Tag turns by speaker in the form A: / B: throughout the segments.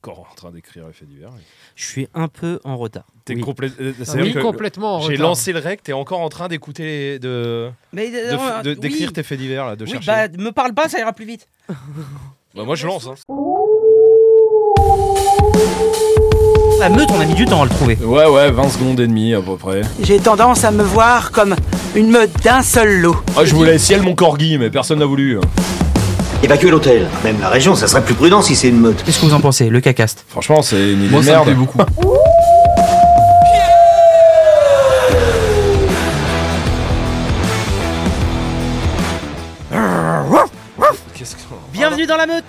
A: encore en train d'écrire Effet d'hiver.
B: Je suis un peu en retard.
A: T'es
B: Oui.
A: complè- euh,
C: Oui,
A: c'est-à-dire que
C: complètement. en
A: J'ai
C: retard.
A: lancé le rec, t'es encore en train d'écouter les. de.
B: Mais
A: de-
B: euh,
A: de-
B: oui.
A: d'écrire tes faits divers, là, de
B: Oui,
A: chercher.
B: bah, me parle pas, ça ira plus vite.
A: Bah, moi je lance. hein.
B: La Ah, meute, on a mis du temps à le trouver.
D: Ouais, ouais, 20 secondes et demie à peu près.
E: J'ai tendance à me voir comme une meute d'un seul lot.
D: Ah, je voulais ciel mon corgi, mais personne n'a
A: hein.
D: voulu.
F: Évacuer l'hôtel, même la région, ça serait plus prudent si c'est une meute.
B: Qu'est-ce que vous en pensez, le cacaste
D: Franchement, c'est une idée
G: Moi,
D: de
G: ça me
D: merde.
G: plaît beaucoup.
A: Qu'est-ce qu'on-
B: Bienvenue dans la meute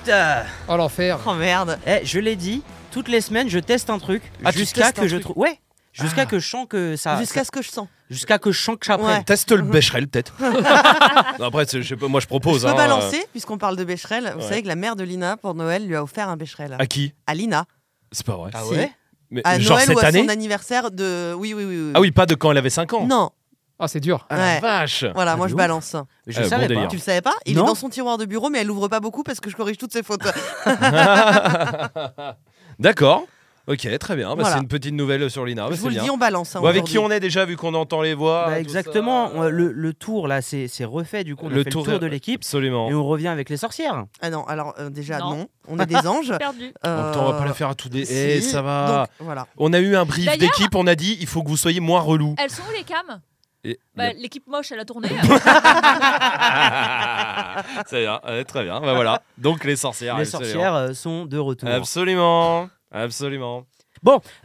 C: Oh l'enfer.
H: Oh merde.
B: Eh, je l'ai dit, toutes les semaines, je teste un truc
A: Ah, tu
B: jusqu'à
A: testes un
B: que je
A: truc Ah.
B: trouve. Ouais, jusqu'à que je sens que ça.
H: Jusqu'à ce que je sens.
B: Jusqu'à que je sens que j'apprenne.
H: Ouais.
A: Teste le Becherel peut-être. Non, Après, c'est- je sais pas, moi je propose.
H: Je peux
A: hein,
H: balancer, puisqu'on parle de Becherel. Vous
A: ouais.
H: savez que la mère de Lina, pour Noël, lui a offert un Becherel.
A: euh, À qui
H: À Lina.
A: C'est pas vrai.
B: Ah
H: Si.
B: ouais
A: Mais
H: À
A: genre
H: Noël
A: cette
H: ou à
A: année
H: son anniversaire de. Oui, oui, oui. oui.
A: Ah oui, pas de quand elle avait 5 ans.
H: Non.
C: Ah, c'est dur.
A: Ah, la
H: Ouais.
A: vache.
H: Voilà,
B: Ah,
H: moi
B: de
H: je
B: ouf.
H: balance.
B: Je
A: Euh, bon
B: savais pas.
A: délire.
H: Tu le savais pas Il
B: Non.
H: est dans son tiroir de bureau, mais elle ouvre pas beaucoup parce que je corrige toutes ses fautes.
A: Ah, bah, D'accord. Ok, très bien. Bah,
H: Voilà.
A: C'est une petite nouvelle sur Lina. Bah,
H: je
A: c'est
H: vous le
A: bien.
H: dis, on balance. hein,
A: Bon, avec qui on
H: aujourd'hui.
A: est déjà, vu qu'on entend les voix
B: Bah,
A: Ah, tout
B: exactement,
A: ça.
B: euh, le, le tour là, c'est c'est refait du coup. On a
A: Le
B: fait
A: tour-
B: le tour de l'équipe
A: Absolument.
B: et on revient avec les sorcières.
H: Ah non, alors euh, déjà,
I: Non.
H: non. On est des anges.
I: Perdu.
A: En même temps, on va pas la faire à tous des. Eh,
H: si.
A: ça va.
H: Donc, voilà.
A: On a eu un brief
I: D'ailleurs-
A: d'équipe, on a dit il faut que vous soyez moins relou.
I: Elles sont où les cams
A: Et-
I: bah, L'équipe moche, elle a tourné. hein.
A: Très bien, euh, très bien. Bah, voilà. Donc les sorcières.
B: les
A: absolument.
B: sorcières euh, sont de retour.
A: Ah, Absolument. Absolument.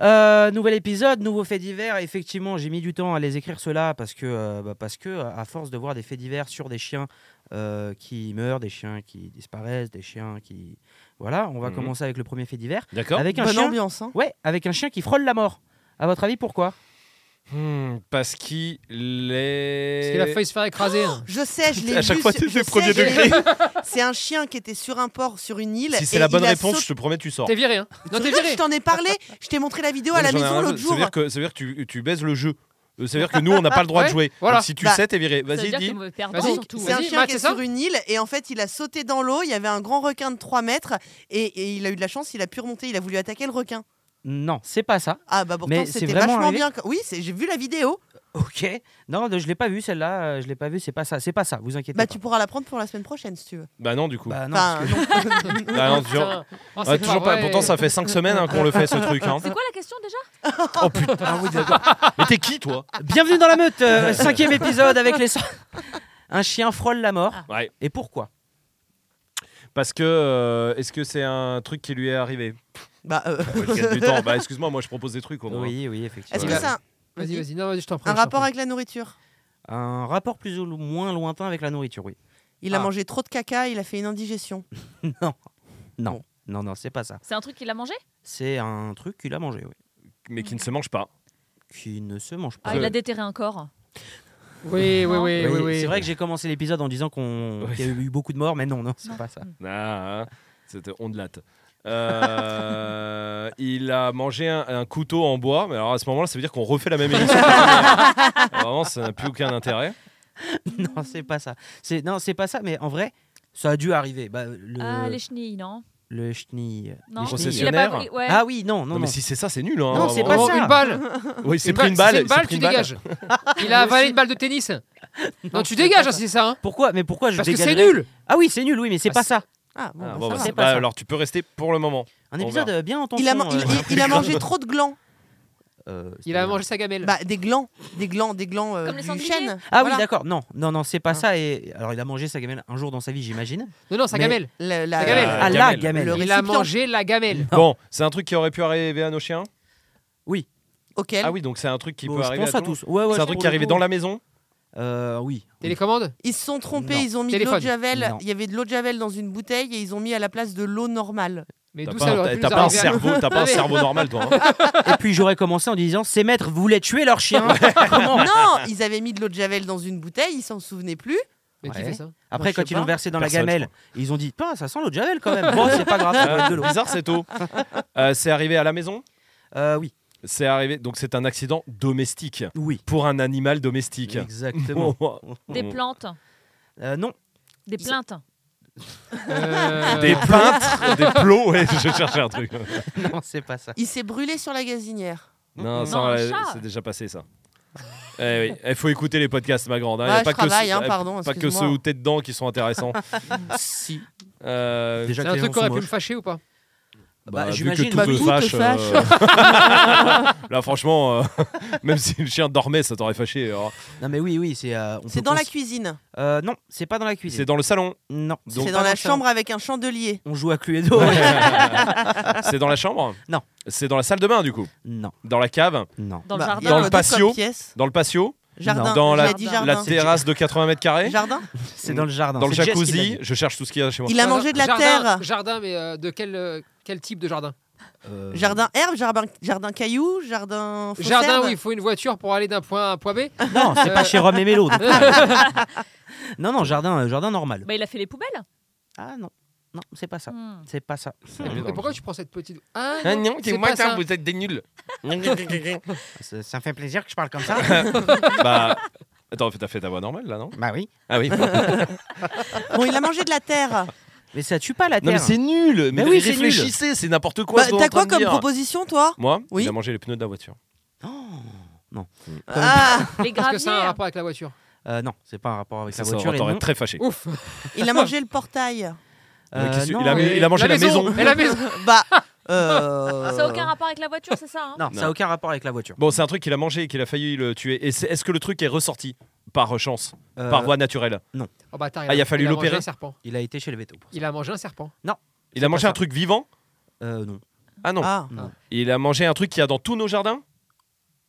B: Euh, nouvel épisode, nouveaux faits divers. Effectivement, j'ai mis du temps à les écrire cela parce que, euh, bah, parce que à force de voir des faits divers sur des chiens euh, qui meurent, des chiens qui disparaissent, des chiens qui voilà, on va
A: Mhm.
B: commencer avec le premier fait divers
A: D'accord.
B: avec un
H: Bonne
B: chien.
H: ambiance. hein.
B: Ouais, avec un chien qui frôle la mort. À votre avis, pourquoi
A: Hmm, parce qu'il
C: Parce
A: est.
C: qu'il a failli se faire écraser. hein.
H: Je sais, je l'ai vu.
A: À chaque fois,
H: sur-
A: c'est
H: je
A: le
H: sais,
A: premier
H: je l'ai
A: degré.
H: vu. C'est un chien qui était sur un port, sur une île.
A: Si c'est
H: et
A: la bonne
H: il a
A: réponse,
H: sauté-
A: je te promets, tu sors.
C: T'es viré, hein Non, t'es
H: Je
C: viré.
H: t'en ai parlé. Je t'ai montré la vidéo à
A: Non,
H: la
A: mais j'en ai
H: maison
A: rien à-
H: l'autre
A: Ça
H: jour.
A: veut dire que, ça veut dire que tu, tu baises le jeu. Euh, Ça veut dire que nous, on n'a pas le droit de
C: Ouais,
A: jouer.
C: voilà.
A: Donc, si tu
H: Bah.
A: sais, t'es viré.
I: Ça veut
A: Vas-y,
I: dire
A: dis.
I: qu'on veut perdre
C: Vas-y.
I: surtout.
H: C'est un
C: Vas-y,
H: chien
C: Matt,
H: qui est
C: c'est ça
H: sur une île et en fait il a sauté dans l'eau, il y avait un grand requin de 3 mètres et, et il a eu de la chance, il a pu remonter, il a voulu attaquer le requin.
B: Non, c'est pas ça.
H: Ah bah pourtant
B: Mais c'est
H: c'était
B: vraiment
H: vachement
B: arrivé
H: bien. que- Oui, c'est- j'ai vu la vidéo.
B: Ok. Non, je l'ai pas vu celle-là. euh, Je l'ai pas vu. C'est pas ça. C'est pas ça. Vous inquiétez
H: Bah
B: pas.
H: tu pourras la prendre pour la semaine prochaine si tu veux.
A: Bah non, du coup.
B: Bah non,
H: Enfin,
B: parce que-
H: non.
A: Bah non, toujours-
C: Putain. Oh,
A: Ah,
C: c'est
A: toujours pas.
C: vrai.
A: Pourtant, ça fait 5 semaines hein, qu'on le fait, ce truc. hein.
I: C'est quoi la question déjà
A: Oh putain. Mais t'es qui, toi
B: Ah, Bienvenue dans la meute. euh, cinquième épisode avec les. sor- un chien frôle la mort.
A: Ah. Ouais.
B: Et pourquoi
A: Parce que. euh, Est-ce que c'est un truc qui lui est arrivé
H: Bah, euh,
A: Ouais, je gagne du temps. Bah, excuse-moi, moi, je propose des trucs au moins.
B: Oui, oui, effectivement.
H: Est-ce
A: Ouais.
H: que c'est un,
C: Vas-y, vas-y, non, vas-y, je t'en prie.
H: un
C: je t'en
H: rapport
C: prie.
H: avec la nourriture
B: Un rapport plus ou moins lointain avec la nourriture, oui.
H: Il a
C: Ah.
H: mangé trop de caca, il a fait une indigestion.
B: Non, non, non, c'est pas ça.
I: C'est un truc qu'il a mangé
B: C'est un truc qu'il a mangé, oui.
A: Mais qui ne se mange pas.
B: Qui ne se mange pas.
I: ah, Il
A: euh,
I: a déterré un corps.
C: Oui, oui, oui,
B: Oui,
C: oui, oui.
B: C'est vrai que j'ai commencé l'épisode en disant qu'on
A: Oui.
B: qu'il y a eu beaucoup de morts, mais non, non, c'est pas
I: Mm.
B: ça.
A: Ah, c'était on de latte. Euh, il a mangé un, un couteau en bois, mais alors à ce moment-là, ça veut dire qu'on refait la même émission. Vraiment, ça n'a plus aucun intérêt.
B: Non, c'est pas ça. C'est non, c'est pas ça. Mais en vrai, ça a dû arriver. Bah, le
I: Ah, les chenilles, non
B: le chenille.
I: Non.
B: les chenilles.
I: Il a pas
A: Concessionnaire.
I: voulu- ouais.
B: Ah oui, non,
A: Non,
B: non, non.
A: mais si c'est ça, c'est nul. hein,
B: Non,
A: vraiment.
B: c'est pas
C: Oh,
B: ça.
C: une balle.
A: Oui, c'est
C: Une
A: pris
C: balle,
A: une balle.
C: si c'est une
A: il s'est
C: balle,
A: pris
C: tu
A: une balle.
C: dégages. Il a avalé une balle de tennis. Non, tu dégages, hein, c'est ça. hein.
B: Pourquoi Mais pourquoi je
C: Parce que c'est
B: dégagerais-
C: nul.
B: Ah oui, c'est nul, oui, mais c'est
C: Ah,
B: pas ça.
H: Ah bon,
A: Ah,
H: bah,
A: bon,
H: ça
A: bah,
H: va.
B: c'est
A: c'est-
B: pas
A: bah,
B: ça.
A: alors tu peux rester pour le moment.
B: Un
A: On
B: épisode euh, bien en tension.
H: il, a man-
B: euh,
H: il- il- il a mangé trop de glands.
B: euh,
C: Il a
B: c'est-à-dire-
C: mangé sa gamelle.
H: Bah, des glands, des glands, des glands euh,
I: Comme les
H: du
I: sangliers
H: chêne.
B: Ah
H: Voilà.
B: oui, d'accord. Non, non, non, c'est pas
H: Ah.
B: ça. Et alors, il a mangé sa gamelle un jour dans sa vie, j'imagine.
C: Non, non, sa
B: Mais-
C: gamelle.
H: La, la-
C: La gamelle.
B: Ah,
A: gamelle.
B: la gamelle.
H: Le-
C: Il a
H: récipient.
C: mangé la gamelle.
A: Bon, c'est un truc qui aurait pu arriver à nos chiens.
H: Auquel
A: Ah oui, donc c'est un truc qui
B: Bon,
A: peut
B: je
A: arriver.
B: pense
A: à
B: à
A: tout le monde.
B: tous. Ouais, ouais,
A: c'est un
B: je
A: truc
B: pense
A: qui est arrivé
B: au-
A: dans la maison.
B: Euh, oui. oui.
C: Télécommande
H: Ils se sont trompés,
B: Non.
H: ils ont mis de l'eau
C: Téléphone.
H: de javel.
B: Non.
H: Il y avait de l'eau de javel dans une bouteille et ils ont mis à la place de l'eau normale.
C: Mais
A: T'as
C: d'où
A: pas,
C: ça
A: un-
C: aurait pu
A: t'as
C: nous
A: pas un
C: arriver hein. à-
A: cerveau, t'as pas un
C: mais-
A: cerveau normal, toi. hein.
B: Et puis j'aurais commencé en disant ces maîtres voulaient tuer leur chien. Comment
H: non, ils avaient mis de l'eau de javel dans une bouteille, ils s'en souvenaient plus.
C: Mais qui
B: Ouais.
C: fait ça
B: Après,
H: je sais
B: quand ils l'ont
H: pas.
B: versé dans
A: Personne,
B: la gamelle, ils ont dit Putain, ça sent l'eau de javel quand même. Bon, c'est pas grave, ça doit être de l'eau.
A: Bizarre cette eau. Euh, c'est arrivé à la maison.
B: Euh, oui,
A: C'est arrivé. Donc c'est un accident domestique
B: oui.
A: pour un animal domestique. Oh,
B: Exactement.
A: Bon,
I: Des plantes.
B: Euh, non,
I: Des plaintes.
C: Euh,
A: Des peintres, des plots, ouais, je cherchais un truc.
B: Non, c'est pas ça.
H: Il s'est brûlé sur la gazinière.
A: Non,
I: Non,
A: ça,
I: un
A: euh,
I: chat.
A: c'est déjà passé ça. Eh oui, il faut écouter les podcasts, ma grande. hein. Il y a
H: Ah,
A: pas
H: je
A: que
H: travaille,
A: ceux-
H: hein,
A: eh,
H: pardon,
A: pas que
H: excuse-moi.
A: ceux où t'es dedans qui sont intéressants.
B: Si.
A: Euh,
B: Déjà
C: C'est
B: que
C: un
B: les
C: truc
B: gens
C: qui aurait
B: sont
C: pu me
B: moches.
C: fâcher ou pas
B: Bah,
A: vu
B: j'imagine,
A: que tout
H: bah,
A: te
H: tout te
A: fâche.
H: fâche.
A: euh, Là, franchement, euh, même si le chien dormait, ça t'aurait fâché. euh. alors.
B: Non, mais oui, oui, c'est. euh, on
H: C'est
B: peut
H: dans la
B: cons-
H: cuisine.
B: Euh, non, c'est pas dans la cuisine.
A: C'est dans le salon.
B: Non.
A: Donc-
H: C'est
B: pas
H: dans la
B: le salon.
H: chambre avec un chandelier.
B: On joue à Cluedo.
A: c'est dans la chambre.
B: Non.
A: C'est dans la salle de bain, du coup.
B: non,
A: dans la cave,
B: non.
I: Dans
H: Bah,
I: le
H: il y a
I: jardin.
A: Dans le
H: deux comme
A: patio.
H: pièces.
A: dans le patio,
H: Jardin.
A: Dans la-
H: J'ai dit
I: la
A: la
H: jardin.
A: terrasse de 80 mètres carrés,
H: Jardin.
B: C'est dans le jardin.
A: dans le
B: C'est Jess qui l'a
A: jacuzzi.
B: dit.
A: Je cherche tout ce qu'il y a chez moi.
H: Il a mangé de la
C: Jardin-
H: terre.
C: Jardin, mais euh, de quel, euh, quel type de jardin
B: Euh,
H: Jardin herbe, jardin, jardin caillou, jardin. fausse
C: Jardin
H: herbe.
C: où il faut une voiture pour aller d'un point A à un point B
B: Non, c'est pas
C: Euh,
B: chez Rome et Mélo. donc. non, non, jardin, euh, jardin normal.
I: Bah, il a fait les poubelles.
B: Ah non, non, c'est pas ça.
I: Hmm.
B: C'est pas ça.
C: Et pourquoi tu prends cette petite. Ah,
A: Ah non,
C: c'est pas ça.
A: êtes des nuls.
B: Ça ça me fait plaisir que je parle comme ça.
A: bah, attends, t'as fait ta voix normale là, non
B: bah oui.
A: Ah oui.
H: Bon, il a mangé de la terre.
B: Mais ça tue pas la
A: non mais
B: terre.
A: c'est nul. Mais
B: Mais oui, c'est nul.
A: réfléchissez, c'est n'importe quoi.
H: Bah,
A: ce qu'on est
H: T'as
A: en train
H: quoi
A: de
H: comme
A: dire.
H: proposition, toi
A: Moi,
H: Oui.
A: il a mangé les pneus de la voiture.
H: Ah,
I: Les
C: Parce que ça a un
I: graviers.
C: rapport avec la voiture.
B: Euh, non, c'est pas un rapport avec
A: Ça, ça
B: la voiture. et
A: t'aurait
B: non.
A: très fâché.
C: Ouf
H: il a mangé le portail.
A: Mais
B: Euh,
A: qu'est-ce que-
B: non,
A: il a mis-
C: Et
A: mangé la maison.
C: Et la maison
H: Bah. euh,
I: Ça n'a Ah, aucun rapport avec la voiture, c'est ça hein
B: non, ça
A: Non.
B: a aucun rapport avec la voiture.
A: Bon, c'est un truc qu'il a mangé et qu'il a failli le tuer. Et c'est- est-ce que le truc est ressorti par chance, par
B: Euh,
A: voie naturelle
C: Oh, bâtard,
A: Ah, il a fallu
C: mangé
A: l'opérer.
C: un serpent.
B: Il a été chez le veto. pour ça.
C: Il a mangé un serpent.
A: Il a mangé
B: pas
A: un truc vivant
B: Euh, non.
A: Ah non.
H: Ah,
A: Il a mangé un truc qu'il y a dans tous nos jardins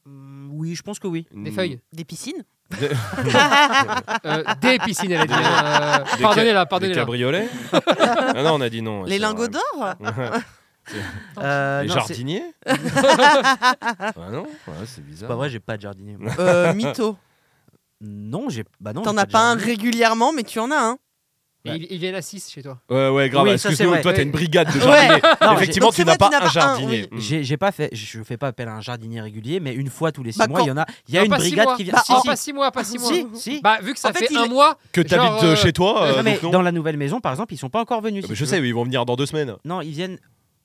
B: Mm, Oui, je pense que oui.
A: Hmm.
C: Des feuilles.
H: des piscines.
C: Euh, des piscines, elle a dit. hein. Euh,
A: Des
C: Pardonnez-la,
A: Des
C: pardonnez-la.
A: cabriolets Ah non, on a dit non.
H: Les
A: c'est
H: lingots
A: vrai.
H: d'or.
B: Euh,
A: les
B: non, c'est-
A: jardiniers Ah non, ouais, c'est
B: C'est
A: bizarre.
B: pas vrai, j'ai pas de jardinier. moi.
H: Euh, mytho.
B: non, j'ai. Bah non.
H: T'en
B: j'ai
H: as
B: de
H: pas un
B: jardinier.
H: régulièrement, mais tu en as un.
C: Et Il, il est là 6 chez toi.
A: Ouais, ouais, grave.
B: Oui, ça, c'est
A: Excuse-moi,
B: vrai.
A: toi, t'as une brigade de
H: Ouais.
A: jardiniers.
B: Non,
A: Effectivement,
H: Donc, c'est
A: tu n'as
H: vrai,
A: pas
H: tu n'as
A: un
H: pas un,
A: jardinier. Mm.
B: J'ai j'ai pas fait, je fais pas appel à un jardinier régulier, mais une fois tous les six
H: Bah,
B: mois,
H: quand-
B: il y en a, il y a
C: Non,
B: une
C: pas six
B: brigade
C: mois.
B: qui vient.
H: Bah,
B: si,
C: Oh,
B: si,
C: pas 6 mois, pas 6 mois.
B: si, si.
C: Bah, vu que ça
H: En fait,
C: fait,
H: il
C: un
H: est-
C: mois.
A: Que
C: genre,
A: t'habites euh,
C: euh,
A: chez toi euh,
B: Non, mais
A: donc non.
B: dans la nouvelle maison, par exemple, ils sont pas encore venus.
A: Ah,
B: si
A: bah, Je
B: tu
A: sais,
B: veux.
A: ils vont venir dans deux semaines.
B: Non, ils viennent.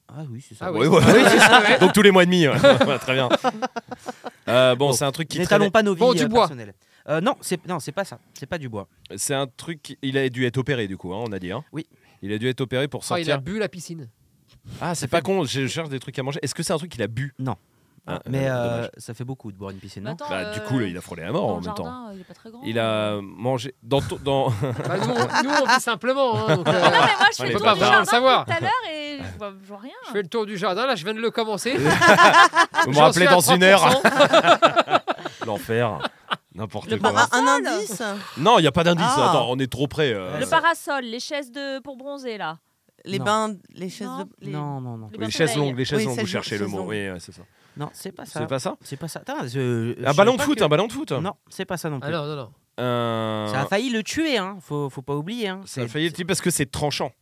B: Ah oui, c'est ça.
C: Ah
A: oui.
C: oui.
A: Ouais, ouais.
C: Ah oui, c'est ça, ouais.
A: Donc tous les mois et demi. ouais, Très bien. Euh, bon,
B: Bon.
A: c'est un truc qui traînait-
B: N'étalons pas nos vies
C: Bon, du
B: euh,
C: bois.
B: personnelles. Euh, non, c'est non, c'est pas ça. C'est pas du bois.
A: C'est un truc. qui- Il a dû être opéré du coup, hein, on a dit. hein.
B: Oui.
A: Il a dû être opéré pour
C: Oh, il a
A: sortir.
C: bu la piscine.
A: Ah, c'est pas con. Je cherche des trucs à manger. Est-ce que c'est un truc qu'il a bu Ah,
B: mais
A: euh,
B: euh,
A: dommage.
B: ça fait beaucoup de boire une piscine,
I: Bah,
B: non
I: attends,
A: Bah,
I: euh,
A: du coup, là, il a frôlé à mort
I: dans
A: en
I: le
A: même temps.
I: jardin, euh, Il est pas très grand.
A: Il a mangé dans ton- dans
C: Bah, nous, on- nous, on vit simplement. hein, donc,
I: Ah, Non,
C: euh,
I: mais moi, je
A: On
I: fais
A: est
I: le tour
A: pas vraiment
I: du jardin
C: le savoir.
I: depuis tout à l'heure et je vois, je vois rien.
C: je fais le tour du jardin. Là, je viens de le commencer.
A: Vous me
C: Ah, J'en suis
A: rappelez
C: à
A: dans une heure.
C: 3%.
A: L'enfer. N'importe
I: Le
A: quoi.
H: Bah,
I: parasol.
H: un indice.
A: Non, il n'y a pas d'indice.
H: Ah.
A: Attends, on est trop près. euh.
I: Le parasol, les chaises de... pour bronzer, là.
H: Les
B: Non.
H: bains, les chaises
I: Non.
H: de.
I: les-
B: Non, non, non,
I: le
A: Oui, les
I: bain-soleil.
A: chaises longues, les chaises
H: Oui,
A: longues, vous
H: celle-
A: cherchez le
H: chaises
A: mot.
H: longues.
A: Oui, euh, c'est ça.
B: non, c'est pas Ah, ça.
A: C'est pas ça
B: C'est pas ça. Attends, je- je
A: Un
B: savais
A: ballon de
B: pas
A: foot,
B: que-
A: un ballon de foot.
B: Non, c'est pas ça non
C: Ah
B: plus.
C: non, non, non.
A: Euh,
B: Ça a failli le tuer, hein. Faut, faut pas oublier, hein.
A: ça a
B: C'est-
A: failli
B: c'est-
A: parce que c'est tranchant,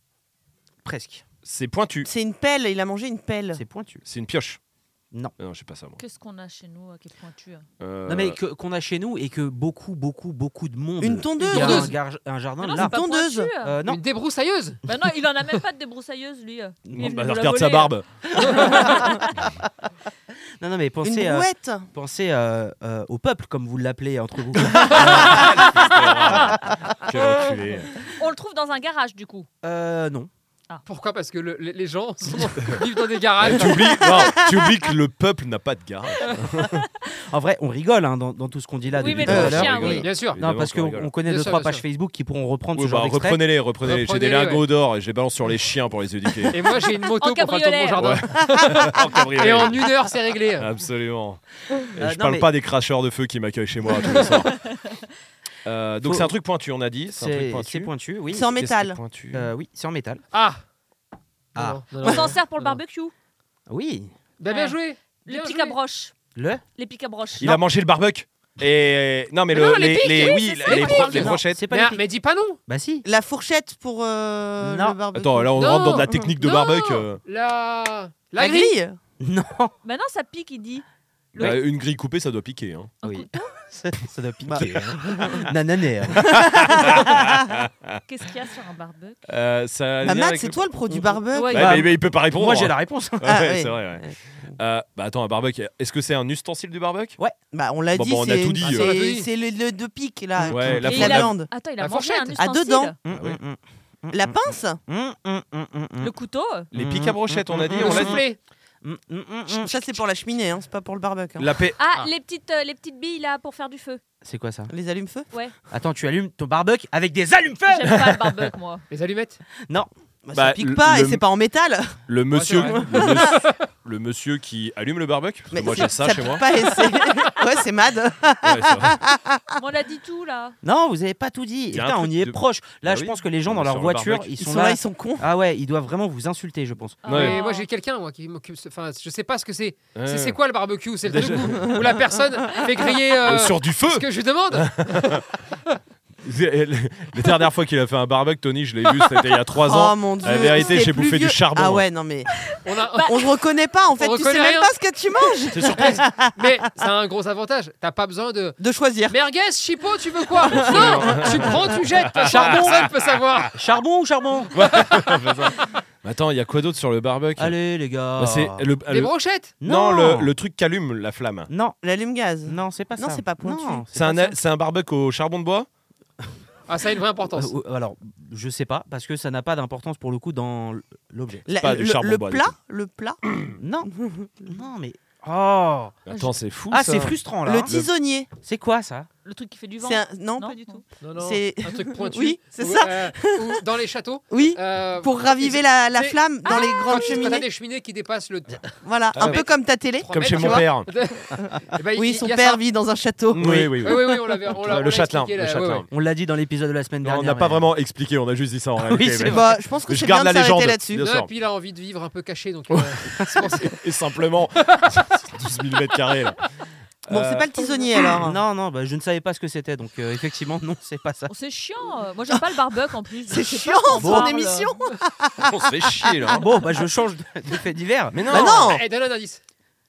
B: Presque.
A: c'est pointu,
H: C'est une pelle. Il a mangé une pelle.
B: C'est pointu.
A: c'est une pioche.
B: Non.
A: Non, je sais pas ça moi.
I: Qu'est-ce qu'on a chez nous euh, qui est pointu hein
A: Euh,
B: Non mais que- qu'on a chez nous et que beaucoup, beaucoup, beaucoup de monde.
H: Une tondeuse.
B: Il y a un,
C: Tondeuse.
B: gar- un
I: Mais
B: jardin
I: non,
B: là.
I: Ah, c'est pas
H: tondeuse.
I: pointu, euh.
B: Euh, non,
C: Une débroussailleuse.
I: Bah non, il en a même pas de débroussailleuse, lui. euh. Il est
A: bah,
I: venu nous la
A: regarde sa
I: voler,
A: barbe.
B: non, non, mais
H: Une
B: pensez, euh,
H: brouette.
B: pensez euh, euh, au peuple comme vous l'appelez entre vous.
A: Quel enculé.
I: euh. On le trouve dans un garage, du coup.
B: euh, non.
C: Pourquoi Parce que le- les- les gens sont- vivent dans des garages.
A: tu, oublies, Ah, non, tu oublies que le peuple n'a pas de garage.
B: En vrai, on rigole hein, dans, dans tout ce qu'on
H: Ah,
B: dit là
I: Oui,
B: depuis
I: mais
B: tout à
I: bon,
A: Euh,
B: l'heure.
I: chien,
A: rigole.
I: oui.
C: Bien sûr.
A: Évidemment
B: Non, parce
A: qu'on
B: qu'on
A: rigole.
B: on connaît
C: Bien
B: deux
C: sûr,
B: trois
C: bien
B: pages
C: sûr.
B: Facebook qui pourront reprendre
A: Oui,
B: ce
A: bah,
B: genre d'extrait.
A: reprenez-les, reprenez-les. J'ai des
C: Reprenez-les,
A: lingots d'or et je les balance sur les chiens pour les éduquer.
C: Et moi, j'ai une moto
I: En
C: pour faire le tour de mon
I: cabriolet.
C: jardin.
A: En cabriolet.
C: Et en une heure, c'est réglé.
A: Absolument. Et
B: Euh,
A: je
B: non,
A: parle
B: mais-
A: pas des cracheurs de feu qui m'accueillent chez moi tous les soirs. Euh, donc
B: Faut-
A: c'est un truc pointu, on a dit. C'est un truc
B: C'est
A: pointu.
B: c'est pointu, oui.
H: C'est en
A: Qu'est-ce qui est
H: métal.
A: pointu
B: Euh, oui, c'est en métal.
C: Ah
B: Ah.
C: Non, non, non,
I: On
C: non.
I: s'en sert pour le barbecue.
B: Oui.
C: Bah, bien joué
I: Le
C: Bien
I: pic
C: joué.
I: à broche.
B: Le
I: Les pics à broche.
A: Il a mangé le barbecue. Et non, mais
C: Mais
A: le,
C: non, les
A: les,
C: piques,
A: les- oui,
I: c'est
A: les,
I: ça, les
A: les pro-
C: piques.
A: les
B: Non,
A: brochettes.
B: C'est pas
C: Mais,
B: les pics.
C: mais dis pas non
B: Bah si.
H: La fourchette pour euh,
B: Non.
H: le barbecue.
A: Attends, là on
C: Non.
A: rentre dans de la technique de
C: Non.
A: barbecue. euh.
C: La... La,
H: La
C: grille
H: grille.
B: Non.
I: Maintenant, ça pique, il dit.
A: Bah, une grille coupée, ça doit piquer. hein.
I: Un
B: Oui.
I: couteau
B: ça, ça doit
A: Bah,
B: piquer. hein. Nananer.
I: Qu'est-ce qu'il y a sur un barbecue
A: Euh, ça a
H: Bah,
A: lien
H: Matt,
A: avec
H: c'est
A: le-
H: toi le pro du barbecue.
I: Ouais,
A: Ouais,
B: Bah,
A: mais, mais il peut pas répondre. hein.
B: Moi, j'ai la réponse.
A: Ouais,
H: Ah,
A: c'est
H: oui.
A: vrai, ouais. Euh, bah attends, un barbecue. Est-ce que c'est un ustensile du barbecue
H: Bah, on l'a
A: Bon,
H: dit,
A: bah, on a
H: c'est-
A: tout dit,
H: c'est-
C: euh. On a tout dit.
H: c'est le, le deux pics, là.
A: Ouais, la
H: la,
I: Et il a-
H: viande.
I: Attends, il a
C: La
I: mangé un
C: fourchette.
I: ustensile.
H: Ah, dedans.
B: Hum,
A: Ah oui.
H: La pince
A: Hum.
I: Le couteau euh.
A: Les pics à brochettes, on a dit,
C: mmh, Le
A: on l'a dit.
C: soufflé.
B: hum, Mm,
H: Ch- Ça, c'est pour la cheminée, hein, c'est pas pour le barbecue. hein.
A: La paix.
I: Ah,
C: Ah.
I: Les, petites, euh, les petites billes là pour faire du feu.
B: C'est quoi ça
H: Les allumes-feu
B: Attends, tu allumes ton barbecue avec des allumes-feu
I: J'aime pas le barbecue, moi.
C: Les allumettes.
H: bah,
A: Bah,
H: Ça
A: le-
H: pique pas et
A: le-
H: c'est pas en métal.
A: Le monsieur,
C: Ouais,
A: le, monsieur le monsieur qui allume le barbecue. Parce que
H: Mais
A: moi j'ai ça, chez
H: pique
A: moi.
H: Pas et c'est- ouais, c'est mad.
A: Ouais, c'est vrai.
I: On l'a dit tout, là.
B: Non, vous avez pas tout dit. Et
A: Il y a un
B: putain, on
A: truc
B: y est
A: de-
B: proche. Là,
A: Bah
B: je
A: oui.
B: pense que les gens dans
A: Sur
B: leur
A: le
B: voiture,
A: barbecue.
B: ils
H: Ils
B: sont,
H: sont là, ils sont cons.
B: Ah ouais, ils doivent vraiment vous insulter, je pense.
I: Ah.
A: Ouais.
C: Mais moi j'ai quelqu'un moi qui m'occupe. Enfin, je sais pas ce que c'est.
A: Ouais.
C: C'est- C'est quoi le barbecue C'est le
A: Déjà.
C: truc où, où la personne fait griller euh,
A: Euh, Sur du feu
C: ce que je demande.
A: La dernière fois qu'il a fait un barbecue, Tony, je l'ai vu, c'était il y a 3
H: Oh
A: ans.
H: mon dieu.
A: La vérité,
H: c'est
A: j'ai
H: plus
A: bouffé du
H: vieux.
A: charbon.
H: Ah ouais, non mais
C: On a-
H: on se reconnaît pas en fait.
C: On
H: Tu sais
C: reconnaît
H: même
C: rien.
H: pas ce que tu manges
A: C'est surprise.
C: Mais ça a un gros avantage. T'as pas besoin de
H: de choisir.
C: merguez, chipot, tu veux quoi Non, tu prends, tu jettes. Charbon, personne peut savoir.
B: Charbon ou charbon
A: Mais attends, il y a quoi d'autre sur le barbecue
B: Allez, les gars.
A: Bah, c'est le-
C: Des
A: le-
C: brochettes.
A: Non,
B: Non.
A: le, le truc qu'allume la flamme.
B: Non,
H: L'allume-gaz.
B: non, c'est pas
H: Non,
B: ça.
H: c'est pas pointu.
B: Non,
A: C'est un,
B: pas ça.
A: c'est un barbecue au charbon de bois
C: Ah, ça a une vraie importance.
B: Euh, euh, alors, je sais pas, parce que ça n'a pas d'importance pour le coup dans l- l'objet.
H: La-
A: pas du
H: le,
A: charbon
H: le
A: bois, du
H: plat, le plat,
B: Non, non, mais. Oh
A: Attends, c'est fou.
B: Ah,
A: ça.
B: c'est frustrant là.
H: le
B: hein.
H: tisonnier.
B: C'est quoi ça
I: Le truc qui fait du vent.
H: C'est un... non,
I: Non,
H: pas du tout.
C: Non, non,
H: C'est-
C: un truc pointu.
H: Oui, c'est
C: Ou,
H: ça.
C: euh, ou dans les châteaux.
H: Oui,
C: euh,
H: pour raviver la, la
C: c'est-
H: flamme dans les
C: Quand
H: grandes
C: tu as
H: cheminées.
C: des cheminées qui dépassent le.
H: Voilà,
A: Ah
H: un
A: ouais.
H: peu comme ta télé.
A: Comme chez
H: tu
A: mon
H: vois.
A: père.
C: Eh ben, il-
H: Oui,
C: il-
H: son
C: il y a
H: père
C: ça.
H: vit dans un château.
A: Oui, oui,
C: Oui,
A: oui.
C: oui, oui, on l'avait. on l'a- on
A: Le
C: l'a
A: châtelain.
C: expliqué,
A: Le
C: là, ouais,
A: châtelain.
B: On l'a dit dans l'épisode de la semaine
A: Non,
B: dernière.
A: on n'a pas
B: mais-
A: vraiment expliqué, on a juste dit ça en réalité.
B: c'est
A: mais-
B: vrai.
H: Bah, je pense que
A: Mais je
H: c'est
A: garde
H: bien de
A: la légende.
H: s'arrêter là-dessus.
A: Bien
C: ouais.
A: sûr.
C: Non, et puis il a envie de vivre un peu caché, donc. euh, c'est pour ça.
A: Et simplement, 12 000 mètres carrés. là.
H: Bon,
A: Euh,
H: c'est pas le tisonnier alors.
B: Non, non, bah, je ne savais pas ce que c'était, donc euh, effectivement, non, c'est pas ça.
I: Oh, c'est chiant. euh. Moi, j'aime pas le barbecue en plus.
H: C'est
I: Je sais pas
H: chiant,
I: ce qu'on
H: son
I: parle.
H: émission.
A: On se fait chier là.
B: Bon, bah, je change de, de fait divers.
A: Mais non,
H: Bah non,
C: Eh, donne un indice.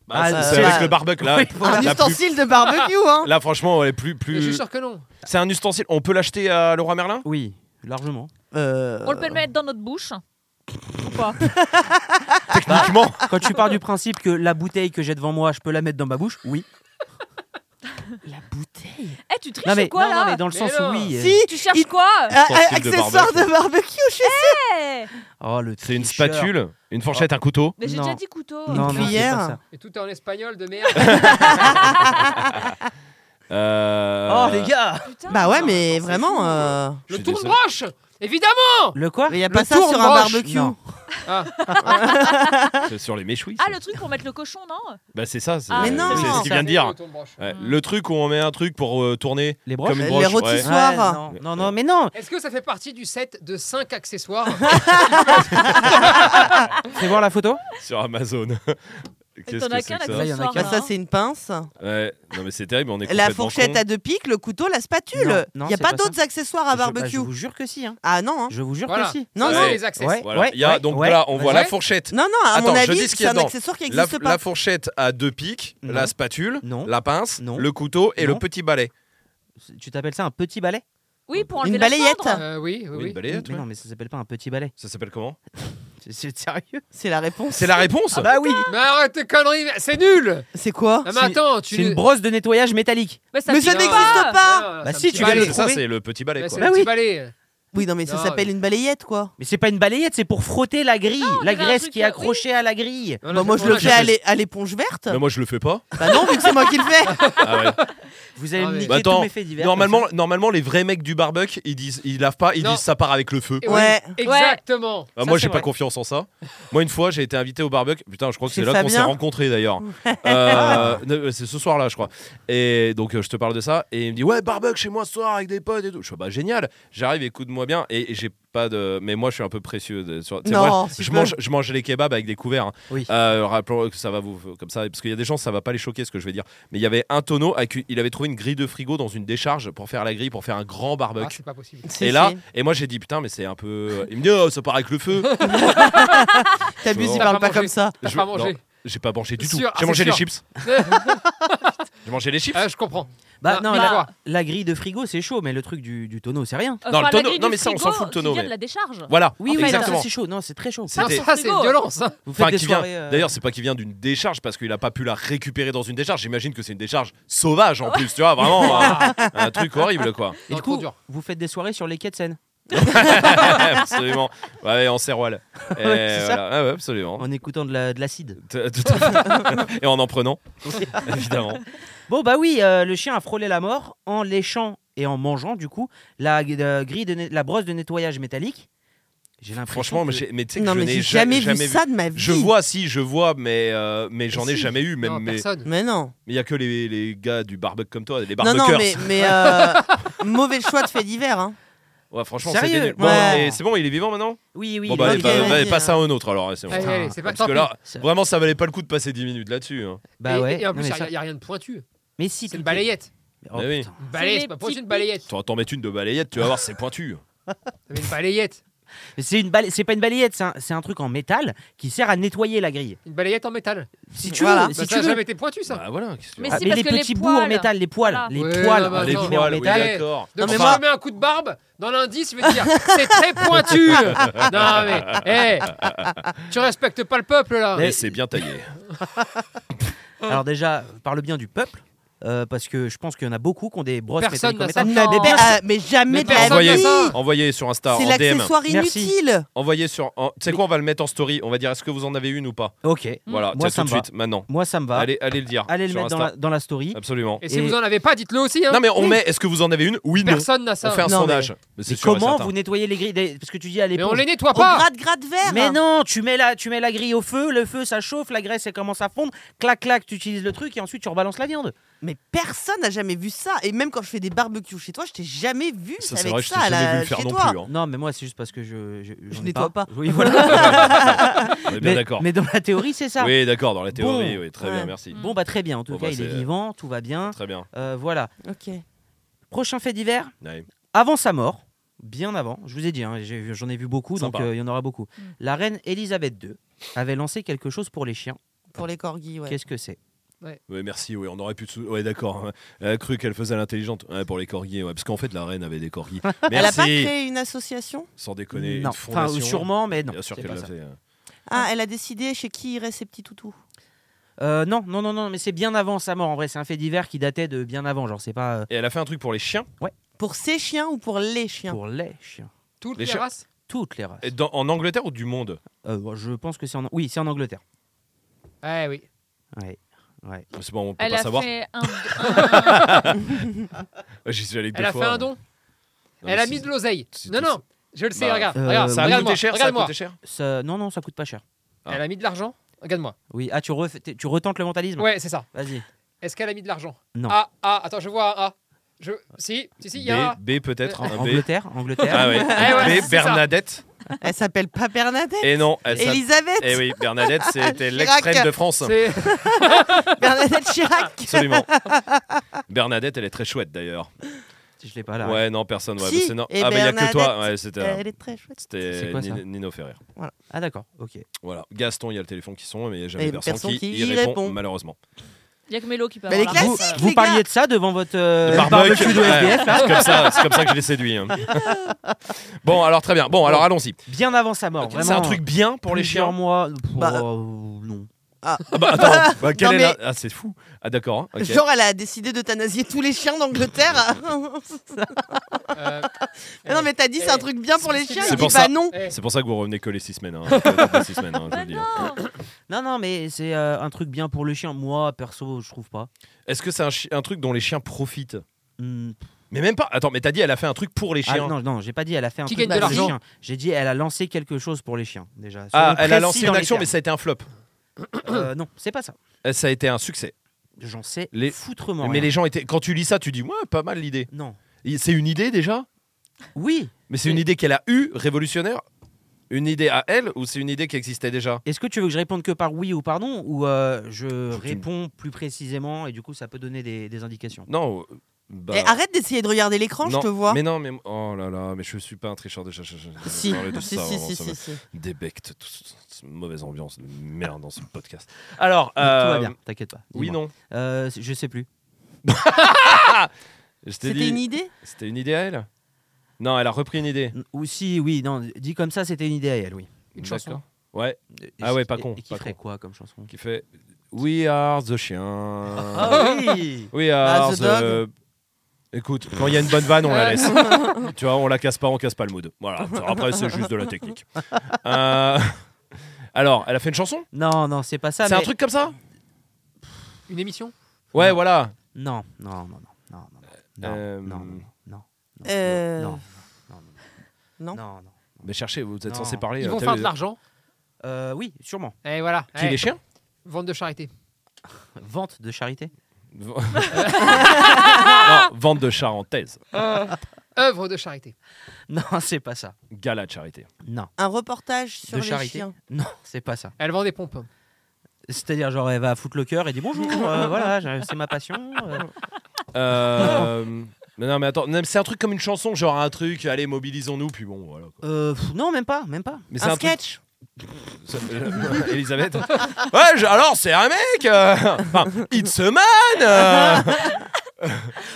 A: Bah,
B: Ah,
A: c'est-
H: c'est
A: C'est
H: un-
A: avec le barbecue là.
B: Oui,
A: La
H: un
A: plus-
H: ustensile de barbecue, hein.
A: Là, franchement, elle est plus.
C: Mais Je suis
A: plus...
C: sûr que non.
A: C'est un ustensile. On peut l'acheter à Leroy Merlin
B: Oui, largement.
H: Euh,
I: On peut le mettre dans notre bouche. Ou pas
A: Bah, Techniquement.
B: Quand tu pars du principe que la bouteille que j'ai devant moi, je peux la mettre dans ma bouche, oui. La bouteille
I: Eh, tu triches
B: Non, mais,
I: ou quoi
B: non,
I: là
B: non, mais dans le
C: Mais
B: sens
C: alors
B: où oui. euh,
H: Si,
I: Tu cherches
H: Il-
I: quoi
H: Ah, ah,
A: Ustensile de
H: accessoire de barbecue, je sais.
I: Eh,
B: Oh, le
A: C'est une
B: tricheur.
A: spatule, une fourchette, un couteau.
I: Mais j'ai
B: Non.
I: déjà dit couteau.
B: Non, non, c'est
H: cuillère.
B: pas ça.
C: Et tout est en espagnol de merde.
A: Euh,
B: Oh, les gars
I: Putain.
H: Bah ouais, mais
C: c'est fou,
H: vraiment. euh,
A: Je
C: Le
A: suis désolé.
C: tourne-broche Évidemment
B: Le quoi
H: Il y a
C: Le
H: pas ça sur un
C: tourne-broche.
H: barbecue.
B: Non.
A: C'est sur les méchouilles.
I: Ah, le truc pour mettre le cochon, non
A: Bah, c'est ça. c'est-
I: Ah,
H: Mais
A: c'est-
H: non.
A: C'est ce qu'il vient de
C: Le
A: dire.
C: tourne-broche.
A: Ouais, Le truc où on met un truc pour euh, tourner.
B: Les broches
A: Comme une
H: Les
A: broche. ouais.
H: rôtisseries. Soir.
B: non, non, non, mais non
C: Est-ce que ça fait partie du set de 5 accessoires
B: Fais voir la photo
A: Sur Amazon.
I: Et
A: Qu'est-ce
I: t'en as
A: que
I: qu'un
A: c'est que
I: là
A: ça
B: Là, il y en a
I: accessoire,
B: qu'un.
H: Bah
I: là,
H: ça
I: hein.
H: c'est une pince.
A: Ouais, non mais c'est terrible, on est
H: La
A: complètement
H: fourchette
A: cons.
H: à deux pics, le couteau, la
B: Non,
H: spatule. Il
B: non,
H: n'y a
B: c'est
H: pas
B: pas
H: d'autres accessoires à
B: Je- bah,
H: barbecue.
B: Je, vous jure que si, hein.
H: Ah non. hein.
B: Je vous jure
C: Voilà.
B: que si.
H: Non,
C: Ça,
H: non.
C: c'est Euh, les accessoires.
B: Ouais,
A: Voilà, il y a
B: ouais,
A: donc
B: ouais.
A: là, on voit
B: Vas-y.
A: la fourchette.
H: Non, non, à
A: Attends,
H: mon
A: je
H: avis,
A: dis ce qu'il y
H: c'est
A: a
H: un
A: dedans.
H: accessoire qui
A: La,
H: n'existe pas.
A: la fourchette à deux pics,
B: Non.
A: la spatule,
B: Non.
A: la pince,
B: Non.
A: le couteau et
B: Non.
A: le petit balai.
B: Tu t'appelles ça un petit balai
I: Oui, pour
H: Une
I: enlever la
H: balayette.
I: cendre.
C: Euh, Oui,
A: Oui,
C: oui,
A: une
C: oui.
A: balayette,
B: Mais
A: ouais.
B: non, mais ça s'appelle pas un petit balai.
A: Ça s'appelle comment
B: C'est- C'est sérieux
H: C'est la réponse.
A: C'est la réponse
B: Ah bah oui
C: Mais arrête tes conneries, c'est nul
H: C'est quoi
C: Non, mais
B: C'est-
C: attends, tu.
B: C'est une brosse de nettoyage métallique.
I: Mais ça
H: Mais ça
I: pique
H: n'existe pas.
C: Ah,
B: Bah
C: ça
B: si,
C: me
B: tu
C: dit
B: viens de
C: balai.
B: le
A: Ça,
B: trouver.
A: c'est le petit balai
C: Bah, c'est
A: quoi.
B: Bah
C: le
B: oui.
C: petit balai.
H: Oui, non, mais ça
C: Non,
H: s'appelle
C: mais-
H: une balayette, quoi.
B: Mais c'est pas une balayette, c'est pour frotter la grille,
I: on
B: la
I: dirait un
B: graisse
I: truc,
B: qui est
I: euh,
B: accrochée à la grille.
C: Non, non,
H: Bah, moi,
C: c'est
H: je
C: bon,
H: le
C: là,
H: fais à l'é- à l'éponge verte.
A: Mais moi je le fais pas.
H: Bah non, vu que c'est moi qui le fais.
A: Ah ouais.
B: Vous allez
C: Ah,
B: me
C: mais-
B: niquer
A: Bah, attends,
B: tous mes faits divers. comme
A: normalement,
B: ça.
A: normalement les vrais mecs du barbecue, ils disent ils lavent pas, ils
C: Non.
A: disent ça part avec le feu.
C: Et
H: Ouais.
C: oui, Exactement.
A: Bah,
B: Ça,
A: moi,
B: c'est
A: j'ai pas
B: vrai.
A: confiance en ça. Moi, une fois, j'ai été invité au barbecue. Putain, je crois que
H: Chez
A: c'est là qu'on
H: Fabien
A: s'est rencontrés d'ailleurs. Euh, ne- c'est ce soir-là, je crois. Et donc, euh, je te parle de ça. Et il me dit Ouais, barbecue chez moi ce soir avec des potes et tout. Je fais Bah, génial. J'arrive, écoute-moi bien. Et, et j'ai pas de. Mais moi, je suis un peu précieux. de- sur- tu sais,
H: Non,
A: moi,
H: si
A: je,
H: peu.
A: mange, je mange les kebabs avec des couverts. hein.
B: Oui.
A: Euh, rappelons que ça va vous. Comme ça. Parce qu'il y a des gens, ça va pas les choquer ce que je vais dire. Mais il y avait un tonneau. Avec, une- il avait trouvé une grille de frigo dans une décharge pour faire la grille, pour faire un grand
C: Ah,
A: barbecue.
C: c'est pas possible.
A: et
H: Si,
A: là,
H: si.
A: et moi j'ai dit putain, mais c'est un peu. Il me dit oh, ça part avec le feu.
H: T'abuses, il
A: T'as
H: parle
C: pas
H: pas
C: mangé.
H: comme ça.
C: T'as
A: Je-
C: pas
A: non,
C: mangé.
A: J'ai pas mangé du tout.
C: Sûr, ah,
A: J'ai mangé
C: c'est
A: les
C: sûr.
A: chips. J'ai mangé les chips.
C: Ah, je comprends.
B: Bah,
C: Non,
B: non,
C: mais
B: la,
C: d'accord.
B: la grille de frigo, c'est chaud, mais le truc du, du tonneau, c'est rien.
I: Enfin,
A: Non, le
I: la
A: tonneau-
I: grille
A: non,
I: du
A: mais ça, on s'en
I: frigo
A: fout de
I: qui
A: tonneau,
I: vient
A: mais-
I: de la décharge.
A: Voilà,
B: Oui, oui,
A: exactement.
B: ça, c'est chaud. Non, c'est très chaud.
A: C'est-
C: Non,
A: C'était-
C: ça, c'est hein.
I: frigo.
C: violent, ça.
B: Vous faites
A: Enfin,
B: des
A: qui vient.
B: soirées, euh,
A: D'ailleurs, c'est pas qu'il vient d'une décharge parce qu'il a pas pu la récupérer dans une décharge. J'imagine que c'est une décharge sauvage en plus, tu vois, vraiment un, un truc horrible quoi.
B: Et
C: Non,
B: du coup,
C: trop dur.
B: vous faites des soirées sur les quais de Seine.
A: absolument. Ouais, en serroil. Et
B: Ouais, c'est ça.
A: voilà. Ah Ouais, ouais, absolument.
B: En écoutant de la- de l'acide.
A: Tout- tout à fait. Et en en prenant, évidemment.
B: Bon, bah oui, euh, le chien a frôlé la mort en léchant et en mangeant, du coup, la, gu- euh, grille de ne- la brosse de nettoyage métallique. J'ai l'impression.
A: Franchement, mais
B: que-
A: j'ai- mais tu sais que
H: Non,
A: je
H: mais
A: n'ai
H: j'ai
A: ja-
H: jamais, vu ça de ma vie.
A: Je vois, si, je vois, mais, euh, mais j'en ai
H: Si.
A: jamais eu. Même,
C: Non,
A: mais
C: personne.
H: Mais non.
A: il n'y a que les, les gars du barbecue comme toi, les
H: Non,
A: barbecueurs.
H: non, mais, mais euh, mauvais choix de fait divers. Hein.
A: Ouais, franchement,
B: Sérieux
A: c'est délire. Bon,
H: Ouais.
A: et c'est bon, il est vivant maintenant
B: Oui, oui.
A: Bon,
B: il
A: bah,
B: est
A: allez,
H: ok,
B: mort.
A: bah,
H: vas-y,
A: bah,
H: hein.
A: passe à un autre alors. c'est bon.
C: Allez, allez, c'est pas
A: Parce que
C: tant
A: là,
B: pis.
A: vraiment, ça valait pas le coup de passer 10 minutes là-dessus. hein.
C: pis.
B: Bah
C: Et-
B: ouais.
C: Et en
B: Non,
C: plus,
B: mais
C: il
B: ça-
C: n'y a rien de pointu.
B: Mais si.
C: C'est
B: tout-
C: une balayette.
B: Oh,
A: Mais oui.
B: putain.
C: Une balayette,
I: les
C: c'est pas pointu,
I: petits
C: une balayette.
A: T'en t'en mets une de balayette, tu vas voir, c'est pointu.
C: Mais une balayette.
B: Mais C'est une bala- c'est pas une balayette, c'est un, c'est un truc en métal qui sert à nettoyer la grille.
C: Une balayette en métal.
B: Si tu
H: Voilà.
B: veux, si
C: Bah,
B: tu
C: ça n'a
B: veux.
C: jamais été pointu, ça.
A: Bah voilà, qu'est-ce que tu veux
I: Mais
B: Ah,
I: si,
B: mais
I: parce
B: les
I: que les
B: petits bouts en
I: poils-
B: entre les poils,
I: Voilà.
B: les
C: Ouais,
B: poils,
C: ah bah, non, mais
B: entre
A: Les
C: attends.
B: guillemets, en
A: poils, oui,
B: métal.
A: d'accord.
C: Donc,
H: mais
C: si
H: moi-
C: je mets un coup de barbe dans l'indice, je vais te dire c'est très pointu. non, mais, hé, tu respectes pas le peuple, là.
A: Mais c'est bien taillé.
B: Alors déjà, parle bien du peuple, euh, parce que je pense qu'il y en a beaucoup qui ont des brosses
C: Personne
B: métalliques en métal.
C: n'a ça.
H: Non, mais,
I: Non.
H: per- euh, mais jamais
C: Mais
H: de la
C: personne
A: Envoyez,
C: n'a
H: vie.
C: ça.
A: envoyez sur Insta,
H: C'est
A: en DM.
H: l'accessoire
B: Merci.
H: inutile.
A: Envoyez sur. en- Tu sais quoi, on va le mettre en story. On va dire est-ce que vous en avez une ou pas
B: Ok,
C: Mm.
A: Voilà,
B: Moi,
A: tiens,
B: ça
A: tout de
B: me va.
A: suite, maintenant.
B: moi ça me va. Allez,
A: Allez, allez le dire.
B: le
A: sur
B: mettre dans
A: Insta. Ah,
B: la, dans la story.
A: Absolument.
C: Et si
B: Et-
C: vous en avez pas, dites-le aussi. Hein.
A: Non, mais on
C: Oui.
A: met est-ce que vous en avez une Oui, non.
C: Personne n'a ça.
A: On fait un
H: Non,
A: sondage. Mais c'est
B: Mais
A: sûr et
B: comment
A: certain.
B: vous nettoyez les grilles des- Parce que tu dis à
C: Mais on
B: l'éponge.
C: les nettoie
H: Au
C: pas.
H: grade, grade vert.
A: hein.
B: Mais non, tu mets, la, tu mets la grille au feu, le feu ça chauffe, la graisse elle commence à fondre, clac clac, tu utilises le truc et ensuite tu rebalances la viande.
H: Mais personne n'a jamais vu ça. Et même quand je fais des barbecues chez toi, je t'ai jamais vu
A: Ça, c'est
H: avec
A: vrai, je t'ai
H: ça à
A: jamais
H: la-
A: vu le faire
H: chez
A: non
H: toi.
A: plus. hein.
B: Non, mais moi c'est juste parce que je. Je, j'en ai
H: nettoie pas.
B: Oui, voilà.
A: hein. On est bien
B: mais,
A: d'accord.
B: mais dans la théorie c'est ça.
A: Oui, d'accord, dans la théorie,
B: Bon.
A: oui, très
H: Ouais.
A: bien, merci.
B: Bon bah très bien, en tout
A: Bon,
B: cas
A: bah,
B: il est
A: c'est-
B: vivant, tout va bien.
A: Très bien.
B: Euh, voilà.
A: hein.
H: Ok.
B: Prochain fait divers,
A: Ouais.
B: avant sa mort, bien avant, je vous ai dit, hein, j'ai vu- j'en ai vu beaucoup, donc
A: Sympa.
B: euh, il y en aura beaucoup.
I: Mm.
B: La reine Elisabeth II avait lancé quelque chose pour les chiens.
H: Pour les corgis, ouais.
B: Qu'est-ce que c'est
A: Ouais, merci, oui, on aurait pu. te sou- Ouais, d'accord. ouais. Elle a cru qu'elle faisait l'intelligente. Ouais, pour les corgis, ouais, parce qu'en fait, la reine avait des corgis.
H: Elle a pas
A: Merci.
H: créé une association
A: Sans déconner,
B: Non,
A: une
B: enfin
A: fondation.
B: sûrement, mais non.
A: Bien sûr
B: c'est
A: qu'elle
B: pas
A: l'a
B: ça.
A: fait. hein.
H: Ah, elle a décidé chez qui iraient ses petits toutous.
B: Euh, non, non, non, non, mais c'est bien avant sa mort en vrai. C'est un fait divers qui datait de bien avant. Genre, c'est pas euh,
A: Et elle a fait un truc pour les chiens.
H: Pour ses chiens ou pour les chiens
B: pour les chiens.
C: Toutes
A: Les
C: les,
A: chats-
C: races.
B: Toutes les races.
A: Et dans- en Angleterre ou du monde
B: Euh, bon, je pense que c'est en. Oui, c'est en Angleterre.
C: Eh oui.
B: Ouais. ouais.
A: C'est bon, on peut
I: Elle
A: pas
I: a
A: savoir.
I: fait un. un-
A: J'y suis allé que deux
C: Elle a
A: fois.
C: fait un don.
A: Non,
C: Elle
A: mais
C: a
A: c'est-
C: mis de l'oseille.
A: c'est-
C: Non, non, je le sais,
A: Bah,
C: regarde.
B: euh,
C: regarde
A: Ça a
C: regarde-moi,
A: coûté cher, ça a
C: regarde-moi.
A: coûté cher.
B: Ça- Non, non, ça coûte pas cher.
A: Ah.
C: Elle a mis de l'argent Regarde-moi.
B: Oui. Ah, tu, refais- t'es- tu retentes le mentalisme.
C: Ouais, c'est ça.
B: Vas-y.
C: Est-ce qu'elle a mis de l'argent
B: Non.
C: Ah, ah, attends, je vois un A. Je... Si, si, si, il y a un A.
A: B, B peut-être. un B.
B: Angleterre, Angleterre.
A: Ah ouais.
C: ouais,
A: B,
C: c'est ça.
A: Bernadette.
H: Elle s'appelle pas Bernadette.
A: Et non, Eh, elle s'appelle-
H: Elisabeth.
A: Eh oui, Bernadette, c'était
H: Chirac.
A: l'extrême de France.
C: C'est-
H: Bernadette Chirac.
A: Absolument. Bernadette, elle est très chouette d'ailleurs.
B: Je l'ai pas Ah là.
A: Ouais, non, personne. Ouais,
H: Si,
A: bah, c'est non.
H: et
A: Ah, mais il y a que toi.
H: Bernadette,
A: Ouais, c'était. euh,
H: Elle est très chouette.
A: C'était
B: C'est quoi, ça
A: Ni- Nino Ferrer.
B: Ah d'accord. Ok.
A: Voilà. Gaston, il y a le téléphone qui sonne, mais il n'y a jamais
H: Et
A: personne,
H: personne
A: qui,
H: qui
A: y
H: y
A: répond,
H: répond.
A: malheureusement.
I: Il y a que Mélo qui peut
H: Mais
I: avoir
H: les
B: Vous,
I: la réponse.
H: classiques,
B: vous
H: les
B: parliez
H: gars.
B: de ça devant votre euh,
A: Le
B: barbecue de
A: ouais,
B: SDF là
A: c'est comme ça, c'est comme ça que je l'ai séduit. hein. Bon, alors très bien. Bon, alors allons-y.
B: Bien avant sa mort. Vraiment.
A: C'est un truc bien pour les
B: Plusieurs
A: chiens.
B: mois.
H: Bah,
B: Oh, non.
A: Ah bah attends, bah, quel
H: Non,
A: est
H: mais-
A: la- Ah, c'est fou. Ah d'accord. hein, ok.
H: Genre, elle a décidé d'euthanasier tous les chiens d'angleterre.
C: Euh,
H: Mais non, mais t'as dit c'est un truc bien pour les chiens.
A: Eh, C'est
H: Il
A: pour
H: dit
A: ça.
H: bah non.
C: eh,
A: C'est pour ça que vous revenez que les 6 semaines. hein, que les six semaines, hein, je vous
I: Bah
A: le dis.
I: non
B: Non, non, mais c'est euh, un truc bien pour le chien. Moi, perso, je trouve pas.
A: Est-ce que c'est un, chi- un truc dont les chiens profitent
B: Hmm,
A: Mais même pas. Attends, mais t'as dit elle a fait un truc pour les
B: Ah,
A: chiens.
B: non, non, j'ai pas dit elle a fait un
C: Qui
B: truc
C: gagne de
B: pour les
C: l'argent
B: chiens. J'ai dit elle a lancé quelque chose pour les chiens déjà.
A: Ah,
B: Soyons
A: elle a
B: précis
A: lancé
B: dans
A: une
B: les
A: action, mais
B: termes.
A: ça a été un flop.
B: Euh, non, c'est pas ça.
A: Euh, Ça a été un succès.
B: J'en sais
A: Les-
B: foutrement.
A: Mais
B: rien.
A: les gens étaient. Quand tu lis ça, tu dis ouais, pas mal l'idée.
B: Non.
A: Et C'est une idée déjà.
B: Oui.
A: Mais c'est une
B: Mais-
A: idée qu'elle a eue, révolutionnaire. Une idée à elle ou c'est une idée qui existait déjà
B: Est-ce que tu veux que je réponde que par oui ou par non ou euh, je
A: tu me-
B: réponds plus précisément et du coup ça peut donner des, des indications.
A: Non. euh, bah,
H: Et Eh, arrête d'essayer de regarder l'écran, je
A: non,
H: te vois.
A: Mais non, mais oh là là, mais je suis pas un tricheur de chacha.
H: Si, si, si, si, si, si.
A: Débecte, toute cette mauvaise ambiance de merde dans ce podcast. Alors, euh,
B: Tout va bien, t'inquiète pas.
A: oui,
B: dis-moi.
A: non.
B: Euh, je sais plus.
A: Je t'ai
H: C'était
A: dit-
H: une idée
A: C'était une idée à elle Non, elle a repris une idée.
B: Ou si, oui, non, dit comme ça, c'était une idée à elle, oui.
C: Une chanson.
A: D'accord. Ouais,
B: Et-
A: Ah ouais, pas
B: et-
A: con,
B: Et qui
A: pas
B: ferait
A: con.
B: quoi comme chanson
A: qui fait We are the chien.
B: Ah oui
A: We are
H: the
A: the.
H: dog.
A: Écoute, quand il y a une bonne vanne, on la laisse. tu vois, on la casse pas, on casse pas le mood. Voilà. Après, c'est juste de la technique. Euh, Alors, elle a fait une chanson
B: Non, non, c'est pas ça.
A: C'est un
B: mais-
A: truc comme ça
C: Une émission
A: Ouais, voilà.
B: Non, non, non, non, non, non, non,
A: Euh,
B: non, non, non, non,
H: Euh,
B: non, non, non,
H: non.
B: non, non.
A: Mais cherchez, vous êtes
B: Non.
A: censé parler.
C: Ils
A: euh,
C: vont
A: t'as
C: faire
A: vu-
C: de l'argent.
B: Euh, oui, sûrement.
C: Et voilà.
A: Qui
C: Eh,
A: les chiens
C: Vente de charité.
B: Vente de charité.
A: Non, Vente de charentaise.
C: Œuvre de charité.
B: Non, c'est pas ça.
A: Gala de charité.
B: Non.
H: Un reportage sur
B: de
H: les
B: charité.
H: chiens.
B: Non, c'est pas ça.
C: Elle vend des pompes.
B: C'est-à-dire, genre, elle va à foutre le cœur et dit bonjour, euh, voilà, j'ai- c'est ma passion. euh.
A: Euh, Mais non, mais attends, non, mais c'est un truc comme une chanson, genre un truc, allez, mobilisons-nous, puis bon, voilà. Quoi.
B: Euh, pff, non, même pas, même pas.
A: Mais c'est
H: Un
A: truc-
H: sketch
A: Ça- euh, Elisabeth Ouais, je- alors c'est un mec euh, enfin, It's a man euh,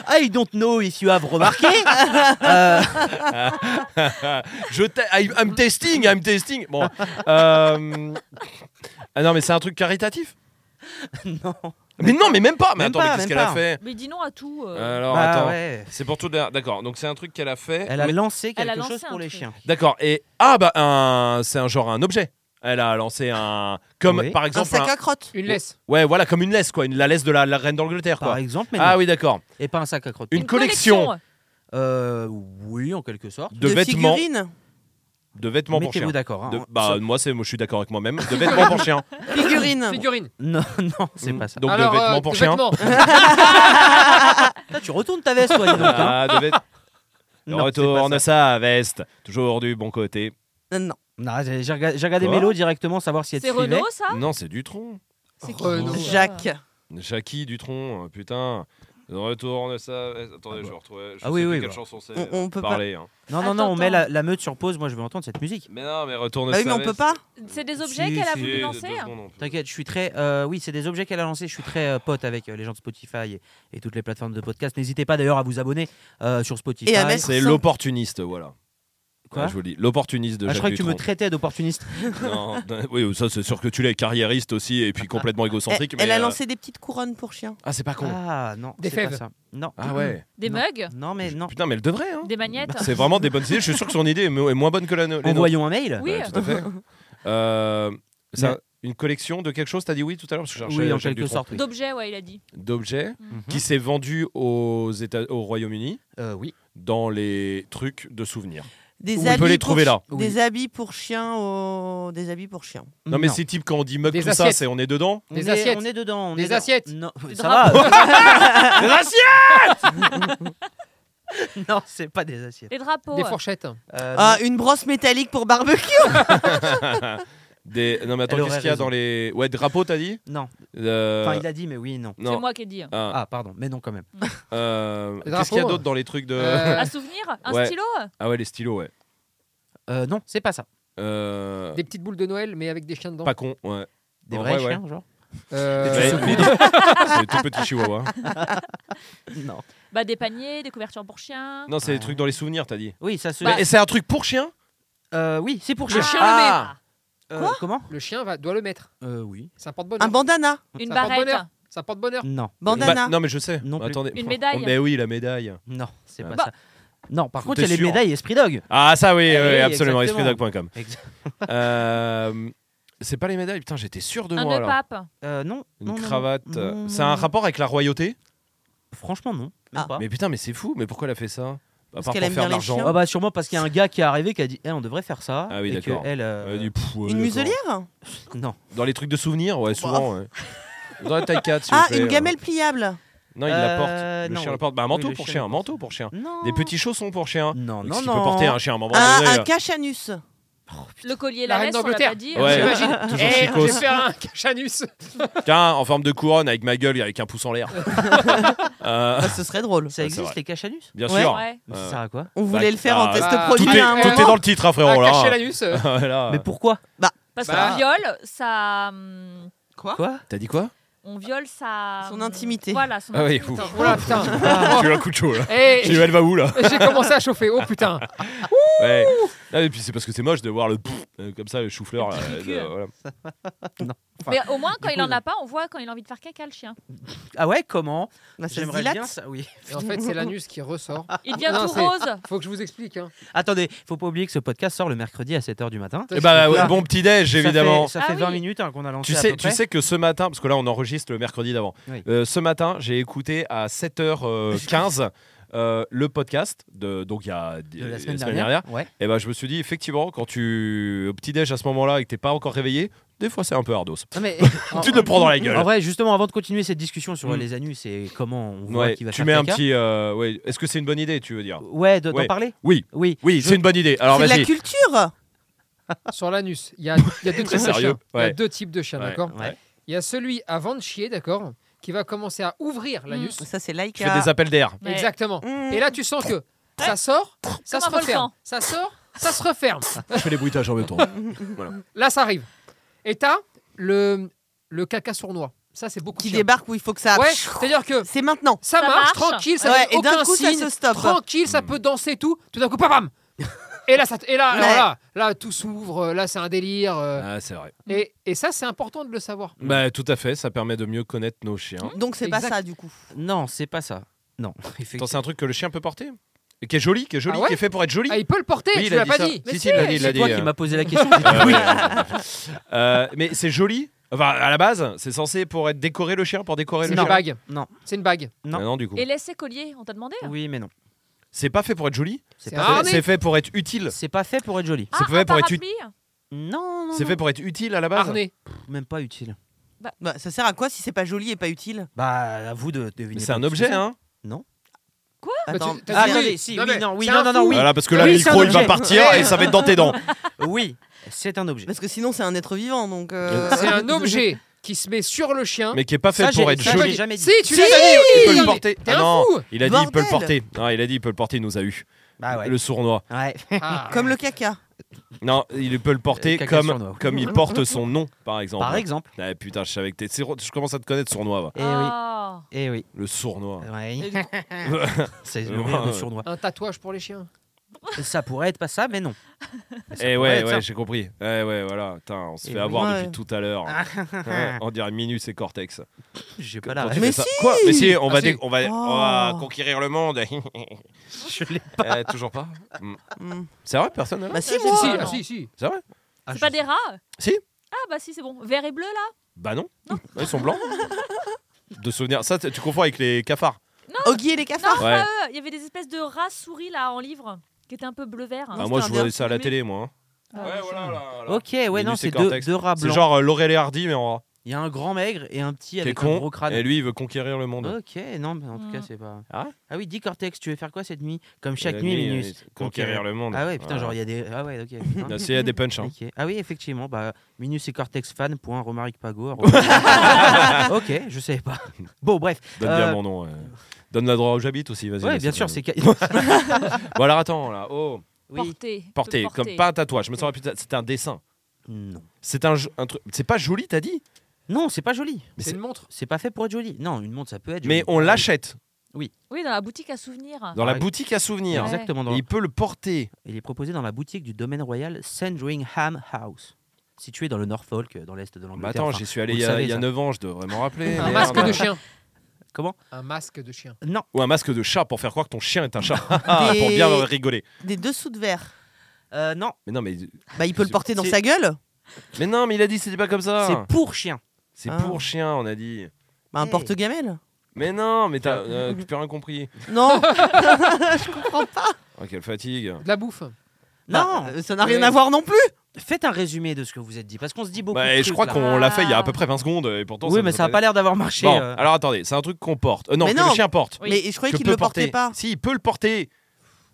B: Ah, I don't know if you have remarqué. Euh,
A: je te- I- I'm testing, I'm testing Bon. euh, Ah non, mais c'est un truc caritatif
B: non.
A: Mais non, mais même pas Mais
B: Même
A: attends,
B: pas,
A: mais qu'est-ce
B: même
A: qu'elle a
B: pas.
A: fait
I: Mais dis non à tout. euh.
A: Alors
B: Bah,
A: attends.
B: ouais.
A: C'est pour tout derrière. D'accord, donc c'est un truc qu'elle a fait.
B: Elle a
A: mais-
B: lancé quelque
I: Elle a lancé
B: chose
I: un
B: pour les
I: truc.
B: chiens.
A: D'accord, et. Ah bah, un... c'est un genre un objet. Elle a lancé un. Comme
B: Oui.
A: par
H: Un
A: exemple.
H: sac à crottes
C: Une laisse.
A: un- Ouais, voilà, comme une laisse, quoi. Une... La laisse de la, la reine d'Angleterre,
B: Par
A: quoi.
B: exemple, mais
A: Ah
B: non.
A: oui, d'accord.
B: et pas un sac à crottes.
A: Une, collection,
B: Euh, oui, en quelque sorte.
A: de, vêtements.
H: figurines
A: De vêtements pour chiens.
B: Mettez-vous d'accord. hein.
A: De- bah, moi, c'est, moi, je suis d'accord avec moi-même. De vêtements pour chiens.
H: Figurines
C: Figurine.
B: Non, non, c'est pas ça.
A: Donc,
C: Alors,
A: de vêtements
C: euh,
A: pour
C: de
A: chiens.
C: vêtements.
B: Là, tu retournes ta veste, toi, dis donc, hein.
A: Ah, de vêt-
B: Non,
A: Retourne
B: c'est pas ça.
A: ça à veste. Toujours du bon côté.
H: Non, non.
B: Non, j'ai j'ai regardé, j'ai regardé
A: Quoi
B: Mélo directement, savoir si elle te
I: C'est
B: suivait.
I: Renault,
H: Ah.
I: ça
A: Non, c'est Dutron.
I: C'est
C: Renaud.
H: Jacques.
A: Jackie Dutron, euh, putain. Retourne ça à veste. Attendez,
B: Ah
A: je vais retrouver. Je
B: Ah
A: sais
B: oui,
A: plus
B: oui,
A: quelle
B: bah.
A: chanson c'est.
H: On- on peut pas.
A: Parler, hein.
B: Non, non, non, on
I: Attends,
B: met la, la meute sur pause. Moi, je veux entendre cette musique.
A: Mais non, mais retourne
H: Ah oui,
A: ça
H: mais
A: à
H: on peut
A: veste.
H: pas. hein.
I: C'est des objets
B: Si,
I: qu'elle a
B: si.
I: voulu
A: Deux-
I: lancer
A: deux secondes, on peut.
B: T'inquiète, je suis très. euh, oui, c'est des objets qu'elle a lancés. Je suis très euh, pote avec euh, les gens de Spotify et, et toutes les plateformes de podcast. N'hésitez pas d'ailleurs à vous abonner euh, sur Spotify.
H: Et à mettre-
A: C'est l'opportuniste, voilà.
B: Quoi
A: Ouais, je vous le dis, l'opportuniste de
B: Ah, je
A: Jacques
B: croyais que tu me
A: Dutronc.
B: traitais d'opportuniste.
A: Non, non, oui, ça c'est sûr que tu l'es, carriériste aussi, et puis complètement
H: Elle,
A: égocentrique.
H: Ah, elle
A: mais,
H: a
A: euh,
H: lancé des petites couronnes pour chiens.
A: Ah, c'est pas con.
B: Ah non,
C: Des
B: c'est pas
C: fèves.
B: ça. Non.
A: Ah ouais.
I: Des
B: Non.
I: mugs
B: Non, mais non.
A: Putain, mais elle devrait, hein.
I: Des magnettes
A: C'est vraiment des bonnes idées. Je suis sûr que son idée est mo- est moins bonne que la nôtre.
B: Envoyons un mail.
I: Oui.
A: tout à fait. Euh, c'est
B: Mais-
A: un- une collection de quelque chose, t'as dit oui tout à l'heure parce que je cherchais
B: Oui, en
A: Jacques
B: quelque
A: Dutronc.
B: sorte. oui.
I: D'objets, ouais, il a dit.
A: D'objets
B: Mhm.
A: qui s'est vendu aux États, au Royaume-Uni
B: Euh, oui.
A: dans les trucs de souvenirs.
H: Des
A: On peut les trouver
B: là.
H: pour- Des habits pour chiens. au- Des habits pour chiens.
A: Non, mais c'est type quand on dit mug
C: Des
A: tout ça,
C: assiettes.
A: c'est on est dedans.
B: On
C: Des
B: est-
C: assiettes.
B: On est dedans. on
C: Des
B: est dedans.
C: assiettes.
B: Non,
I: Des
B: ça va.
A: Des assiettes
B: non, c'est pas des assiettes.
I: Des drapeaux.
C: Des
I: ouais.
C: fourchettes.
B: Euh,
H: Ah, une brosse métallique pour barbecue.
A: Des- Non mais attends,
B: Elle
A: qu'est-ce
B: aurait
A: qu'il y a
B: raison.
A: dans les ouais drapeaux t'as dit
B: non.
A: Euh,
B: Enfin, il a Ah. dit, mais oui, non.
I: C'est
A: Non.
I: moi qui ai dit.
A: Ah,
B: Ah, pardon, mais non quand même.
A: euh,
C: Les
A: Qu'est-ce qu'il y a
C: drapeaux,
A: d'autre dans les trucs de
C: Euh,
I: Un souvenir Un
A: Ouais.
I: stylo
A: Ah ouais les stylos ouais.
B: Euh, non, c'est pas ça.
A: Euh,
C: Des petites boules de Noël, mais avec des chiens dedans.
A: Pas con ouais.
B: Des
A: En
B: vrais
A: vrai, ouais.
B: chiens, genre
C: Euh,
A: Mais- mais-
C: euh,
A: c'est tout hein. petit chihuahua.
B: Non.
I: Bah, des paniers, des couvertures pour chiens.
A: Non c'est les trucs dans les souvenirs t'as dit.
B: Oui, ça se.
H: Bah,
A: Mais- Et c'est un truc pour chien
B: Euh, oui, c'est pour
I: Le
B: chiens.
I: chien
A: Ah.
B: Euh, comment
C: Le chien va, doit le mettre.
B: Euh, oui.
C: C'est un porte-bonheur.
H: Un bandana.
I: le met. Une
C: Ça porte
I: barrette.
C: bonheur. Ça porte bonheur.
B: Non,
H: Bandana.
A: Bah, non mais je sais.
B: Non plus.
A: Attendez.
I: Une médaille.
A: Mais oui la médaille.
B: non, c'est pas
I: Bah.
B: ça. Non, par contre,
A: T'es
B: il y a les
A: sûr
B: médailles Esprit Dog.
A: Ah ça oui,
B: Eh
A: oui,
B: oui,
A: absolument,
B: exactement.
A: espritdog.com. Euh, c'est pas les médailles, putain j'étais sûr de
I: Un
A: moi
I: de
A: là.
I: pape.
C: Oh,
B: Euh, non.
A: Une
B: non, non, non.
A: cravate. euh,
B: Non,
A: C'est un
B: non.
A: rapport avec la royauté
B: Franchement, non. Même
H: Ah.
B: pas.
A: Mais putain mais c'est fou, mais pourquoi elle a fait ça À
H: Parce
A: part
H: qu'elle
A: pour
H: aime
A: faire
H: bien
A: de
H: les
A: l'argent.
H: chiens.
B: Ah bah sûrement parce qu'il y a un gars qui est arrivé qui a dit eh, on devrait faire ça
A: Ah oui,
B: et que
A: d'accord.
B: elle euh,
A: Elle dit, Pff, ouais,
H: une
A: d'accord.
H: muselière
B: non
A: Dans les trucs de souvenirs,
B: Bah.
A: ouais, souvent. ouais. Dans la taille 4, s'il
H: Ah,
A: vous plaît,
H: une
A: euh.
H: gamelle pliable.
A: Non, il la
B: Euh,
A: porte. Le
B: non,
A: chien
B: oui.
A: la porte. Bah, un
B: Oui,
A: manteau
B: le
A: pour
B: chien
A: chien,
B: la
A: un manteau pour chien.
B: non
A: Des petits chaussons pour chien.
B: non
A: Donc,
B: non
A: ce qui
B: non
A: peut porter un chien à un moment
H: Ah, un,
A: donné,
H: un
A: euh,
H: cache-anus.
I: Le collier,
C: La
I: la,
C: reine
I: laisse, on l'a
C: d'Angleterre.
I: pas dit.
A: Ouais.
C: J'imagine.
A: Toujours
C: Eh, je
A: chicos.
C: vais faire un cachanus.
A: Tiens, en forme de couronne, avec ma gueule, et avec un pouce en l'air. Euh,
H: Ah, ce serait drôle.
B: ça
A: c'est
B: existe
A: vrai.
B: les cache-anus
A: bien
H: Ouais.
A: sûr.
I: Ouais.
B: Mais
A: Euh,
B: ça sert à quoi
H: On voulait
A: Bah,
H: le faire en
A: ah,
H: test
C: bah,
A: Tout
H: produit
A: est,
H: à un
A: tout est
H: moment.
A: dans le titre, hein,
C: Ah,
A: frérot.
C: cacher
A: Là,
C: l'anus.
A: Voilà.
B: mais pourquoi
I: Parce
C: Bah.
I: qu'un viol, ça. hum,
H: Ah.
B: quoi
A: T'as dit quoi
I: on viole sa. hum,
H: Son intimité.
I: Voilà, son
A: Ah oui,
I: intimité.
A: ouf.
C: Oh là, putain.
A: Ah,
D: J'ai eu un coup de chaud là.
C: Eh,
D: J'ai eu, elle va où là
C: J'ai commencé à chauffer. Oh putain.
A: Ouais. Ah, et puis c'est parce que c'est moche de voir le pfff, euh, comme ça, le chou-fleur. là,
I: Ridicule.
A: de- voilà.
I: Mais au moins, quand
B: du
I: il
B: coup,
I: en a pas, on voit quand il a envie de faire caca, le chien.
B: Ah ouais, comment
H: Bah, ça se
B: J'aimerais
H: dilate.
B: bien ça. Oui.
C: Et en fait, c'est l'anus qui ressort.
A: Ah.
I: Il devient
C: Non,
I: tout
C: c'est-
I: rose.
C: Faut que je vous explique. Hein.
B: Attendez, faut pas oublier que ce podcast sort le mercredi à 7h du matin.
A: Eh ben,
B: Voilà.
A: ouais, bon petit déj,
B: Ça fait-
A: évidemment.
B: Ça
I: Ah
B: fait,
I: oui.
B: 20 minutes hein, qu'on a lancé.
A: Tu
B: à
A: sais,
B: peu
A: tu
B: près.
A: sais que ce matin, parce que là on enregistre le mercredi d'avant,
B: Oui.
A: Euh, ce matin j'ai écouté à 7h15 euh, le podcast, de, donc il y a
B: de la semaine dernière. Ouais.
A: et ben je me suis dit effectivement quand tu au petit déj à ce moment-là et que t'es pas encore réveillé, des fois c'est un peu hardos.
B: Non, mais-
A: tu te le prends dans la gueule.
B: En vrai, justement, avant de continuer cette discussion sur
A: Mm.
B: les anus et comment on voit
A: Ouais,
B: qui va
A: tu
B: faire
A: mets un
B: caca.
A: petit. euh, ouais. Est-ce que c'est une bonne idée, tu veux dire
B: Ouais, de- d'en
A: Ouais.
B: parler
A: Oui.
B: Oui.
A: Oui,
B: Je-
A: c'est une bonne idée. Alors
H: C'est de la
A: vas-y.
H: culture
C: Sur l'anus, il y a, il y a deux types de
A: sérieux,
C: chiens. Il y a
A: ouais.
C: deux types de chiens,
A: Ouais.
C: d'accord
B: Ouais.
C: Il y a celui avant de chier, d'accord Qui va commencer à ouvrir l'anus.
H: Ça, c'est
A: Je
H: Laika.
A: fais des appels d'air.
I: Ouais.
C: Exactement.
H: Mm.
C: Et là, tu sens que ça sort, ça
I: Comme
C: se
I: un
C: referme.
I: volcan.
C: Ça sort, ça se referme.
A: Je fais les bruitages en même temps.
C: Là, ça arrive. Et t'as le, le caca sournois. Ça, c'est beaucoup
H: Qui
C: chiant.
H: débarque où il faut que ça.
C: Ouais, c'est-à-dire que
H: C'est maintenant.
C: ça,
I: Ça
C: marche,
I: marche.
C: tranquille, ça
H: Ouais,
C: donne
H: et d'un
C: aucun
H: coup, ça
C: signe,
H: se stoppe.
C: tranquille, ça peut danser et tout. Tout d'un coup, pam, pam. Et là, ça, et là, alors
H: Ouais.
C: là, là, tout s'ouvre. euh, Là, c'est un délire. euh,
A: Ah, c'est vrai.
C: et, et ça, c'est important de le savoir.
A: Bah, tout à fait, ça permet de mieux connaître nos
B: Mmh.
A: chiens.
H: Donc, c'est pas
C: Exact.
H: ça, du coup.
B: Non, c'est pas ça. Non, effectivement.
A: Attends, c'est un truc que le chien peut porter Et qui est joli, qui est joli,
C: Ah ouais
A: qui est fait pour être joli.
C: Ah, il peut le porter.
A: Oui,
C: tu
A: il a
C: l'as
A: dit
C: pas
A: ça.
C: dit.
A: Si,
C: Mais
A: si, il l'a dit, il l'a
B: C'est toi
A: dit,
B: qui
A: euh.
B: m'as posé la question.
A: Ah ouais. Euh, mais c'est joli. Enfin, à la base, c'est censé pour être décoré le chien, pour décorer
C: C'est
A: le
C: une
A: chien.
C: bague.
B: Non.
C: C'est une bague.
A: Ah Non. du coup.
I: Et laisser collier, on t'a demandé
B: oui, mais non.
A: C'est pas fait pour être joli.
B: C'est
C: C'est
B: pas,
C: un- Ah,
A: C'est
C: mais-
A: c'est fait pour être utile.
B: c'est pas fait pour être joli.
I: Ah,
A: C'est fait
I: un
A: pour être
I: parapluie
B: Non, non,
A: C'est
B: non.
A: fait pour être utile à la base.
C: Harnais.
B: même pas utile.
H: Bah, ça sert à quoi si c'est pas joli et pas utile
B: Bah, à vous de deviner.
A: C'est
B: pas
A: un
B: ce que
A: objet,
B: c'est.
A: hein.
C: Bah,
H: Attends,
C: tu-
B: Ah,
C: t'as dit
B: attendez,
C: oui.
B: si,
C: Non,
B: oui,
C: mais
B: non, oui,
C: c'est
B: non,
C: un
B: non, non,
C: fou.
B: oui.
A: Voilà, parce que là,
C: Oui,
A: le
C: c'est un
A: micro, il va
B: objet.
A: partir et ça va être dans tes dents.
B: Oui, c'est un objet.
H: Parce que sinon, c'est un être vivant, donc. euh,
C: C'est un objet qui se met sur le chien.
A: Mais qui est pas fait
B: Ça,
A: pour
B: j'ai-
A: être
B: ça,
A: joli.
B: j'ai jamais dit.
C: Si, tu
A: Si,
C: l'as dit.
A: il peut
C: T'es
A: le
C: un-
A: porter.
C: T'es
A: Ah
C: un
A: non,
C: fou.
A: il a dit il peut le
H: Bordel.
A: porter. Non, il a dit il peut le porter, il nous a eu.
B: Bah ouais.
A: Le sournois.
B: Ouais.
C: Ah.
H: Comme le caca.
A: Non, il peut le porter
B: Euh, caca sournois.
A: comme, comme il porte son nom, par exemple.
B: Par exemple.
A: Ah, putain, je savais que t'es. c'est- Je commence à te connaître, sournois. va.
B: Eh oui.
I: Ah.
B: Eh oui.
A: Le sournois.
B: Ouais. c'est
A: Ouais,
B: le rire de
A: ouais.
B: sournois.
C: Un tatouage pour les chiens.
B: Ça pourrait être pas ça, mais non.
A: Eh ouais,
B: être
A: ouais,
B: ça.
A: j'ai compris. Ouais, ouais, voilà. Putain, on se
B: Et
A: fait
B: oui.
A: avoir
H: Ouais.
A: depuis tout à l'heure. Ouais, on dirait Minus et Cortex.
B: J'ai pas la
A: Quand
B: ref.
A: tu
H: Mais
A: fais ça-
H: si
A: Quoi Mais si, on
C: Ah
A: va,
C: si.
A: dé- on va,
H: Oh.
A: on va conquérir le monde.
B: Je l'ai pas.
A: Euh, toujours pas Mm.
H: Mm.
A: C'est vrai, personne là
H: Bah, si,
I: Si,
H: moi
C: Si,
I: Ah,
C: ah,
I: non.
C: si, si.
A: C'est vrai
B: Ah,
I: C'est
B: je
I: pas des rats
A: Si.
I: Ah, bah si, c'est bon. Vert et bleu, là
A: Bah non. Ils sont blancs. De souvenirs. Ça, t- tu confonds avec les cafards.
H: Oggy et les
I: Non,
H: cafards.
A: Ouais. Ah,
I: pas eux. Il y avait des espèces de rats souris, là, en livre, qui étaient un peu bleu-vert.
A: Ah,
H: Non,
A: moi,
H: c'était
A: je
H: un
A: vois
H: bien
A: ça à la
H: filmé.
A: télé, moi. hein.
I: Ah,
A: Ouais, voilà, voilà, voilà.
B: Ok, ouais,
A: Minus
B: non,
A: et
B: c'est deux,
A: Cortex.
B: deux rats
A: C'est
B: blancs.
A: genre euh, Laurel et Hardy, mais en rat.
B: Il y a un grand maigre et un petit
A: Qui est
B: avec
A: con.
B: un gros crâne.
A: Et lui, il veut conquérir le monde.
B: Ok, non, mais en tout cas,
I: Mm.
B: c'est pas.
A: Ah
B: oui, dis Cortex, tu veux faire quoi cette nuit Comme
A: Et
B: chaque
A: la
B: nuit,
A: euh,
B: Minus.
A: il- Conquérir le monde.
B: Ah ouais, putain,
A: Voilà.
B: genre, il y a des. Ah ouais, ok.
A: Ah,
B: Hein,
A: si, il y a des punchs. hein.
B: ok. Ah oui, effectivement, bah, Minus et Cortex fan. Point, Romaric Pago. arobase- ok, je savais pas. Bon, bref.
A: Donne
B: Euh,
A: bien mon nom. euh. Donne l'endroit où j'habite aussi, vas-y.
B: Ouais,
A: laisse
B: bien
A: ça,
B: sûr,
A: vas-y.
B: c'est. ca-
A: Bon, alors attends, là. Oh,
B: oui.
I: Porté.
A: porté,
I: Te
A: comme pas un tatouage. Je me sens putain, c'était un dessin.
B: Non.
A: C'est un, jo- un truc. C'est pas joli, t'as dit
B: Non, c'est pas joli.
A: Mais
C: C'est
A: c'est-
C: une montre.
B: C'est pas fait pour être joli. Non, une montre, ça peut être.
A: Mais
B: joli.
A: on l'achète
I: Oui, dans la boutique à souvenirs.
A: dans la
B: Ouais.
A: boutique à souvenirs.
I: Ouais.
B: Exactement.
A: Et
B: Dans...
A: il peut le porter.
B: Il est proposé dans la boutique du domaine royal Sandringham House, située dans le Norfolk, euh, dans l'est de l'Angleterre.
A: Bah attends,
B: Enfin,
A: j'y suis allé
B: vous
A: il y
B: le
A: a,
B: savez,
A: il y a
B: ça.
A: 9 ans, je devrais m'en rappeler.
C: Un
A: merde.
C: masque de chien.
B: Comment
C: Un masque de chien.
B: Non.
A: Ou un masque de chat pour faire croire que ton chien est un chat. Ah,
H: Des-
A: pour bien rigoler.
H: Des dessous de verre.
B: Euh, non.
A: Mais non, mais,
H: Bah, il peut le porter dans
B: C'est-
H: sa gueule.
A: mais non, mais il a dit c'était pas comme
B: C'est
A: ça.
B: pour chien.
A: C'est
H: Ah.
A: pour chien, on a dit.
H: Bah, un
B: Hey.
H: porte-gamelle.
A: Mais non, mais t'as, euh, tu peux rien compris.
H: Non,
A: Oh, quelle fatigue.
C: De la bouffe.
B: Non.
A: Ah.
H: euh, ça n'a rien à voir non plus.
B: Faites un résumé de ce que vous êtes dit, parce qu'on se dit beaucoup.
A: Bah,
B: de
A: et je
B: trucs,
A: crois
B: là.
A: qu'on l'a fait il y a à peu près 20 secondes et pourtant.
B: Oui,
A: ça
B: mais
A: nous
B: ça
A: a
B: a pas l'air d'avoir marché.
A: Bon,
B: euh.
A: alors attendez, c'est un truc qu'on porte. Euh, non,
H: Mais
A: que
H: non.
A: le chien porte.
I: Oui.
H: Mais je croyais
A: Que
H: qu'il
A: peut
H: le portait pas.
A: Si, il peut le porter.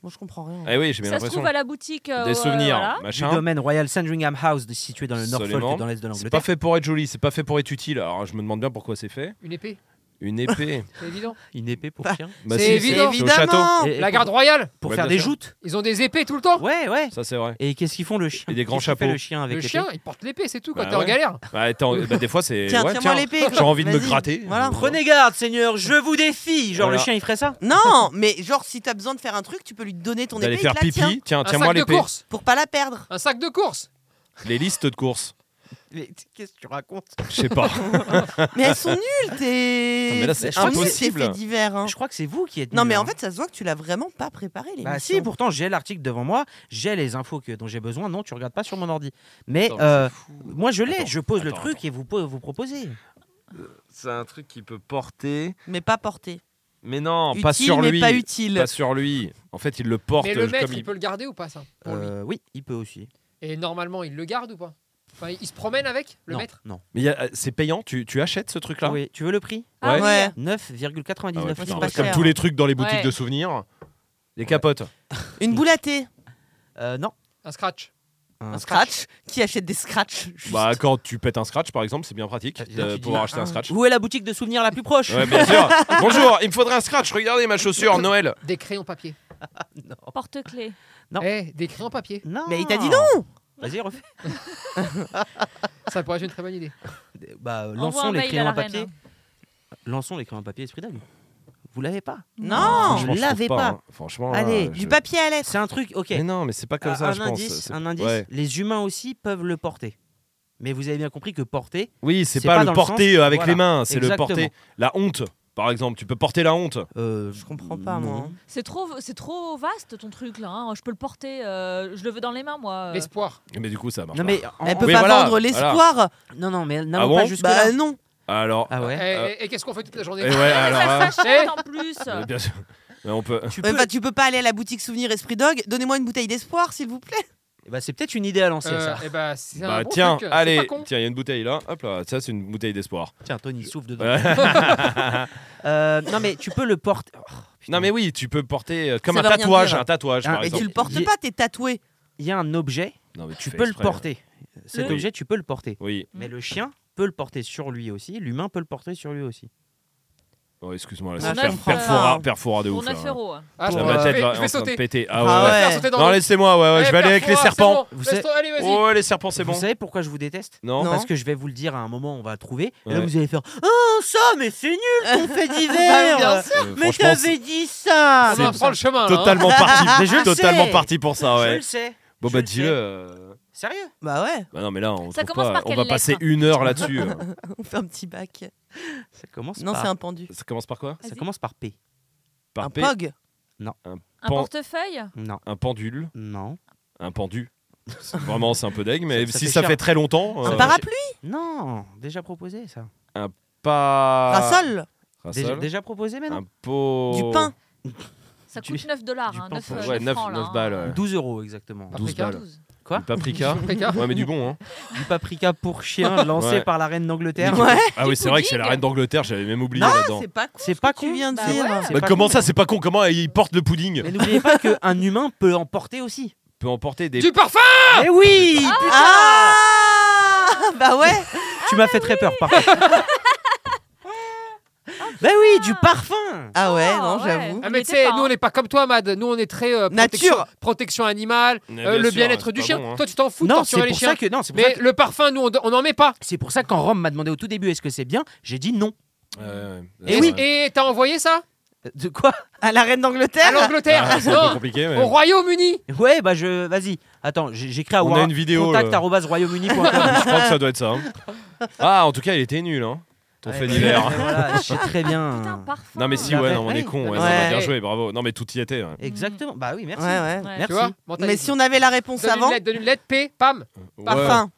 H: Moi, je comprends rien.
A: Eh oui, j'ai bien
I: Ça se
A: l'impression.
I: trouve à la boutique. euh,
A: Des
I: euh,
A: souvenirs,
I: voilà.
B: Du
A: machin.
B: domaine Royal Sandringham House, situé dans le Norfolk,
A: Absolument.
B: dans l'est de
A: C'est pas
B: l'Angleterre.
A: fait pour être joli, c'est pas fait pour être utile. Alors je me demande bien pourquoi c'est fait.
C: Une épée.
A: Une épée.
C: C'est évident.
B: Une épée pour
H: Bah,
B: chien.
A: Bah,
C: C'est
A: si,
C: évident.
A: c'est au château.
H: Évidemment
B: Et- et
C: La
B: pour-
C: garde royale,
B: Pour
A: Ouais,
B: faire
A: bien
B: des
A: sûr.
B: joutes.
C: ils ont des épées tout le temps.
B: Ouais, ouais.
A: Ça, c'est vrai.
B: Et qu'est-ce qu'ils font le chien
A: Et des grands
B: Qu'est-ce que fait
A: chapeaux.
B: Le chien avec
C: le
B: l'épée
C: chien, il porte l'épée, c'est tout quand
A: Bah
C: t'es en
A: ouais.
C: galère.
A: Bah, t'es en- bah, des fois, c'est.
H: Tiens,
A: ouais,
H: tiens-moi
A: tiens,
H: l'épée.
A: J'ai envie de me
H: Vas-y.
A: gratter.
H: Voilà.
B: Prenez garde, Seigneur, je vous défie. Genre
A: Voilà.
B: le chien, il ferait ça
H: Non, mais genre, si t'as besoin de faire un truc, tu peux lui donner ton
A: D'aller
H: épée, il
A: faire
H: te la tient.
A: pipi. Tiens,
C: Un
A: tiens-moi
C: sac de
A: l'épée.
C: course.
H: Pour pas la perdre.
C: Un sac de course.
A: Les listes de courses.
B: Mais qu'est-ce que tu racontes
A: Je sais pas.
H: Mais elles sont nulles, t'es. Ah
A: Mais là, c'est
H: Elles sont nulles, ces
A: impossible.
H: faits divers. hein.
B: Je crois que c'est vous qui êtes.
H: Non,
B: nuls,
H: mais en
B: hein.
H: fait, ça se voit que tu l'as vraiment pas préparé, les
B: Bah si, pourtant j'ai l'article devant moi, j'ai les infos que, dont j'ai besoin. Non, tu regardes pas sur mon ordi. Mais
A: Attends,
B: euh, moi je l'ai,
A: Attends,
B: je pose le
A: attends,
B: truc et vous po- vous proposez.
A: C'est un truc qui peut porter.
H: Mais pas porté.
A: Mais non,
H: utile,
A: pas sur
H: mais
A: lui.
H: pas utile.
A: Pas sur lui. En fait, il le porte
C: Mais le
A: euh,
C: maître,
A: comme
C: il peut le garder ou pas ça
A: Ah
C: pour lui
B: Euh, oui, il peut aussi.
C: Et normalement, il le garde ou pas Enfin, il se promène avec le
B: non,
C: maître
B: Non.
A: Mais il y a- euh, c'est payant, tu, tu achètes ce truc-là
B: Oui, tu veux le prix
I: Ah
A: Ouais.
I: oui.
H: Ouais.
B: 9,99
A: Ah ouais,
H: c'est
A: putain,
H: pas
A: ouais, Comme
H: cher.
A: tous les trucs dans les boutiques
I: Ouais.
A: de souvenirs. Les capotes.
H: Une
A: Mmh.
H: boule à thé.
B: Euh, Non.
C: Un scratch.
H: Un scratch. Qui achète des scratchs juste.
A: Bah, quand tu pètes un scratch, par exemple, c'est bien pratique
B: Ah, dis
A: de
B: donc, tu dis
A: pouvoir
B: là,
A: acheter un scratch.
B: Où est la boutique de souvenirs la plus proche
A: Ouais, bien sûr. Bonjour, il me faudrait un scratch. Regardez ma chaussure, Noël.
C: Des crayons papier.
I: Porte-clés.
B: Non.
C: Eh, des crayons papier.
B: Non.
H: Mais il t'a dit
A: ah.
H: non
B: Vas-y, refais.
C: Ça pourrait être une très bonne idée.
B: Bah,
I: Envoie un
B: lançons les
I: mail à
B: crayons
I: la
B: à papier.
I: reine.
B: Lançons les crayons à papier Esprit d'aigle. Vous l'avez pas
H: Non
A: Franchement, je trouve
B: l'avez pas.
A: hein. Franchement,
B: Allez,
A: là,
H: Du
A: je-
H: papier à lettres.
B: C'est un truc, ok.
A: Mais non, mais c'est pas comme
B: un,
A: ça,
B: un
A: je pense.
B: indice,
A: C'est-
B: un indice.
A: Ouais.
B: Les humains aussi peuvent le porter. Mais vous avez bien compris que porter,
A: Oui, c'est
B: C'est
A: pas,
B: pas
A: le
B: dans le
A: porter
B: sens-
A: euh, avec
B: voilà.
A: les mains, c'est le
B: Exactement.
A: porter. La honte, par exemple. Tu peux porter la honte.
B: euh,
H: Je comprends pas,
B: non.
H: moi. hein.
I: C'est trop, c'est trop vaste ton truc là. hein. Je peux le porter. euh, je le veux dans les mains moi. euh.
C: L'espoir.
A: Mais du coup, ça marche.
B: Non
A: pas.
B: mais en-
H: Elle
B: en-
H: peut
A: Oui,
H: pas
A: voilà,
H: vendre l'espoir.
B: non non mais n'allons
A: Ah bon
B: pas jusque
H: Bah
B: là.
H: non.
A: Alors.
B: Ah ouais.
C: Eh,
A: Euh.
C: Et, et qu'est-ce qu'on fait toute la journée
A: Et ouais, alors.
I: Ça
A: là,
I: s'achète en plus.
A: euh, bien sûr. Mais on peut.
B: Tu
H: Ouais,
B: peux-
H: bah, tu peux pas aller à la boutique souvenir Esprit Dog. Donnez-moi une bouteille d'espoir, s'il vous plaît.
B: Eh ben, c'est peut-être une idée à lancer
C: Euh,
B: ça.
C: eh ben, c'est un
A: Bah,
C: bon
A: tiens,
C: truc, c'est pas
A: allez,
C: con.
A: tiens, il y a une bouteille là. Hop là, ça, c'est une bouteille d'espoir.
B: Tiens Tony souffle dedans.
A: Ouais.
B: Euh, non mais tu peux le porter. Oh, putain.
A: non, mais oui, tu peux porter euh, comme
H: Ça
A: un
H: veut rien
A: tatouage.
H: dire.
A: Un tatouage,
B: Ah,
A: par
H: Mais
A: exemple.
H: tu le portes
B: il-
H: pas, t'es tatoué.
B: il y a un objet,
A: Non, mais
B: tu
A: fais
B: peux le
A: exprès.
B: porter. Cet
A: Le-
B: objet tu peux le porter.
A: Oui.
B: Mais le chien peut le porter sur lui aussi, l'humain peut le porter sur lui aussi.
A: Oh, excuse-moi, là,
H: Pour
A: c'est
H: neuf
A: per-
H: francs.
A: perfora, perfora de
I: Pour
A: ouf. là,
I: 9
A: hein.
I: euros.
C: Ah, je
A: Ça
C: vais-
B: Pour,
A: va
C: je
A: être
C: vais-
A: là,
C: je
A: en
C: vais
A: train de
C: sauter.
A: péter. Ah
H: Ah
A: ouais.
H: ouais.
C: Faire sauter dans
A: Non,
C: l'eau.
A: laissez-moi, ouais, ouais,
C: Eh,
A: je vais aller avec les
C: Perfora, c'est
A: serpents.
C: bon.
B: Vous
C: Laisse
B: savez-
C: tomber, allez, vas-y.
A: Oh, les serpents, c'est
B: Vous
A: bon.
B: savez pourquoi je vous déteste
A: Non,
H: Non.
B: Parce que je vais vous le dire à un moment, on va le trouver. Et là
A: Ouais.
B: vous allez faire "Ah ça mais c'est nul ton fait divers.
H: Bah, bien
A: euh,
B: mais
A: franchement, c'est
B: t'avais dit ça.
C: On en
A: c'est-
C: prend le chemin. là, hein.
A: totalement parti.
B: Mais je le
A: totalement
B: sais.
A: parti pour ça,
B: Je
A: ouais.
B: le sais.
A: Bon,
B: je
A: bah,
B: le
A: dis-le.
B: sais.
A: euh,
B: Sérieux
H: Bah ouais,
A: Bah non, mais là, on,
I: Ça
A: trouve
I: commence
A: pas-
I: par
A: on va
I: quelle
A: passer
B: hein
I: lettre
A: une heure là-dessus. hein.
H: on fait un petit bac.
B: Ça commence
H: Non,
B: par...
H: c'est un pendu.
A: ça commence par quoi
B: Ça
I: Vas-y.
B: commence par P.
A: Par
H: un
A: P,
H: pog.
I: Un
A: Pan-
I: portefeuille.
B: Non,
A: un pendule,
B: non,
A: un pendu. C'est- Vraiment, c'est un peu deg, mais
B: Ça- ça
A: si
B: fait
A: ça
B: cher.
A: fait très longtemps.
H: Un
A: euh,
H: parapluie.
B: non. Déjà proposé ça.
A: pas.
H: Rassol.
A: Rassol.
B: Déjà, déjà proposé mais non.
A: Un pot.
H: Du pain.
I: Ça
B: Du-
I: coûte 9 dollars.
B: du
I: hein,
B: pain
I: 9,
B: pour-
I: euh,
A: Ouais, 9,
I: francs, là, hein.
A: balles. Ah, ouais.
B: 12 euros exactement.
C: Ah,
A: 12
C: Paprika.
A: balles.
I: 12.
B: Quoi
A: Du paprika.
C: Paprika.
A: ouais, mais du bon, hein.
B: Du paprika pour chien lancé
A: Ouais.
B: par la reine d'Angleterre.
H: Ouais.
A: Ah oui, c'est vrai que c'est la
I: pudding.
A: reine d'angleterre, j'avais même oublié
H: Ah,
A: là-dedans.
H: C'est pas con.
B: C'est pas con.
H: Tu viens de
I: Bah
H: dire.
I: ouais.
B: C'est
A: Bah,
B: pas
A: comment
B: con.
A: ça, c'est pas con Comment il porte le pudding
B: Mais n'oubliez pas qu'un humain peut en porter aussi.
A: Peut emporter des.
C: Du parfum
B: Mais oui putain
H: Ah Bah ouais.
B: Tu m'as fait très peur par contre. Bah oui, du parfum
H: Ah ouais, non,
I: ouais.
H: j'avoue.
C: Ah,
I: On
C: mais
I: y
C: tu sais,
I: était pas,
C: nous on
I: hein.
C: n'est pas comme toi, Mad. Nous on est très euh, protection-
H: Nature.
C: protection animale,
A: Mais
C: euh,
A: bien
C: le
A: sûr,
C: bien-être
A: c'est
C: du
A: pas
C: chien.
A: bon, hein.
C: Toi tu t'en fous de
B: Non,
C: torturer
B: c'est
C: les
B: pour
C: chiens.
B: ça que non, c'est pour ça
C: Mais
B: que-
C: le parfum, nous on on n'en met pas.
B: c'est pour ça que quand Rome m'a demandé au tout début est-ce que c'est bien, j'ai dit non.
A: Ouais, ouais, ouais.
B: Et
A: Ouais,
B: oui.
A: ouais.
C: Et t'as envoyé ça
B: Euh, De quoi
H: À la reine
C: à
H: d'Angleterre.
A: Ah,
C: l'Angleterre
A: C'est un peu
C: Non
A: compliqué, mais.
C: Au Royaume-Uni
B: Ouais, bah je. Vas-y. Attends, j'ai- j'écris à
A: On
B: Warren-
A: a une vidéo, euh.
B: Contact
A: là.
B: arobase royaumeuni.com.
A: Je crois que ça doit être ça. hein. Ah, en tout cas, il était nul, hein. Ton
B: Ouais,
A: fait
B: bah,
A: d'hiver.
B: voilà, je sais très bien.
I: Putain, parfum.
A: Hum. Non mais si
B: Il
A: ouais
B: avait-
A: non, on est
B: ouais.
A: con ouais,
C: Ouais.
A: non, mais bien
C: Ouais.
A: joué bravo non mais tout y était ouais.
B: Exactement. Bah oui, merci.
H: Ouais, ouais.
I: Ouais.
B: Merci.
C: Tu vois
H: Mais si on avait la réponse
C: donne une
H: avant,
C: lettre, donne une lettre, P, pam
A: Ouais.
H: parfum.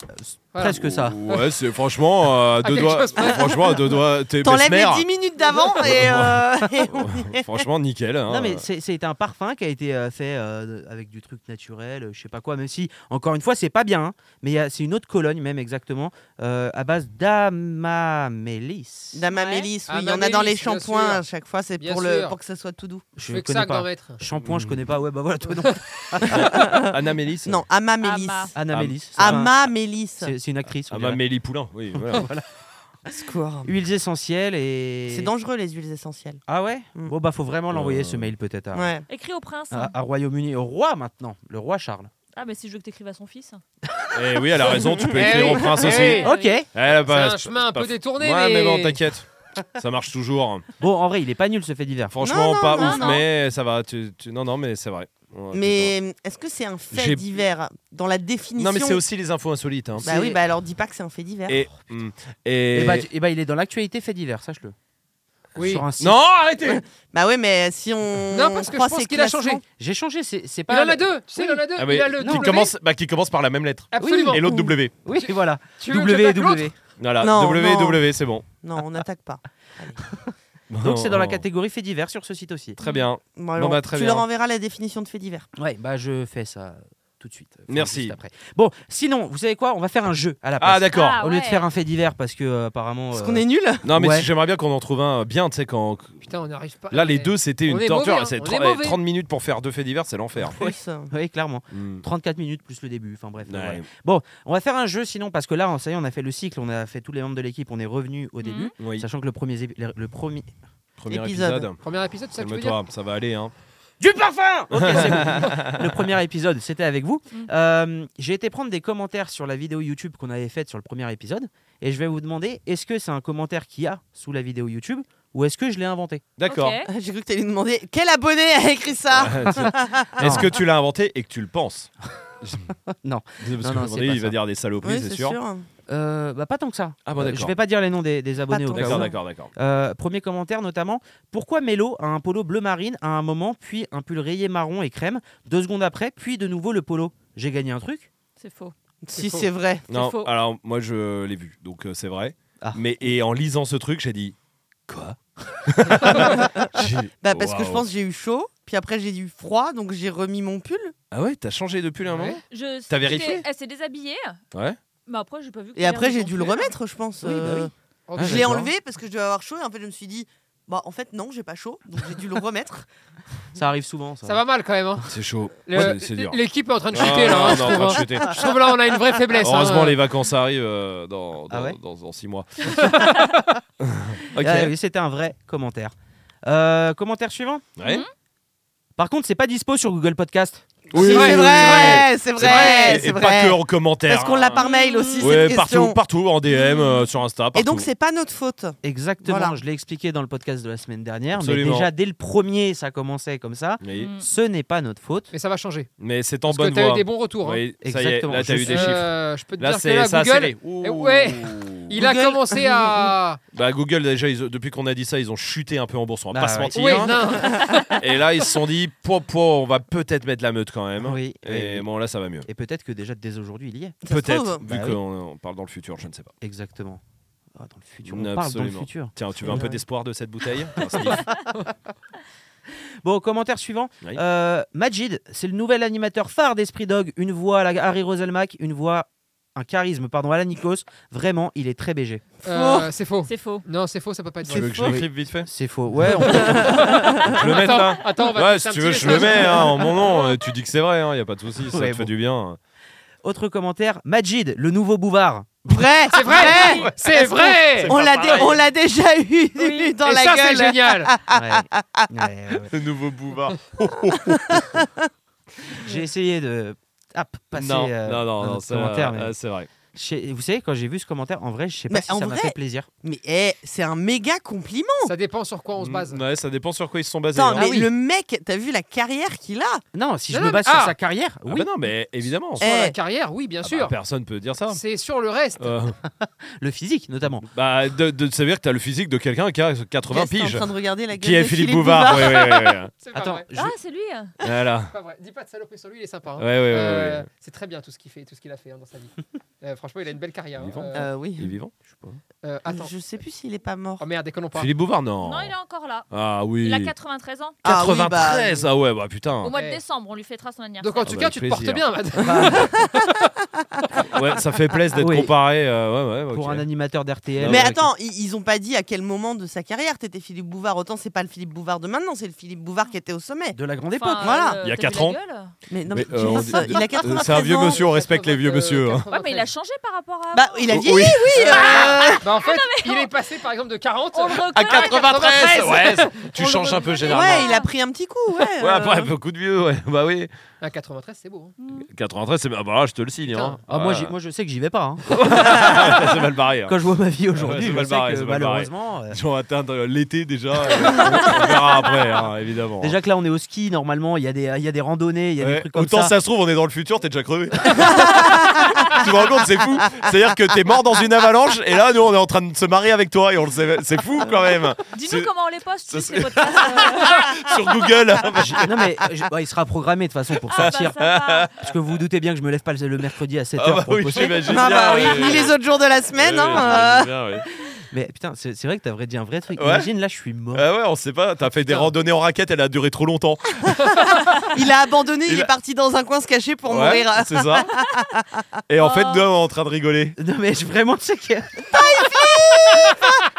C: Voilà.
B: Presque ça.
A: ouais c'est franchement euh, à
C: À
A: deux
C: Ah, quelque
A: doigts
C: chose près.
A: franchement à deux doigts t'es
H: T'enlèves les
A: mesmer.
H: 10 minutes d'avant et, euh, et on y est.
A: franchement nickel hein.
B: Non mais c'est c'est un parfum qui a été euh, fait euh, avec du truc naturel, euh, je sais pas quoi, même si encore une fois c'est pas bien, hein, mais il y a- c'est une autre colonne même exactement euh, à base d'amamélis.
H: Damamélis, oui,
C: Ouais.
H: il y en a dans les
C: Damamélis, bien
H: shampoings
C: sûr.
H: à chaque fois, c'est
C: Bien
H: pour, le,
C: sûr.
H: pour que ça soit tout doux.
C: Je
B: Je
C: fais que
B: connais
C: ça que d'en
B: pas.
C: mettre.
B: Shampoing, je
A: Mm.
B: connais pas. Ouais bah voilà toi non.
A: Anamélis
H: Non, Amamélis.
I: Ama.
B: Anamélis. c'est un-
H: Amamélis.
A: Ah,
B: C'est c'est une actrice. on dirait.
A: Anamélie Poulain oui voilà.
G: Secours.
B: Huiles essentielles et.
H: C'est dangereux les huiles essentielles.
B: Ah ouais
H: Mm.
B: Bon, bah, faut vraiment l'envoyer ce
A: Euh.
B: mail peut-être à,
H: Ouais.
I: Écris au prince.
A: Ah.
I: hein.
B: à- à Royaume-Uni, au roi maintenant, le roi Charles.
I: Ah, mais si je veux que t'écrives à son fils.
A: Et oui, elle a raison, tu peux
C: Eh
A: écrire
C: oui.
A: au prince
C: Eh
A: aussi.
C: oui.
B: Ok.
A: Elle a
C: C'est
A: pas-
C: un
A: c'est
C: chemin un
A: pas-
C: peu détourné.
A: Ouais, mais
C: mais-
A: bon, t'inquiète. Ça marche toujours.
B: Bon, en vrai, il est pas nul ce fait divers.
A: Franchement,
H: Non, non,
A: pas
H: non,
A: ouf,
I: non.
A: mais ça va. Tu, tu- Non, non, mais c'est vrai. Ouais,
H: Mais est-ce que c'est un fait
A: J'ai-
H: divers dans la
A: putain.
H: définition
A: Non, mais c'est aussi les infos insolites. hein.
H: Bah oui, bah alors dis pas que c'est un fait divers.
A: Et. mm, et...
B: Et bah, tu- eh bah, il est dans l'actualité fait divers, sache-le.
C: Oui.
B: Sur un site.
A: Non, arrêtez
H: Bah ouais, mais si on.
C: Non, parce que
H: croit
C: je pense
H: ces
C: qu'il a
H: classements-
C: changé.
B: J'ai changé, c'est c'est
C: Il
B: pas.
C: en a
B: la-
C: deux. Tu sais, il en a deux.
A: Ah, mais
C: il a le Ah,
A: qui,
C: double
A: commence, bah, qui commence par la même lettre.
C: Absolument.
A: Et l'autre W.
B: Oui, voilà.
C: Tu veux que
B: W,
C: j'attaque l'autre
B: W.
A: Voilà,
H: Non,
A: W,
H: non.
A: W, c'est bon.
H: Non, on n'attaque pas.
B: Donc, c'est dans la catégorie fait divers sur ce site aussi.
A: Très bien.
H: Bon, alors,
A: bah, très
H: tu
A: bien.
H: leur enverras la définition de fait divers.
B: Ouais, bah, je fais ça tout de suite. Enfin,
A: Merci.
B: juste après. Bon, sinon, vous savez quoi On va faire un jeu à la place.
A: Ah, d'accord.
I: Ah,
B: Au lieu de
I: ouais.
B: faire un fait divers, parce que euh, apparemment.
H: Parce
B: euh,
H: qu'on est nul
A: Non, mais
B: Ouais.
A: si- j'aimerais bien qu'on en trouve un euh, bien, tu sais, quand.
C: Putain, on n'arrive pas.
A: Là, les
C: Mais-
A: deux, c'était
C: On
A: une
C: est
A: torture.
C: mauvais, hein,
A: C'est
C: on
A: 30,
C: est mauvais.
A: 30 minutes pour faire deux faits divers, c'est l'enfer.
H: plus. euh,
B: Oui, clairement.
A: Mm.
B: 34 minutes plus le début. Enfin bref.
A: Ouais.
B: voilà. On va faire un jeu sinon parce que là, ça y est, on a fait le cycle, on a fait tous les membres de l'équipe, on est revenu au
I: Hum.
B: début.
A: Oui.
B: Sachant que le premier, zé- le, le premier.
A: Premier
H: Épisode.
A: épisode.
C: Premier épisode, c'est ça que tu veux dire
A: Calme-toi, ça va aller. Hein.
B: Du parfum Ok, c'est bon. Le premier épisode, c'était avec vous.
I: Mm.
B: Euh, J'ai été prendre des commentaires sur la vidéo YouTube qu'on avait faite sur le premier épisode et je vais vous demander est-ce que c'est un commentaire qu'il y a sous la vidéo YouTube ou est-ce que je l'ai inventé
A: D'accord.
I: Ok.
H: J'ai cru que t'allais nous demander quel abonné a écrit ça
A: Est-ce que tu l'as inventé et que tu le penses
B: Non.
A: Parce que
B: Non, non, c'est
A: attendez,
B: pas
A: il va
B: ça.
A: dire des saloperies,
H: Oui,
A: c'est sûr.
B: Euh, bah, pas tant que ça.
A: Ah bon,
B: Euh, je
A: d'accord.
B: vais pas dire les noms des, des abonnés
H: Pas
B: au
H: tant
B: cas
H: que
B: où.
H: ça.
A: D'accord, d'accord, d'accord.
B: Euh, premier commentaire notamment Pourquoi Mélo a un polo bleu marine à un moment, puis un pull rayé marron et crème, deux secondes après, puis de nouveau le polo J'ai gagné un truc
I: C'est faux.
H: Si,
C: faux.
H: c'est vrai.
A: Non,
I: faux.
A: alors moi je l'ai vu, donc euh, c'est vrai.
B: Ah.
A: Mais et en lisant ce truc, j'ai dit quoi J'ai-
H: Bah parce que je
A: Waouh.
H: pense que j'ai eu chaud, puis après j'ai eu froid, donc j'ai remis mon pull.
A: Ah ouais, t'as changé depuis un moment
I: Je...
A: T'as vérifié
I: Elle s'est déshabillée.
A: Ouais.
I: Mais après, j'ai pas vu. que
H: Et après j'ai
I: non
H: dû le
C: hein.
I: plus.
H: remettre, je pense.
B: Oui, bah
H: euh,
B: oui.
C: Oh,
B: Ah,
H: Je l'ai
B: d'accord.
H: enlevé parce que je devais avoir chaud et en fait je me suis dit bah en fait non j'ai pas chaud donc j'ai dû le remettre.
B: Ça arrive souvent. Ça.
C: Ça va mal quand même. hein.
A: C'est chaud.
C: Le-
A: Ouais, c'est dur.
C: L'équipe est en train de
A: Ah,
C: chuter là.
A: non,
C: hein, je
A: non,
C: trouve,
A: pas de
C: hein.
A: chuter.
C: Je trouve là, on a une vraie faiblesse. hein.
A: Heureusement, les vacances arrivent euh, dans, dans,
B: Ah ouais
A: dans- dans six mois. ok.
B: Ah oui, C'était un vrai commentaire. Euh, commentaire suivant
A: Ouais.
C: Mmh.
B: Par contre, c'est pas dispo sur Google Podcast.
H: c'est vrai, c'est
A: C'est vrai.
H: vrai,
A: Et-
H: c'est
A: et pas
H: vrai.
A: que en commentaire. hein.
H: Parce qu'on l'a par mail aussi
A: Ouais,
H: cette
A: partout,
H: question. Mmh.
A: partout, en DM, euh, sur Insta, partout.
H: Et donc c'est pas notre faute.
B: Exactement,
H: Voilà.
B: je l'ai expliqué dans le podcast de la semaine dernière, mais
A: Absolument.
B: déjà dès le premier, ça commençait comme ça.
A: Oui.
I: Mm.
B: Ce n'est pas notre faute.
C: Mais ça va changer.
A: Mais c'est en
C: Mmh. Parce
A: bonne
C: que t'as eu
A: voie.
C: des bons retours. hein.
A: Oui, ça y est,
B: Exactement,
A: là t'as
B: je
A: eu des
B: sais.
A: chiffres.
C: Euh, je peux te
A: Là
C: dire que
A: c'est
C: là,
A: ça a
C: Google, eh
A: scellé. Ouh.
C: ouais. il a
H: Google.
C: commencé à.
A: Bah Google déjà ils ont- depuis qu'on a dit ça ils ont chuté un peu en bourse on va
B: Bah,
A: pas se
B: ouais.
A: mentir.
C: Oui, non.
A: Et là ils se sont dit pour on va peut-être mettre la meute quand même.
B: Oui,
A: Et
B: oui.
A: bon là ça va mieux.
B: Et peut-être que déjà dès aujourd'hui, il y est.
H: Ça se
A: Peut-être
H: trouve.
A: vu
B: Bah oui.
A: qu'on on parle dans le futur je ne sais pas.
B: Exactement. Ah, dans le futur, on parle dans le
A: Absolument.
B: futur.
A: Tiens tu veux un
B: Ouais.
A: peu d'espoir de cette bouteille Un sniff.
B: Bon, commentaire suivant.
A: Oui.
B: Euh, Majid, c'est le nouvel animateur phare d'Esprit Dog. Une voix à la Harry Roselmack, une voix, un charisme, pardon, à la Nikos. Vraiment, il est très BG.
C: Euh, C'est faux.
I: C'est faux.
C: Non, c'est faux, ça peut pas être
A: Tu veux
C: vrai.
A: que je l'écrive vite fait
B: C'est faux. Ouais, on peut-
A: Je le mets
C: Attends,
A: là.
C: attends, on va te
A: Ouais
C: laisser
A: si
C: un
A: tu
C: petit
A: veux je le
C: message.
A: mets hein, en mon nom. euh, Tu dis que c'est vrai hein, y a pas de souci ça
B: Ouais,
A: te fait
B: bon.
A: du bien.
B: Autre commentaire. Majid, le nouveau Bouvard.
H: Vrai,
C: C'est vrai C'est vrai
H: On l'a dé- on l'a déjà eu
I: Oui.
H: dans
C: Et
H: la
C: ça, c'est
H: gueule.
C: génial
B: Ouais. Ouais, ouais, ouais.
A: Le nouveau bouvard.
B: J'ai essayé de hop, passer
A: Non
B: euh,
A: non non
B: un
A: non
B: autre
A: ça,
B: commentaire. mais
A: euh, c'est vrai.
B: je sais- vous savez, quand j'ai vu ce commentaire, en vrai, je sais pas
H: Mais
B: si
H: en
B: ça m'a
H: vrai-
B: fait plaisir.
H: Mais eh, c'est un méga compliment.
C: Ça dépend sur quoi on se base.
A: Mm, Ouais ça dépend sur quoi ils se sont basés.
H: Attends,
A: hein.
H: mais
B: oui.
H: le mec, t'as vu la carrière qu'il a
B: Non, si je
C: Non,
B: me
C: non,
B: base
C: mais-
B: sur
C: ah
B: sa carrière,
A: Ah
B: oui.
A: bah non mais évidemment.
C: Sur
H: Eh.
C: la carrière, oui, bien
A: Ah bah,
C: sûr.
A: personne peut dire ça.
C: C'est sur le reste.
A: Euh,
B: Le physique, notamment.
A: Bah, de, de, ça veut dire que t'as le physique de quelqu'un qui a 80
H: Reste
A: piges.
H: en train de regarder la gueule
A: Qui est
H: de
A: Philippe Bouvard Ouais, ouais, ouais, ouais.
C: C'est pas
B: Attends,
C: vrai.
B: je-
I: Ah, c'est lui. hein.
A: Voilà.
C: C'est pas vrai. Dis pas de saloperie sur lui, il est sympa. hein.
A: Ouais, ouais, ouais. ouais,
C: Euh,
A: ouais.
C: C'est très bien tout ce qu'il fait, tout ce qu'il a fait hein, dans sa vie. Euh, franchement, il a une belle carrière.
A: Il est
C: hein.
A: bon.
C: Euh,
H: Euh, oui.
A: Il est vivant Je sais pas.
C: euh, attends.
H: Je sais plus s'il est pas mort.
A: Ah
C: Oh merde, déconnons pas.
A: Philippe Bouvard, non.
I: Non, il est encore là.
A: Ah oui.
I: Il a 93 ans.
H: Ah oui, bah,
A: 93 Ah ouais, bah
I: Au
A: putain.
I: mois de
C: Eh.
I: décembre, on lui fêtera son anniversaire.
C: Donc en
A: Ah
C: tout
A: bah,
C: cas,
A: avec
C: tu te portes
A: plaisir. Ah,
C: bien. madame.
A: Ouais, ça fait plaisir d'être
H: Ah
B: Oui.
A: comparé. euh, ouais, ouais, ok.
B: Pour un animateur d'RTL.
A: Non,
H: Mais
A: mais-
H: attends, i- ils ont pas dit à quel moment de sa carrière t'étais Philippe Bouvard. Autant c'est pas le Philippe Bouvard de maintenant, c'est le Philippe Bouvard qui était au sommet.
B: de la grande époque.
I: Enfin,
H: voilà.
I: euh,
A: Il y a
I: t'as vu
A: quatre
I: la
A: ans.
I: gueule
H: Mais non,
A: Mais,
H: mais
A: euh,
H: tu
A: on
H: penses,
A: dit-
H: il a
A: Euh,
H: 93
A: C'est un vieux
H: ans.
A: monsieur, on respecte les vieux monsieur. hein.
I: Ouais, Ah, mais il a changé par rapport à.
H: Bah,
I: avant.
H: il a
A: Oh,
H: vieilli,
A: oui.
H: oui. euh,
C: Bah, en fait, il est passé par exemple de 40
I: On le reconnaît.
H: Ah,
A: À 93 Ouais, c'est-
I: On
A: tu
I: le
A: changes un peu
I: reconnaît.
A: généralement.
H: ouais, il a pris un petit coup. Ouais,
A: Ouais, bah,
H: euh.
A: après, un peu coup de vieux, ouais. Bah oui.
C: Ah, 93, c'est beau. hein.
A: 93, c'est. Ah bah là, je te le signe. Hein.
B: Ah, moi,
A: Ouais.
B: j'y- moi, je sais que j'y vais pas. hein.
A: c'est mal barré. hein.
B: Quand je vois ma vie aujourd'hui,
A: c'est
B: je
A: mal
B: sais
A: barré,
B: que
A: c'est mal barré.
B: malheureusement. euh,
A: Ils vont atteindre euh, l'été déjà. et on verra après, hein, évidemment.
B: Déjà que là, on est au ski, normalement, il y, a des- il y a des randonnées, il y a des
D: Ouais.
B: trucs comme
D: Autant ça.
B: ça.
D: se trouve, on est dans le futur, t'es déjà crevé. tu te rends compte, c'est fou. C'est-à-dire que t'es mort dans une avalanche et là, nous, on est en train de se marier avec toi et on le sait. C'est fou quand même.
I: Dis-nous
D: C'est-
I: comment on les poste,
D: ça,
I: tous,
D: c'est-
I: ces podcasts. euh,
D: Sur Google.
B: Non, mais euh, je- bah, il sera programmé de toute façon pour
I: ah bah,
B: sortir.
I: ça va.
B: Parce que vous vous doutez bien que je me lève pas le le mercredi à 7h
D: Ah bah
B: pour
D: oui,
B: bosser.
D: j'imagine.
H: Non, bah oui,
A: Ouais,
H: ni les autres jours de la semaine.
A: Ouais,
H: hein, euh.
A: j'imagine bien, ouais.
B: Mais putain, c'est c'est vrai que t'as vrai dit un vrai truc.
D: Ouais.
B: Imagine, là, je suis mort.
D: Ah ouais, on sait pas. T'as fait des randonnées en raquette, elle a duré trop longtemps.
H: euh, Il a abandonné, il,
D: Il
H: est
D: a-
H: parti dans un coin se cacher pour
D: Ouais,
H: mourir. Oh.
D: C'est ça. Et en fait, nous, on est en train de rigoler.
B: Non, mais je- vraiment, tu sais que.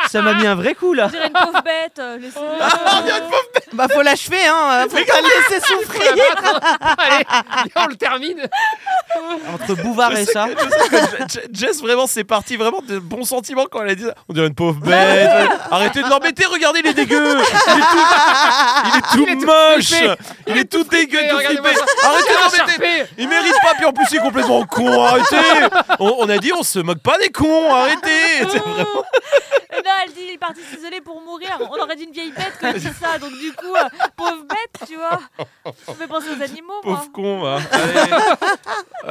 B: Ça m'a mis un vrai coup là.
I: On dirait une pauvre bête. euh, laissez-le.
A: Ah,
H: Bah faut l'achever, hein. euh, Faut pas le laisser
C: Faut la
H: souffrir.
C: battre, hein. Allez, viens, on le termine.
B: Entre Bouvard et ça.
D: Je- Je- Jess, vraiment, c'est parti vraiment de bons sentiments quand elle a dit ça. On dirait une pauvre bête. Arrêtez de l'embêter, regardez les dégueux. Il est tout, il est tout moche.
C: flippé.
D: Il est tout dégueu,
C: flippé,
D: tout
C: regardez-moi
D: flippé.
C: ça.
D: Arrêtez de
C: Tiens,
D: l'embêter.
C: Sharpay.
D: Il mérite pas, puis en plus, il est complètement con. Arrêtez. On, on a dit, on se moque pas des cons. Arrêtez. C'est vrai.
I: Et non, elle dit il est parti s'isoler pour mourir. On aurait dit une vieille bête comme c'est ça. Donc, du coup, euh, pauvre bête, tu vois. Ça me fait penser aux animaux, moi.
D: Pauvre con, va. Allez.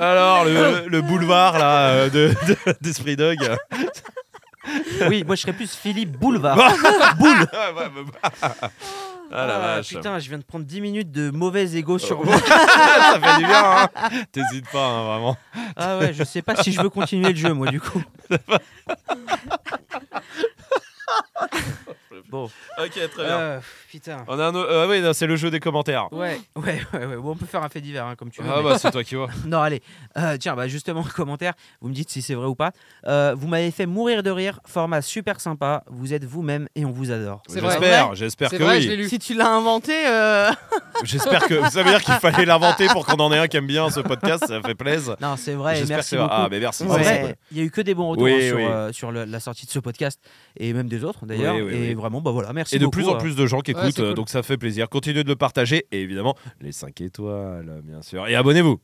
D: Alors, le, le boulevard, là, euh, de, de- d'Esprit Dog.
B: Oui, moi, je serais plus Philippe Boulevard. Boule.
D: Bah. Ah la
B: Ah,
D: vache.
B: Putain, je viens de prendre 10 minutes de mauvais ego sur
D: Oh.
B: moi.
D: ça fait du bien, hein. T'hésites pas, hein, vraiment.
B: Ah ouais, je sais pas si je veux continuer le jeu, moi, du coup. bon,
D: Ok, très
B: euh, putain.
D: On a un autre- euh, oui, non, c'est le jeu des commentaires.
B: Ouais, ouais, ouais, ouais. Bon, on peut faire un fait divers, hein, comme tu veux.
A: Ah
B: mais-
A: bah c'est toi qui vois.
B: Non, allez. Euh, tiens, bah, justement, en commentaire, vous me dites si c'est vrai ou pas. Euh, vous m'avez fait mourir de rire. Format super sympa. Vous êtes vous-même et on vous adore.
C: C'est vrai.
A: J'espère, j'espère
C: C'est
A: que
C: vrai, je l'ai
A: oui.
C: lu.
H: Si tu l'as inventé, euh,
D: J'espère que ça veut dire qu'il fallait l'inventer pour qu'on en ait un qui aime bien ce podcast, ça fait plaisir.
B: Non, c'est vrai. et
D: J'espère
B: Merci
D: que ça
B: beaucoup.
D: va. Ah, mais merci.
B: En
D: c'est
B: vrai,
D: cool.
B: il y a eu que des bons retours
A: Oui,
B: hein, sur,
A: oui.
B: euh, sur le- la sortie de ce podcast et même des autres d'ailleurs.
A: Oui, oui,
B: et
A: oui.
B: vraiment, bah voilà, merci
A: Et de
B: beaucoup,
A: plus en
B: euh.
A: plus de gens qui
C: hein. Ouais,
A: écoutent,
C: c'est cool.
A: euh, donc ça fait plaisir. Continuez de le partager et évidemment les 5 étoiles, bien sûr. Et abonnez-vous.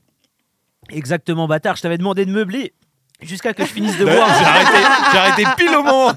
B: Exactement, bâtard. Je t'avais demandé de meubler jusqu'à que je finisse de
D: Ouais,
B: voir.
D: J'ai arrêté, j'ai arrêté pile au moment.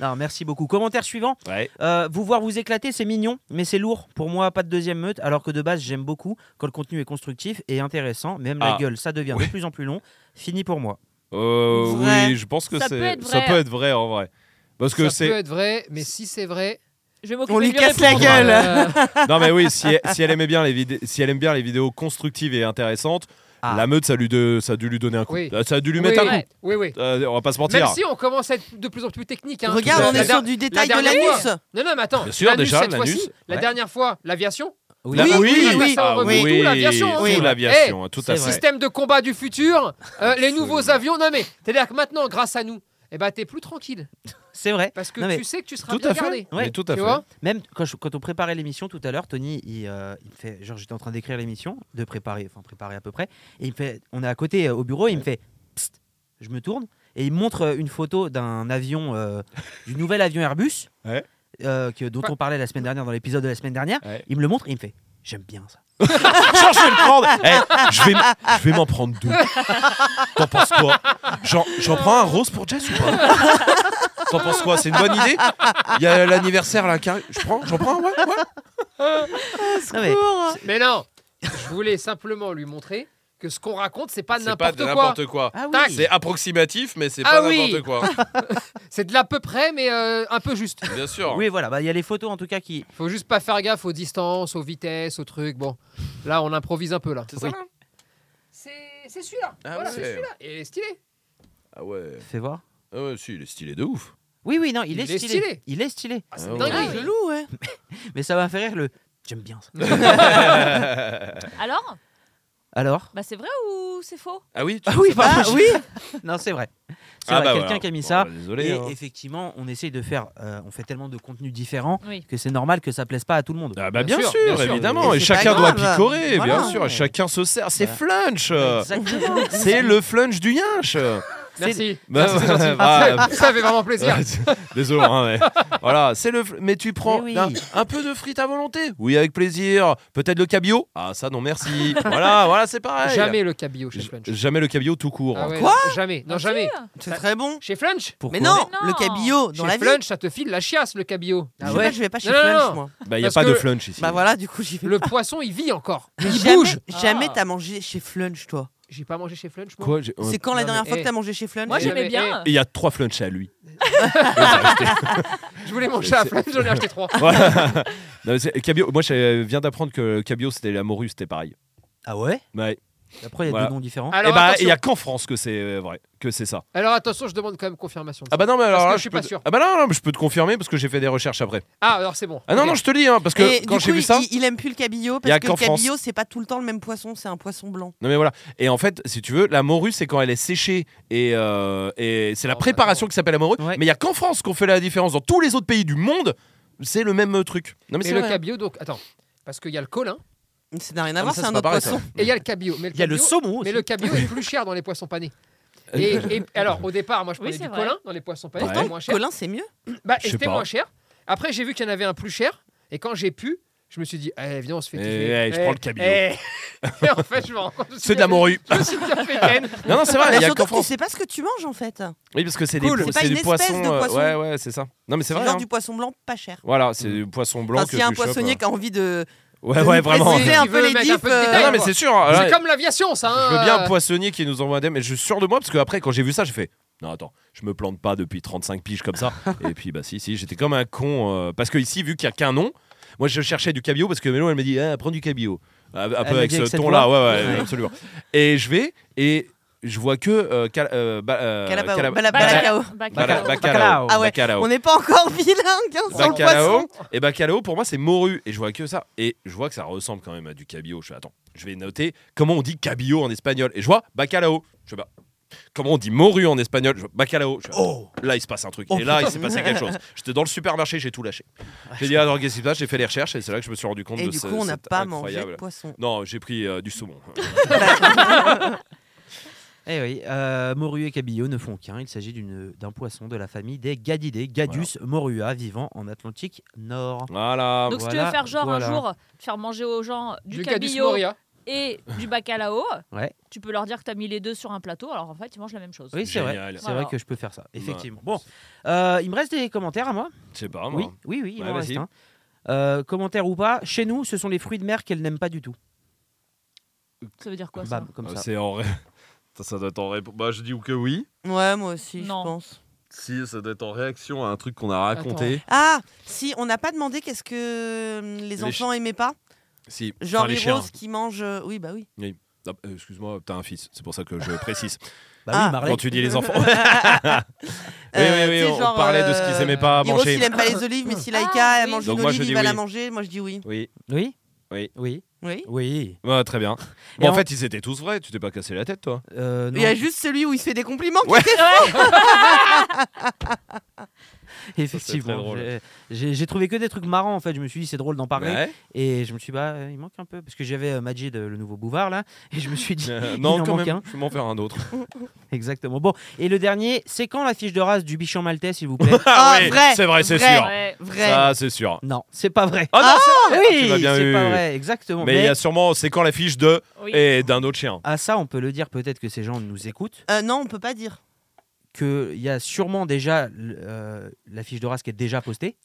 B: Non, merci beaucoup. Commentaire suivant.
A: Ouais.
B: Euh, vous voir vous éclater, c'est mignon, mais c'est lourd. Pour moi, pas de deuxième meute, alors que de base, j'aime beaucoup quand le contenu est constructif et intéressant. Même la
A: Ah.
B: gueule, ça devient de plus en plus long. Fini pour moi.
A: Euh,
H: Vrai.
A: oui, je pense que
I: Ça peut
A: c'est
I: être
A: ça
I: vrai. hein.
A: peut être vrai en vrai. Parce que
C: ça
A: c'est
C: peut être vrai, mais si c'est vrai,
I: Je vais m'occuper
H: on lui
I: de
H: casse la
I: répondre.
H: gueule.
C: euh,
A: Non mais oui, si elle, si elle aimait bien les vidéos, si elle aime bien les vidéos constructives et intéressantes,
B: Ah.
A: la meute ça lui de- ça a dû lui donner un coup,
C: Oui.
A: ça a dû lui
C: oui,
A: mettre un coup.
C: ouais. oui, oui.
A: Euh, on va pas se mentir.
C: Même si on commence à être de plus en plus technique. hein.
H: regarde,
A: tout à
H: on
A: fait.
H: est
A: La
H: sur du détail de
C: dernière
H: l'anus.
C: Non, non, mais attends.
A: Bien sûr,
C: l'anus,
A: déjà,
C: cette
A: l'anus.
C: fois-ci, La
B: Ouais.
C: dernière fois, l'aviation.
B: Oui,
A: La-
H: Oui, oui,
A: oui,
H: oui.
A: Ah,
C: Ah, oui.
A: oui,
C: Tout l'aviation, hein.
A: tout
C: Oui.
A: l'aviation, tout à
B: c'est
A: fait.
B: vrai.
C: Système de combat du futur, euh, les
A: Absolument.
C: nouveaux avions. Non, mais c'est-à-dire que maintenant, grâce à nous, eh ben, t'es plus tranquille.
B: c'est vrai.
C: Parce que
B: Non, mais-
C: tu sais que tu seras
A: Tout
C: bien
A: à fait.
C: gardé.
A: Mais
B: Ouais.
A: tout à
C: Tu
A: fait.
C: vois
B: Même quand, je- quand on préparait l'émission tout à l'heure, Tony, il, euh, il me fait, genre j'étais en train d'écrire l'émission, de préparer, enfin préparer à peu près, et il me fait, on est à côté euh, au bureau, il me fait, Psst je me tourne, et il me montre euh, une photo d'un avion, euh, du nouvel avion Airbus,
D: Ouais.
B: euh, que, dont on parlait la semaine dernière dans l'épisode de la semaine dernière,
D: Ouais.
B: il me le montre et il me fait, j'aime bien ça.
D: Genre, je vais le prendre. Eh, je vais, m- je vais m'en prendre deux. T'en penses quoi J'en j'en prends un rose pour Jess ou pas T'en penses quoi C'est une bonne idée Il y a l'anniversaire là qui arrive. Je prends, j'en prends un, ouais, ouais.
B: Non, mais-
C: Mais non, je voulais simplement lui montrer que ce qu'on raconte, c'est pas
A: C'est pas
C: n'importe
A: de
C: quoi.
A: n'importe quoi.
B: ah oui.
C: Tac.
A: C'est approximatif, mais c'est
C: Ah
A: pas
C: oui.
A: n'importe quoi.
C: C'est de l'à peu près, mais euh, un peu juste.
A: Bien sûr.
B: Oui, voilà, bah, il y a les photos en tout cas qui.
C: Faut juste pas faire gaffe aux distances, aux vitesses, aux trucs. Bon, là, on improvise un peu là.
A: C'est ça,
C: Oui.
A: là
C: hein. C'est c'est celui-là.
A: Ah
C: voilà,
A: ouais.
C: c'est celui-là. Et il est stylé.
A: Ah ouais.
B: Fais voir.
A: Ah ouais, si, il est stylé de ouf.
B: Oui, oui, non, il, est, stylé.
C: stylé.
B: Il est stylé.
C: Ah, c'est
A: Ah ouais.
H: Ah,
C: dingue.
H: chelou, ouais.
B: Mais ça va faire rire le. J'aime bien ça.
I: Alors
B: Alors
I: Bah c'est vrai ou c'est faux
A: Ah oui tu-
B: Ah oui,
H: Ah,
B: pardon,
H: oui
B: Non, c'est vrai. C'est
A: Ah bah
B: vrai, quelqu'un
A: voilà.
B: qui a mis
A: Bon,
B: ça.
A: bah, désolé.
B: et
A: hein.
B: effectivement, on essaye de faire. euh, on fait tellement de contenus différents
I: Oui.
B: que c'est normal que ça plaise pas à tout le monde.
A: Ah bah bien, sûr,
C: bien sûr.
A: évidemment.
H: Et
A: Et,
H: c'est
A: chacun
H: pas
A: doit
H: grave.
A: picorer,
B: Voilà.
A: bien sûr. Et chacun se sert. C'est flunch.
B: Exactement.
A: C'est le flunch du yinche.
C: Merci.
A: Bah,
C: Ça, c'est gentil.
A: bah,
C: Ça- ça fait vraiment plaisir.
A: Désolé, hein, mais voilà, c'est le. fl- Mais tu prends
B: Mais oui.
A: un, un peu de frites à volonté. Oui, avec plaisir. Peut-être le cabillaud. Ah ça non merci. voilà, voilà, c'est pareil.
C: Jamais le cabillaud chez
A: J-
C: Flunch.
A: jamais le cabillaud tout court. hein.
C: Ah ouais,
H: Quoi
C: Jamais. Non, jamais.
H: C'est très bon.
C: Chez Flunch
B: Pourquoi
H: Mais non,
I: Mais non.
H: le cabillaud dans
C: Chez
H: la vie.
C: Flunch, ça te file la chiasse, le cabillaud.
H: Je
B: Ah
H: sais
B: ouais.
H: pas, je vais pas chez
C: Non, non,
H: Flunch,
C: non.
H: moi.
A: Bah y a
C: Parce
A: pas de
C: que-
A: flunch ici.
H: Bah voilà, du coup, j'y vais.
C: Le poisson, il vit encore. Il
H: Jamais-
C: bouge.
H: Jamais
I: Ah.
H: t'as mangé chez Flunch, toi.
C: J'ai pas mangé chez Flunch, moi.
A: Quoi j'ai-
H: C'est quand la
C: non,
H: dernière
C: mais,
H: fois
C: eh.
H: que t'as mangé chez Flunch
I: Moi
C: Mais- mais-
I: j'aimais bien.
A: Il y a trois flunchs à lui.
C: Je voulais manger à Flunch, j'en ai acheté
A: Ah.
C: trois.
A: Voilà. Non, mais c'est- cabillaud- moi je viens d'apprendre que cabillaud c'était la morue, c'était pareil.
B: Ah ouais
A: Ouais.
B: Après, il y a
A: Voilà.
B: deux noms différents.
A: Et
C: Alors,
A: bah il
C: attention.
A: y a qu'en France que c'est euh, vrai, que c'est ça.
C: Alors attention, je demande quand même confirmation. de
A: Ah bah
C: ça.
A: non mais alors
C: Parce que
A: là,
C: je suis
A: peux
C: pas
A: te-
C: sûr.
A: Ah bah non, non, mais je peux te confirmer parce que j'ai fait des recherches après.
C: Ah, alors c'est bon.
A: Ah non
C: Ok.
A: non, je te lis hein, parce que
H: Et
A: quand
H: du
A: j'ai
H: coup,
A: vu
H: il,
A: ça,
H: il- il aime plus le cabillaud
A: y a
H: parce que
A: qu'en
H: le
A: France.
H: cabillaud, c'est pas tout le temps le même poisson, c'est un poisson blanc.
A: Non mais voilà. Et en fait, si tu veux, la morue, c'est quand elle est séchée. Et, euh, et c'est la
C: Oh,
A: préparation
C: bah
A: qui s'appelle la morue.
B: Ouais.
A: Mais il n'y a qu'en France qu'on fait la différence. Dans tous les autres pays du monde, c'est le même euh, truc. Non mais
C: Mais
A: c'est
C: le
A: vrai.
C: cabillaud, donc, attends. Parce qu'il y a le colin
H: Ça n'a rien à
A: Ah, mais
H: voir,
A: ça,
H: c'est un
A: pas
H: autre
A: pareil,
H: poisson.
A: ça.
C: et il y a le cabillaud. Mais le
B: Il y a le
C: cabillaud-
B: saumon aussi.
C: Mais le cabillaud est plus cher dans les poissons panés. Et, et- alors, au départ, moi, je
I: Oui,
C: prenais
I: c'est
C: du
I: vrai.
C: colin dans les poissons panés,
A: Ouais.
C: c'était moins cher.
H: Colin, c'est mieux.
C: Bah, et
A: Je sais
C: c'était
A: pas.
C: moins cher. Après, j'ai vu qu'il y en avait un plus cher. Et quand j'ai pu, je me suis dit, eh, viens, on se fait
A: Eh,
C: kiffer.
A: eh, je prends le cabillaud.
C: eh. Et en fait, je me rends compte. je me suis
A: C'est de la
C: bien-
A: morue.
C: Je me suis bien fait ken.
A: Non non, c'est vrai.
H: Mais
A: Il y a
H: surtout,
A: qu'en
H: tu
A: France.
H: sais pas ce que tu manges en fait.
A: Oui parce que c'est
H: Cool.
A: des
H: C'est pas
A: c'est
H: une
A: du
H: espèce
A: poisson.
H: de
A: euh,
H: poisson.
A: ouais ouais, c'est ça. Non mais c'est vrai.
H: genre
A: hein.
H: du poisson blanc pas cher.
A: Voilà, c'est du poisson blanc
H: Enfin,
A: que
H: s'il y a
A: tu
H: un
A: chopes,
H: poissonnier
A: euh.
H: qui a envie de
A: Ouais ouais, vraiment.
H: préciser
A: Non
H: un
C: Tu
H: peu
C: veux
H: les
C: mettre un peu de
H: diffs,
C: détail,
A: non,
H: euh,
A: mais c'est sûr. hein.
C: C'est comme l'aviation, ça. hein.
A: Je veux bien un poissonnier qui nous envoie un DM. Et je suis sûr de moi parce que après quand j'ai vu ça, j'ai fait non attends, je me plante pas depuis 35 piges comme ça. et puis bah si si, j'étais comme un con euh, parce que ici vu qu'il y a qu'un nom, moi je cherchais du cabillaud parce que Mélo elle m'a dit eh, prends du cabillaud. Un, un
B: Elle
A: peu
B: l'a
A: avec
B: dit
A: ce
B: avec cette
A: ton là,
B: voix.
A: ouais, ouais,
B: Ouais.
A: absolument. Et je vais et je vois que euh, cal- euh, ba- euh,
H: Calabao.
A: calab-
H: Bala-
I: Bah,
A: bala-
H: Balacao.
A: bala-
I: Bacalao.
A: Bacalao.
H: Ah ouais,
A: Bacalao.
H: On n'est pas encore bilingue hein, sur le
A: Bacalao.
H: poisson.
A: Et bacalao, pour moi, c'est morue. Et je vois que ça. Et je vois que ça ressemble quand même à du cabillaud. Je fais, attends, je vais noter comment on dit cabillaud en espagnol. Et je vois bacalao. Je fais, bah, comment on dit morue en espagnol Je vois bacalao. Je fais, oh, là, il se passe un truc.
B: Oh,
A: et là, il
B: putain.
A: s'est passé quelque chose. J'étais dans le supermarché, j'ai tout lâché. J'ai dit, ah, alors, qu'est-ce qui se passe J'ai fait les recherches et c'est là que je me suis rendu compte
H: Et
A: de
H: du
A: ce-
H: coup, on n'a
A: cette
H: pas mangé
A: incroyable...
H: de poisson.
A: Non, j'ai pris euh, du saumon.
B: Eh oui, euh, morue et cabillaud ne font qu'un. Il s'agit d'une- d'un poisson de la famille des gadidés, Gadus morua, vivant en Atlantique Nord.
A: voilà.
I: Donc si tu
B: Voilà,
I: veux faire genre
B: voilà.
I: un jour euh, faire manger aux gens du,
C: Du Cadus
I: cabillaud
C: Moria.
I: et du bacalao,
B: Ouais.
I: tu peux leur dire que t'as mis les deux sur un plateau, alors en fait ils mangent la même chose.
B: Oui, c'est vrai.
A: Génial.
B: C'est
I: Voilà.
B: vrai que je peux faire ça, effectivement. Bon, euh, il me reste des commentaires à moi.
A: Je sais pas, moi.
B: Oui, oui, oui, il
A: Ouais,
B: m'en
A: vas-y.
B: reste un. Euh, commentaire ou pas, chez nous, ce sont les fruits de mer qu'elle n'aime pas du tout.
I: Ça veut dire quoi ça
B: Bam, comme
A: Euh,
B: ça.
A: C'est en ré- Ça, ça doit être en réponse. Bah, je dis que oui.
H: Ouais, moi aussi, je
I: Non.
H: pense.
A: Si, ça doit être en réaction à un truc qu'on a raconté.
H: Ah, si, on n'a pas demandé qu'est-ce que hum, les enfants aimaient pas.
A: Si.
H: Genre
A: Enfin,
H: les,
A: chiens.
H: roses qui mangent. euh, Oui, bah oui.
A: Ah, euh, Excuse-moi, t'as un fils, c'est pour ça que je précise.
B: Bah
H: Ah.
B: oui, Marley.
A: Quand tu dis les enfants. oui,
H: Euh,
A: oui, oui,
H: tu sais,
A: on
H: genre,
A: parlait de
H: euh,
A: ce qu'ils aimaient pas
H: Les roses,
A: manger.
H: il aime pas les olives, mais si Laïka
I: Ah,
H: elle
I: oui.
H: mange
A: Donc
H: une
A: moi,
H: olive,
A: je dis
H: il va la
A: oui.
H: manger. Moi, je dis oui.
A: Oui,
B: Oui
A: Oui.
B: Oui.
H: Oui.
B: Oui.
A: Ouais, très bien. Bon,
B: Et
A: en
B: en-
A: fait, ils étaient tous vrais, tu t'es pas cassé la tête, toi.
B: Euh, non,
H: Il y a juste celui où il se fait des compliments. qui-
A: très
B: Effectivement.
A: drôle.
B: j'ai- J'ai j'ai trouvé que des trucs marrants en fait. Je me suis dit c'est drôle d'en parler.
A: Ouais.
B: Et je me suis dit, bah, euh, il manque un peu. Parce que j'avais euh, Majid, euh, le nouveau bouvard, là. Et je me suis dit,
A: Euh,
B: il
A: non,
B: en
A: quand
B: manque
A: même,
B: un.
A: je vais m'en faire un autre.
B: Exactement. Bon, et le dernier, c'est quand la fiche de race du bichon maltais, s'il vous plaît
H: Ah, vrai,
A: c'est vrai, c'est
H: vrai.
A: sûr.
I: Ouais.
H: Vrai.
A: Ça, c'est sûr.
B: Non, c'est pas vrai.
A: Oh non,
B: oui,
A: tu m'as bien
B: c'est
A: eu.
B: pas vrai, exactement.
A: Mais il y a sûrement, c'est quand la fiche de
I: Oui.
A: et d'un autre chien.
B: à ça, on peut le dire, peut-être que ces gens nous écoutent,
H: Euh, non, on peut pas dire.
B: qu'il y a sûrement déjà l- euh, la fiche de race qui est déjà postée.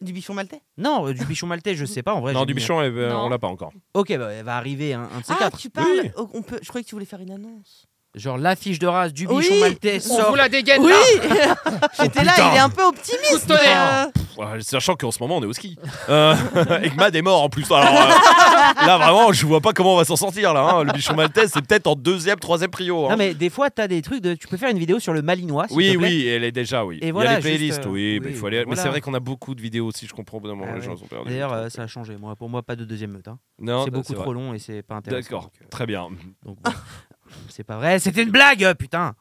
H: Du bichon maltais.
B: Non, euh, du bichon maltais, je sais pas, en vrai.
A: non,
B: j'ai
A: du
B: mis-
A: bichon, elle- euh,
I: Non.
A: on l'a pas encore.
B: Ok, bah, elle va arriver un, un de ces
H: Ah,
B: quatre.
H: tu parles.
A: Oui.
H: oh, On peut. Je croyais que tu voulais faire une annonce.
B: Genre, la fiche de race du
H: Oui,
B: bichon maltais
C: On
B: sort.
C: vous la dégaine
H: Oui.
C: là.
H: J'étais là.
A: putain.
H: Il est un peu optimiste.
C: Coup de tonnerre.
H: euh,
A: Oh, Ouais, Sachant qu'en ce moment on est au ski. Euh, et que Mad est mort en plus. Alors, euh, là vraiment, je vois pas comment on va s'en sortir là. hein. Le bichon maltais, c'est peut-être en deuxième, troisième prio. hein.
B: Non, mais des fois, t'as des trucs de. Tu peux faire une vidéo sur le malinois. s'il
A: Oui,
B: te plaît.
A: oui, elle est déjà, oui.
B: Et
A: il y
B: voilà,
A: a les playlists,
B: juste, euh,
A: oui, bah,
B: oui,
A: il faut aller.
B: voilà.
A: Mais c'est vrai qu'on a beaucoup de vidéos aussi, je comprends. au bout d'un moment,
B: Ah
A: les
B: ouais.
A: gens ont perdu.
B: D'ailleurs, euh, ça a changé. Moi, pour moi, pas de deuxième meute. hein.
A: Non,
B: c'est beaucoup
A: vrai.
B: trop long et c'est pas intéressant.
A: D'accord,
B: donc, euh,
A: très bien.
B: donc bon. c'est pas vrai. C'était une blague, euh, putain.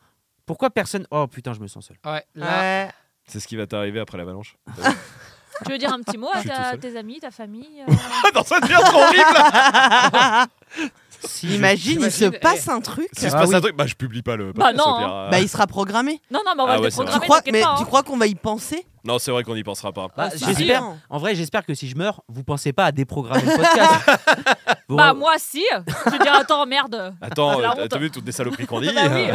B: Pourquoi personne. Oh putain, je me sens seul.
C: Ouais, là.
H: Ouais.
A: C'est ce qui va t'arriver après l'avalanche. Euh,
I: Tu veux dire un petit mot
A: Je
I: à
A: suis
I: ta-
A: tout seul.
I: tes amis, ta famille euh
A: Attends, ça devient trop horrible
B: Si
H: Imagine, il se
C: J'imagine,
H: passe un truc.
A: S'il se
B: Ah
A: passe un
B: oui.
A: truc, bah je publie pas le.
I: Bah
A: podcast,
I: non,
A: au pire, euh.
H: Bah, il sera programmé.
I: Non, non, mais on va
A: Ah
I: le
A: ouais, c'est
I: déprogrammer,
H: tu crois,
I: t'inquiète
H: mais
I: pas,
H: tu
I: hein.
H: crois qu'on va y penser
A: Non, c'est vrai qu'on n'y pensera pas.
B: Ah,
H: si,
B: j'espère.
H: si.
B: En vrai, j'espère que si je meurs, vous pensez pas à déprogrammer le podcast. Vous-
I: Bah moi si Je veux dire, attends, merde
A: Attends,
I: La
A: euh, t'as-
I: honte.
A: t'as vu toutes les saloperies qu'on dit
I: Bah oui.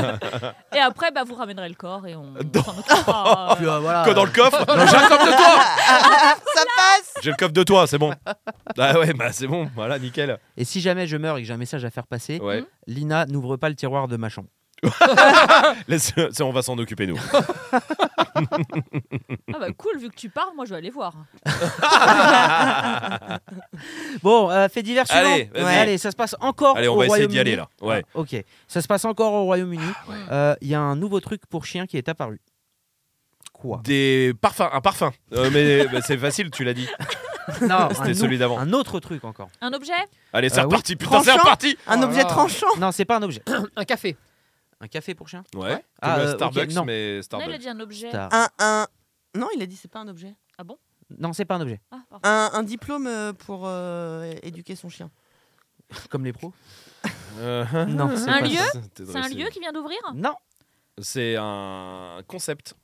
I: Et après, bah, vous ramènerez le corps et on on s'en occupera.
B: Puis, euh, voilà.
A: Quoi dans le
C: Oh
A: coffre
I: Ah.
A: Non, J'ai un coffre de toi
H: Ça passe
A: J'ai le coffre de toi, c'est bon. Ah ouais, bah c'est bon, voilà, nickel.
B: Et si jamais je meurs et hum. que j'ai un message à faire passer,
A: Ouais.
B: Lina n'ouvre pas le tiroir de ma chambre.
A: Laisse- ça, on va s'en occuper, nous.
I: Ah bah cool, vu que tu pars, moi je vais aller voir.
B: Bon, euh, fait divers suivant.
A: Allez, vas-y.
B: Allez, ça se passe encore
A: Allez, on
B: au
A: va essayer d'y aller,
B: Royaume-Uni.
A: là. Ouais. Ah,
B: Ah, ok, ça se passe encore au Royaume-Uni. Euh, Il y a un nouveau truc pour chien qui est apparu. Quoi
A: Des parfums, un parfum. Euh, mais bah, c'est facile, tu l'as dit.
B: Non, un,
A: C'était
B: nou-
A: celui d'avant.
B: un autre truc encore.
I: Un objet
A: Allez, c'est
B: Euh, oui.
A: reparti, putain, c'est
H: Tranchant.
A: reparti
H: Un
C: Oh là
H: objet
C: là.
H: tranchant
B: Non, c'est pas un objet.
C: Un café.
B: Un café pour chien
A: Ouais, comme
B: Ah,
A: euh,
B: euh, ok,
A: Starbucks,
B: non.
A: mais
I: Non, il a
A: Starbucks.
I: dit un objet.
B: T'as-
H: Un, un. Non, il a dit c'est pas un objet.
B: Non, c'est pas un objet.
I: Ah, pardon.
H: Un, un diplôme euh, pour euh, é- éduquer son chien.
B: Comme les pros
A: Euh,
B: Non, c'est
I: Un
B: pas
I: lieu
B: ça.
I: C'est un lieu qui vient d'ouvrir
B: Non.
A: C'est un concept.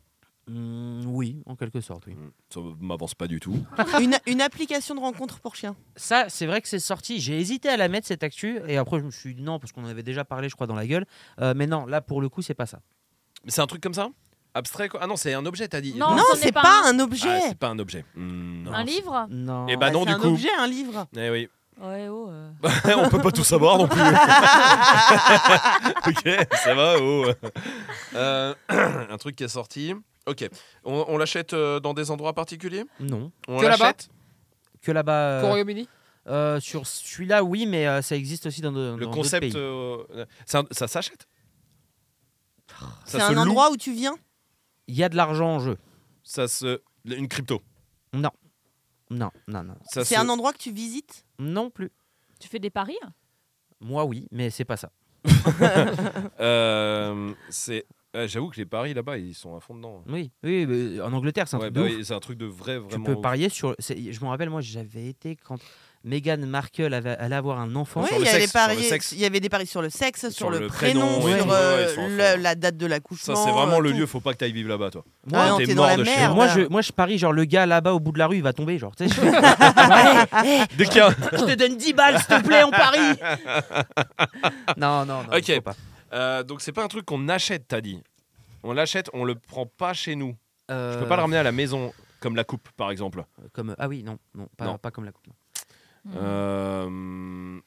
B: Hmm, oui, en quelque sorte, oui.
A: Ça m'avance pas du tout.
H: Une, une application de rencontre pour chien.
B: Ça, c'est vrai que c'est sorti. J'ai hésité à la mettre cette actu et après je me suis dit non parce qu'on en avait déjà parlé, je crois, dans la gueule. Euh, mais non, là pour le coup, c'est pas ça.
A: Mais c'est un truc comme ça Abstrait quoi Ah non, c'est un objet, t'as dit.
I: Non,
H: Non,
I: ce n'est
H: c'est
I: pas
H: pas,
I: un-
H: un
A: Ah,
H: objet.
A: c'est pas un objet. Hmm, non.
I: Un livre
B: Non.
A: Eh ben, bah non,
H: c'est
A: du
H: un
A: coup.
H: objet, un livre.
A: Eh oui.
I: Ouais, oh. euh.
A: on peut pas tout savoir non plus. ok, ça va. oh. Euh, un truc qui est sorti. Ok. On, on l'achète euh, dans des endroits particuliers
B: Non.
A: On
C: Que là-bas
A: l'achète
B: Que là-bas.
C: Qu'au
B: euh,
C: Royaume-Uni
B: euh, sur celui-là, oui, mais euh, ça existe aussi dans, de-
A: Le
B: dans d'autres
A: concept.
B: pays.
A: euh, c'est un- ça s'achète Ça
H: C'est
A: se
H: un
A: loue
H: endroit où tu viens.
B: Il y a de l'argent en jeu.
A: Ça se. Une crypto.
B: Non, non, non.
A: Ça
H: C'est
A: se-
H: un endroit que tu visites.
B: Non plus.
I: Tu fais des paris hein
B: Moi, oui, mais c'est pas ça.
A: Euh, c'est. ouais, J'avoue que les paris là-bas, ils sont à fond dedans.
B: Oui, oui, mais euh, en Angleterre, c'est un
A: Ouais,
B: truc
A: bah
B: de
A: oui,
B: ouf.
A: c'est un truc de vrai,
B: Tu
A: vraiment.
B: peux parier sur. c'est- Je me rappelle, moi, j'avais été quand Meghan Markle avait- allait avoir un enfant.
H: Oui,
A: sur
H: il
A: le
H: y, a
A: sexe,
H: les
A: sur le
H: paris-
A: sexe.
H: il y avait des paris sur le sexe, sur,
A: Sur
H: le,
A: le
H: prénom,
A: prénom, ouais.
H: sur
A: Ouais,
H: euh,
A: ils sont à fond.
H: la, la date de l'accouchement.
A: Ça, c'est vraiment
H: euh,
A: le
H: tout.
A: lieu, faut pas que t'ailles vivre là-bas, toi.
H: Ah non,
A: t'es
H: t'es
A: mort
H: dans la
A: de chez
H: merde.
B: Moi, je, moi, je parie, genre, le gars là-bas au bout de la rue, il va tomber. Genre, tu sais, je-
A: Dès qu'il y a un-
B: je te donne 10 balles, s'il te plaît, on parie. non, non, non.
A: Ok.
B: il faut pas.
A: Euh, donc c'est pas un truc qu'on achète, t'as dit. On l'achète, on le prend pas chez nous. Je
B: Euh,
A: peux pas le ramener à la maison, comme la coupe par exemple.
B: Comme, ah oui, non, non, pas,
A: Non.
B: pas comme la coupe. non.
H: Mmh.
A: Euh,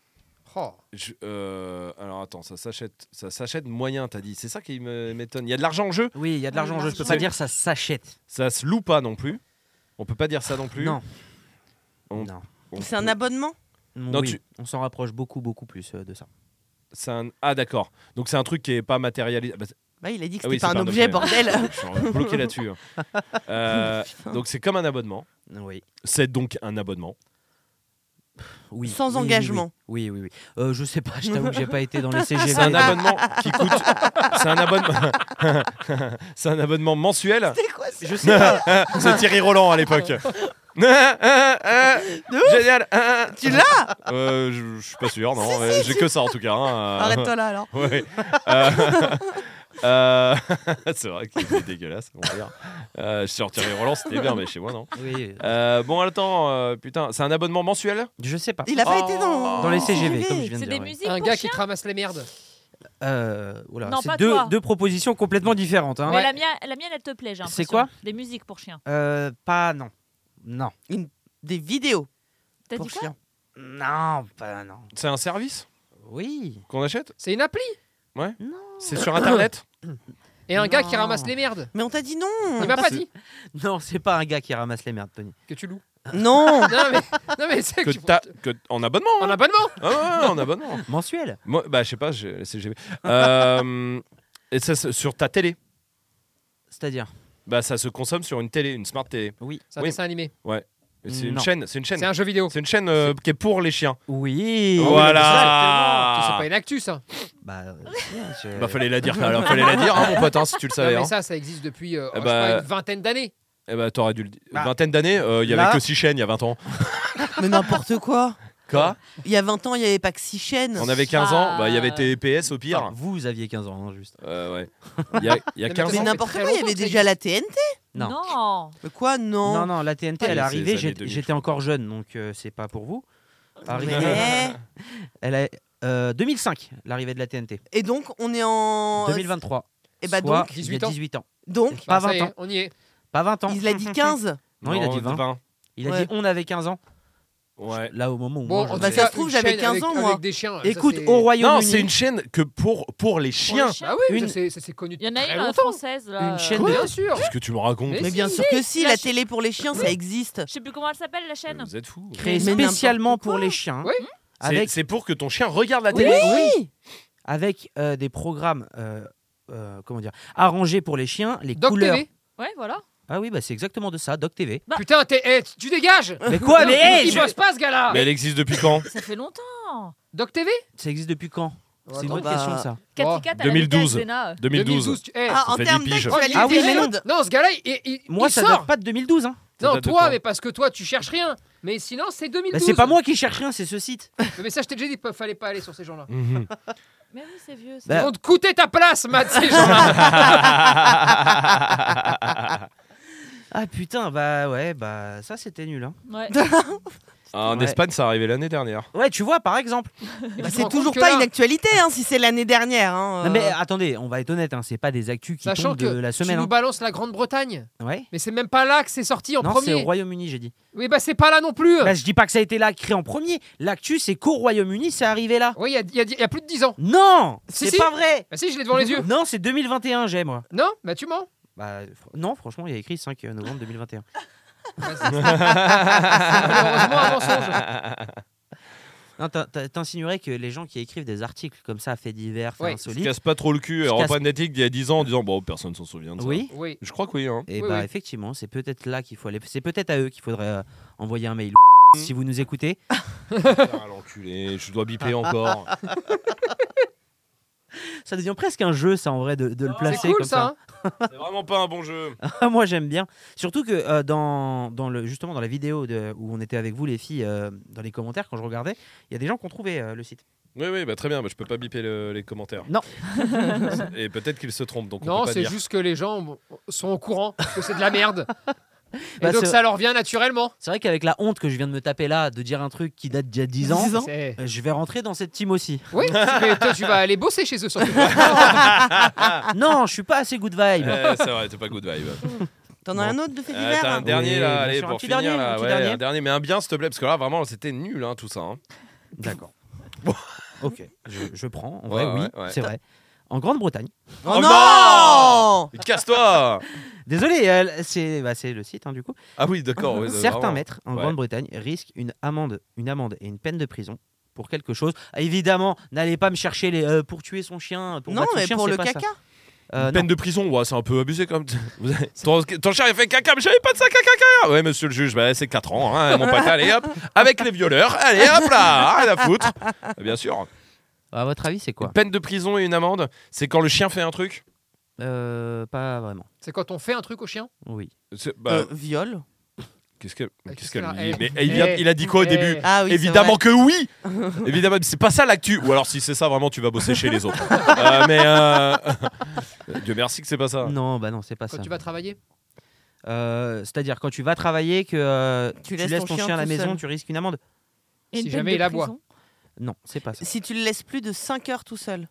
C: Oh.
A: je- euh, alors attends, ça s'achète, ça s'achète moyen, t'as dit. C'est ça qui me- m'étonne. Il y a de l'argent en jeu.
B: Oui, il y a de l'argent en jeu. Je peux
A: C'est-
B: pas dire ça s'achète.
A: Ça se loue pas non plus. On peut pas dire ça non plus.
B: Non.
A: On-
B: non.
A: On
H: C'est un
A: peut-
H: abonnement
A: Non,
B: Oui,
A: tu-
B: On s'en rapproche beaucoup, beaucoup plus euh, de ça.
A: c'est un- Ah d'accord. Donc c'est un truc qui est pas matérialisé. Bah, c'est-
H: Bah, il a dit
A: Ah
H: que c'était
A: oui,
H: pas
A: c'est
H: un objet, bordel.
A: Je suis bloqué là-dessus. hein. Euh, donc c'est comme un abonnement.
B: Oui.
A: C'est donc un abonnement.
B: oui.
H: Sans
B: oui, oui,
H: engagement.
B: Oui, oui, oui. oui. Euh, je sais pas, je t'avoue, que j'ai pas été dans les CGV.
A: C'est un abonnement qui coûte. C'est un abonnement. C'est un abonnement mensuel.
H: C'est quoi ça
B: Je sais pas.
A: C'est Thierry Roland à l'époque. Génial.
H: Tu l'as
A: Euh, Je je suis pas sûr, non. mais J'ai que ça en tout cas. hein.
H: Arrête-toi là alors.
A: Ouais. Euh, euh, c'est vrai que c'est dégueulasse. On va dire. Euh, sur Thierry Roland, c'était bien, mais chez moi non.
B: Oui,
A: Euh, bon, attends. euh, putain, c'est un abonnement mensuel.
B: je sais pas.
H: Il a pas
A: Oh.
H: été dans.
B: Dans les CGV, comme je viens de
I: C'est des
B: dire. oui.
I: musiques
C: Un
I: pour
C: gars qui
I: chiens
C: te ramasse les merdes.
B: Euh, oula,
I: Non, pas
B: c'est deux,
I: toi.
B: deux propositions complètement différentes. hein.
I: Mais la, mienne, la mienne, elle te plaît, j'ai
B: C'est
I: l'impression.
B: quoi
I: Des musiques pour chiens.
B: Euh, pas non. Non.
H: Des vidéos
I: T'as
H: pour
I: dit quoi
H: chiens.
B: Non, pas non.
A: C'est un service
B: Oui.
A: qu'on achète.
C: C'est une appli
A: C'est sur internet.
C: Et un gars qui
B: Non.
C: ramasse les merdes.
H: Mais on t'a dit non
C: Il m'a pas dit
B: Non, c'est pas un gars qui ramasse les merdes, Tony.
C: que tu loues.
H: Non
C: Non mais, non, mais c'est
A: Que
C: que
A: t'as- que- en abonnement.
C: en
A: hein.
C: abonnement.
A: Ah ouais, ouais, en abonnement.
B: Mensuel.
A: Moi, bah, je sais pas, j'ai laissé GV. Euh, et ça, c'est sur ta télé.
B: C'est-à-dire
A: Bah, ça se consomme sur une télé, une smart télé.
B: Oui.
C: C'est un
A: Oui.
C: dessin animé.
A: Et C'est une
B: Non.
A: chaîne, c'est une chaîne.
C: C'est un jeu vidéo.
A: C'est une chaîne euh, qui est pour les chiens.
B: Ah Oui.
A: Ah. voilà.
C: Exactement. C'est pas une actu ça.
B: Bah, euh, tiens, je-
A: Bah, fallait la dire, alors, fallait la dire, hein, mon pote, hein, si tu le
C: Non,
A: savais.
C: mais
A: hein.
C: ça, ça existe depuis euh,
A: Eh
C: je sais
A: bah,
C: pas, une vingtaine d'années.
A: Eh bah, t'aurais dû le dire.
B: Bah.
A: Vingtaine d'années, euh, il y avait
B: Là.
A: que six chaînes il y a 20 ans.
H: Mais n'importe quoi
A: Quoi
H: Il y a 20 ans, il n'y avait pas que 6 chaînes.
A: On avait 15 ans, bah, il y avait TPS au
B: Enfin,
A: pire.
B: vous aviez 15 ans, hein, juste.
A: Euh, ouais. Il y a, il y a
C: Mais
A: 15
H: Mais
C: maintenant,
A: ans.
H: n'importe
C: Ça fait très
H: quoi, il y avait
C: longtemps que
H: déjà la TNT
B: Non.
I: Non.
H: Mais Quoi Non,
B: Non, non, la TNT,
A: Ouais,
B: elle
A: c'est
B: est arrivée,
A: les années
B: j'étais
A: 2000,
B: j'étais encore jeune, donc euh, c'est pas pour vous.
A: Ah,
B: Arrivée-
H: Mais-
B: Elle est euh, 2005, l'arrivée de la TNT.
H: Et donc, on est
B: Oh,
H: en.
B: 2023.
H: Et bah
B: soit
H: donc,
B: il y a
C: 18 ans.
B: 18 ans.
H: donc
B: Pas
C: ça y
B: 20
C: est,
B: ans.
C: On y est.
B: Pas 20 ans.
H: il a dit 15.
B: Non, il a dit 20. Il a
H: Ouais.
B: dit on avait 15 ans.
A: Ouais.
B: Là, au moment où.
C: Bon,
B: moi, je-
C: en
H: Bah,
C: tout
H: ça
C: cas,
H: se trouve,
C: une
H: j'avais
C: chaîne
H: 15 ans,
C: avec-
H: moi.
C: avec des chiens. ça,
B: Écoute,
C: c'est-
B: au
A: Non,
B: Royaume-Uni.
A: c'est une chaîne que pour, pour les chiens.
C: Bah oui, ça, c'est- ça, c'est connu.
I: Il y en a
C: très
I: une euh,
C: longtemps.
I: française là.
B: Une
I: euh,
B: chaîne-
C: Bien sûr.
A: Qu'est-ce que tu me racontes
C: Mais
H: Mais bien
I: si,
H: sûr que si,
I: la
H: la
I: ch-
H: télé pour les chiens, ça existe.
I: Je sais plus comment elle s'appelle la chaîne.
A: Vous êtes fous.
B: Créée
H: Mais n'importe
B: spécialement pour
H: quoi.
B: les chiens.
C: Oui.
A: C'est-
B: Avec,
A: C'est pour que ton chien regarde la
B: Oui.
A: télé.
B: Oui. Avec euh, des programmes. euh, euh, comment dire Arrangés pour les chiens, les
C: Doc
B: couleurs.
C: TV.
I: Ouais, voilà.
B: Ah oui, bah c'est exactement de ça, Doc TV.
I: Bah.
C: Putain, t'es- eh, tu dégages.
B: Mais quoi,
C: Non,
B: mais
C: il
B: hey, je-
C: bosse pas ce gars-là.
A: Mais elle existe depuis quand
I: Ça fait longtemps.
C: Doc TV.
B: ça existe depuis quand C'est une
H: attends,
B: bonne
H: bah,
B: question ça.
I: Cathy
C: Oh,
I: Cat, elle a
A: 2012.
I: habité à Sénat. euh.
A: 2012.
C: tu- eh,
H: Ah,
A: ça
H: en
A: fait
H: termes
A: 10 piges.
H: d'actualité
B: Ah oui, mais
H: chaude.
C: Non, ce gars-là, il, il-
B: Moi,
C: il
B: ça
C: sort.
B: date pas de 2012. Hein.
A: Ça
C: Non,
A: date de
C: toi,
A: quand
C: mais parce que toi, tu cherches rien. Mais sinon, c'est 2012.
B: Bah, c'est pas moi qui cherche rien, c'est ce site.
C: Mais ça, je t'ai déjà dit, p- fallait pas aller sur ces gens-là.
A: Mhm.
I: Mais oui, c'est vieux. ça.
B: Bah,
C: Ils vont te coûter ta place, Matt, ces gens-là.
B: Ah putain, bah ouais, bah ça c'était nul. Hein.
I: Ouais.
A: Ah, En
B: Ouais.
A: Espagne, ça arrivait l'année dernière.
B: Ouais, tu vois, par exemple.
H: Bah, c'est toujours pas une actualité, hein, si c'est l'année dernière. hein,
B: Non, mais
H: euh.
B: attendez, on va être honnête, hein, c'est pas des actus qui
C: Sachant
B: tombent de
C: que
B: la
C: Tu
B: semaine.
C: nous balances la Grande-Bretagne.
B: hein. Ouais.
C: Mais c'est même pas là que c'est sorti en
B: Non, c'est au
C: premier.
B: Royaume-Uni, j'ai dit.
C: Oui, bah c'est pas là non plus.
B: Bah, je dis pas que ça a été là créé en premier. L'actu, c'est qu'au Royaume-Uni, c'est arrivé là.
C: Oui, il y a- il y, a- il y a plus de 10 ans.
B: Non,
C: Si,
B: c'est
C: si.
B: pas vrai.
C: Bah si, je l'ai devant les yeux.
B: Non, c'est 2021, j'ai moi.
C: Non Bah tu mens.
B: Bah fr- non, franchement, il y a écrit 5 novembre 2021.
C: Bah, c'est- c'est
B: Ah.
C: malheureusement un mensonge.
B: Non, t'in- t'in- t'insinuerais que les gens qui écrivent des articles comme ça, faits divers, faits
C: Ouais.
A: Ils se
B: insolites.
A: cassent pas trop le cul.
B: Se
A: Europe
B: cassent-
A: Atlantique d'il y a 10 ans en disant Bon, personne s'en souvient de ça.
B: Oui.
C: Oui.
A: Je crois que oui. Hein.
B: Et
C: Oui,
B: bah
C: oui.
B: effectivement, c'est peut-être là qu'il faut aller. C'est peut-être à eux qu'il faudrait euh, envoyer un mail.
C: Mm.
B: Si vous nous écoutez,
A: Ah, l'enculé, je dois biper encore.
B: ça devient presque un jeu, ça en vrai, de, de le placer
C: C'est cool
B: Ah, comme ça.
C: ça. hein.
A: C'est vraiment pas un bon jeu.
B: Ah, Moi, j'aime bien. Surtout que euh, dans, dans le, justement dans la vidéo de- où on était avec vous, les filles, euh, dans les commentaires, quand je regardais, il y a des gens qui ont trouvé euh, le site.
A: Oui, oui, bah, très bien. Bah, je peux pas biper le- les commentaires.
B: Non.
A: Et peut-être qu'ils se trompent, donc on
C: Non,
A: peut pas
C: c'est
A: dire.
C: juste que les gens bon, sont au courant que c'est de la merde. Et
B: Bah,
C: donc
B: c'est-
C: ça leur vient naturellement.
B: C'est vrai qu'avec la honte que je viens de me taper là, de dire un truc qui date d'il y a 10 ans,
C: C'est-
B: euh, je vais rentrer dans cette team aussi.
C: Oui, tu vas, toi, tu vas aller bosser chez eux surtout.
B: non, je suis pas assez good vibe.
A: Eh, c'est vrai, t'es pas good vibe.
H: T'en as un autre de fait
A: Euh,
H: divers
A: T'as un
H: hein
A: dernier
B: Oui,
A: là,
B: bien
A: allez,
B: sûr, un
A: pour
B: petit
A: finir
B: dernier,
A: là.
B: un petit
A: ouais,
B: dernier.
A: un dernier, mais un bien s'il te plaît, parce que là vraiment c'était nul hein, tout ça. hein.
B: D'accord. ok, je, je prends. En vrai,
A: Ouais,
B: oui,
A: ouais, ouais.
B: c'est vrai. En Grande-Bretagne.
H: Oh,
A: Oh
H: non
A: Casse-toi
B: Désolé, euh, c'est bah, c'est le site hein, du coup.
A: Ah oui, d'accord. ouais,
B: Certains
A: vraiment.
B: maîtres en
A: Ouais.
B: Grande-Bretagne risquent une amende, une amende et une peine de prison pour quelque chose. Ah, Évidemment, n'allez pas me chercher les euh, pour tuer son chien. Pour
H: Non,
B: battre son
H: mais
B: chien,
H: pour
B: c'est
H: le
B: pas ça.
H: caca.
B: Euh,
A: Peine
B: non.
A: de prison, ouais, c'est un peu abusé quand même. Vous avez- ton, ton chien il fait caca, mais j'avais pas de sac à caca hein. Ouais, monsieur le juge, bah, c'est 4 ans, hein, mon pote, allez hop Avec les violeurs, allez hop là Rien à foutre Bien sûr.
B: À votre avis, c'est quoi
A: Une peine de prison et une amende, c'est quand le chien fait un truc Ah.
B: Euh, Pas vraiment.
C: C'est quand on fait un truc au chien.
B: Oui.
A: C'est- bah,
H: Euh, Viol.
A: Qu'est-ce que- qu'est-ce
C: qu'est-ce
A: qu'elle
C: qu'elle a-
A: me dit
C: eh,
A: Mais il, vient-
C: eh,
A: il a dit quoi au
C: eh.
A: début
H: Ah oui, c'est
A: Évidemment que oui Évidemment, mais c'est pas ça l'actu. Ou alors si c'est ça, vraiment, tu vas bosser chez les autres. Euh, mais euh, Dieu merci que c'est pas ça.
B: Non, bah non, c'est pas
C: Quand
B: ça.
C: tu vas travailler.
B: Euh, C'est-à-dire quand tu vas travailler, que euh, tu, laisses ton chien, à la
H: tout
B: maison,
H: seul.
B: tu risques une amende.
I: Et
C: Si
I: une peine
C: jamais
I: de
C: il aboie.
I: prison.
B: Non, c'est pas ça.
H: Si tu le laisses plus de 5 heures tout seul.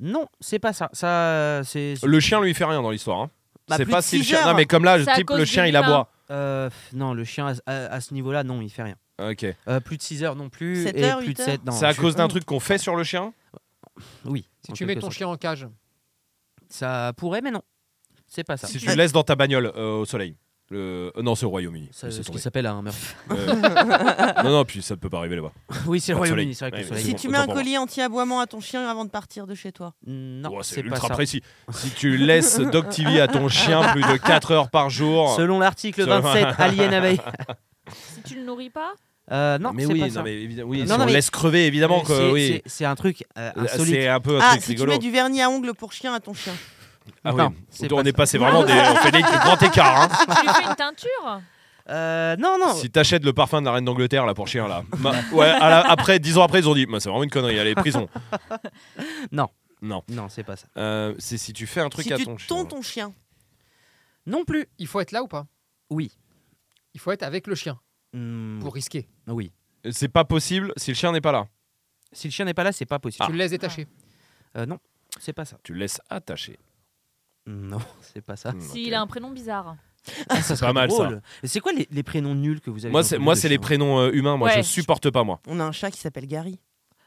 B: Non, c'est pas ça. Ça, c'est.
A: Le chien lui fait rien dans l'histoire. hein.
H: Bah,
A: c'est
H: plus
A: pas
H: de
A: si le
H: six
A: chien.
H: heures.
A: Non, mais comme là, le
I: C'est à
A: type,
I: cause
A: le
I: du
A: chien, il
I: humain.
A: aboie.
B: Euh, pff, non, le chien à, à- à ce niveau-là, non, il fait rien.
A: Ok.
B: Euh, plus de 6 heures non plus.
H: Sept
B: et
H: heures,
B: plus
H: huit
B: de 7
H: heures
B: non.
A: C'est à
B: je-
A: cause d'un truc qu'on fait sur le chien
B: Oui.
C: Si
B: en
C: tu mets
B: quelque
C: ton
B: sorte.
C: chien en cage.
B: Ça pourrait, mais non. C'est pas ça.
A: Si tu le laisses dans ta bagnole euh, au soleil. Le... euh, non, c'est au Royaume-Uni.
B: Ça,
A: Laissez
B: ce qui
A: tomber.
B: s'appelle un meurtre.
A: Euh, non, non, puis ça ne peut pas arriver là-bas.
B: oui, c'est le
A: Pas de
B: Royaume-Uni, c'est vrai que le
A: Ouais,
B: soleil.
A: c'est
H: Si
A: bon,
H: tu mets un
A: autant pour moi.
H: collier anti-aboiement à ton chien avant de partir de chez toi.
B: Non,
A: Ouah,
B: c'est pas
A: ultra
B: ça.
A: précis. Si tu laisses DocTV à ton chien plus de 4 heures par jour.
B: Selon l'article
A: Selon-
B: 27, Alien Abeille.
I: Si tu le nourris pas,
B: Euh, non,
A: mais
B: c'est
A: oui,
B: pas
A: non,
B: ça.
A: mais évidemment, oui,
B: Non,
A: si
B: non,
A: on
B: mais-
A: laisse crever, évidemment
B: Mais c'est-
A: que oui.
B: c'est- C'est un truc euh,
A: Euh,
B: insolite.
A: C'est un peu un
H: Ah,
A: truc
H: si
A: rigolo.
H: tu mets du vernis à ongles pour chien à ton chien.
A: Ah oui.
B: Non, c'est
A: on
B: pas
A: est
B: ça.
A: passé vraiment des. On fait des grands écarts. hein.
I: tu lui fais une teinture.
B: Euh, non, non.
A: Si t'achètes le parfum de la reine d'Angleterre là pour chien là, bah, ouais, à la- après dix ans après ils ont dit, Bah, c'est vraiment une connerie, allez prison.
B: Non.
A: Non.
B: Non, c'est pas ça.
A: Euh, c'est si tu fais un truc
H: si
A: à
H: tu
A: ton chien.
H: tons ton chien.
B: Non plus.
C: Il faut être là ou pas
B: Oui.
C: Il faut être avec le chien
A: Mm.
B: Hmm,
C: pour risquer.
B: Oui.
A: C'est pas possible si le chien n'est pas là.
B: Si le chien n'est pas là, c'est pas
A: Ah.
B: possible.
C: Tu le laisses détacher.
B: Euh, non, c'est pas ça.
A: Tu le laisses attaché.
B: Non, c'est pas ça.
A: Hmm,
I: S'il
A: ok.
I: a un prénom bizarre.
B: ça
A: pas mal, ça.
B: Mais C'est quoi les, les prénoms nuls que vous avez
A: Moi
B: dans
A: c'est
B: le
A: moi
B: livre de
A: c'est les
B: chien
A: prénoms euh, humains, moi je
I: Ouais.
A: supporte pas moi.
H: On a un chat qui s'appelle Gary.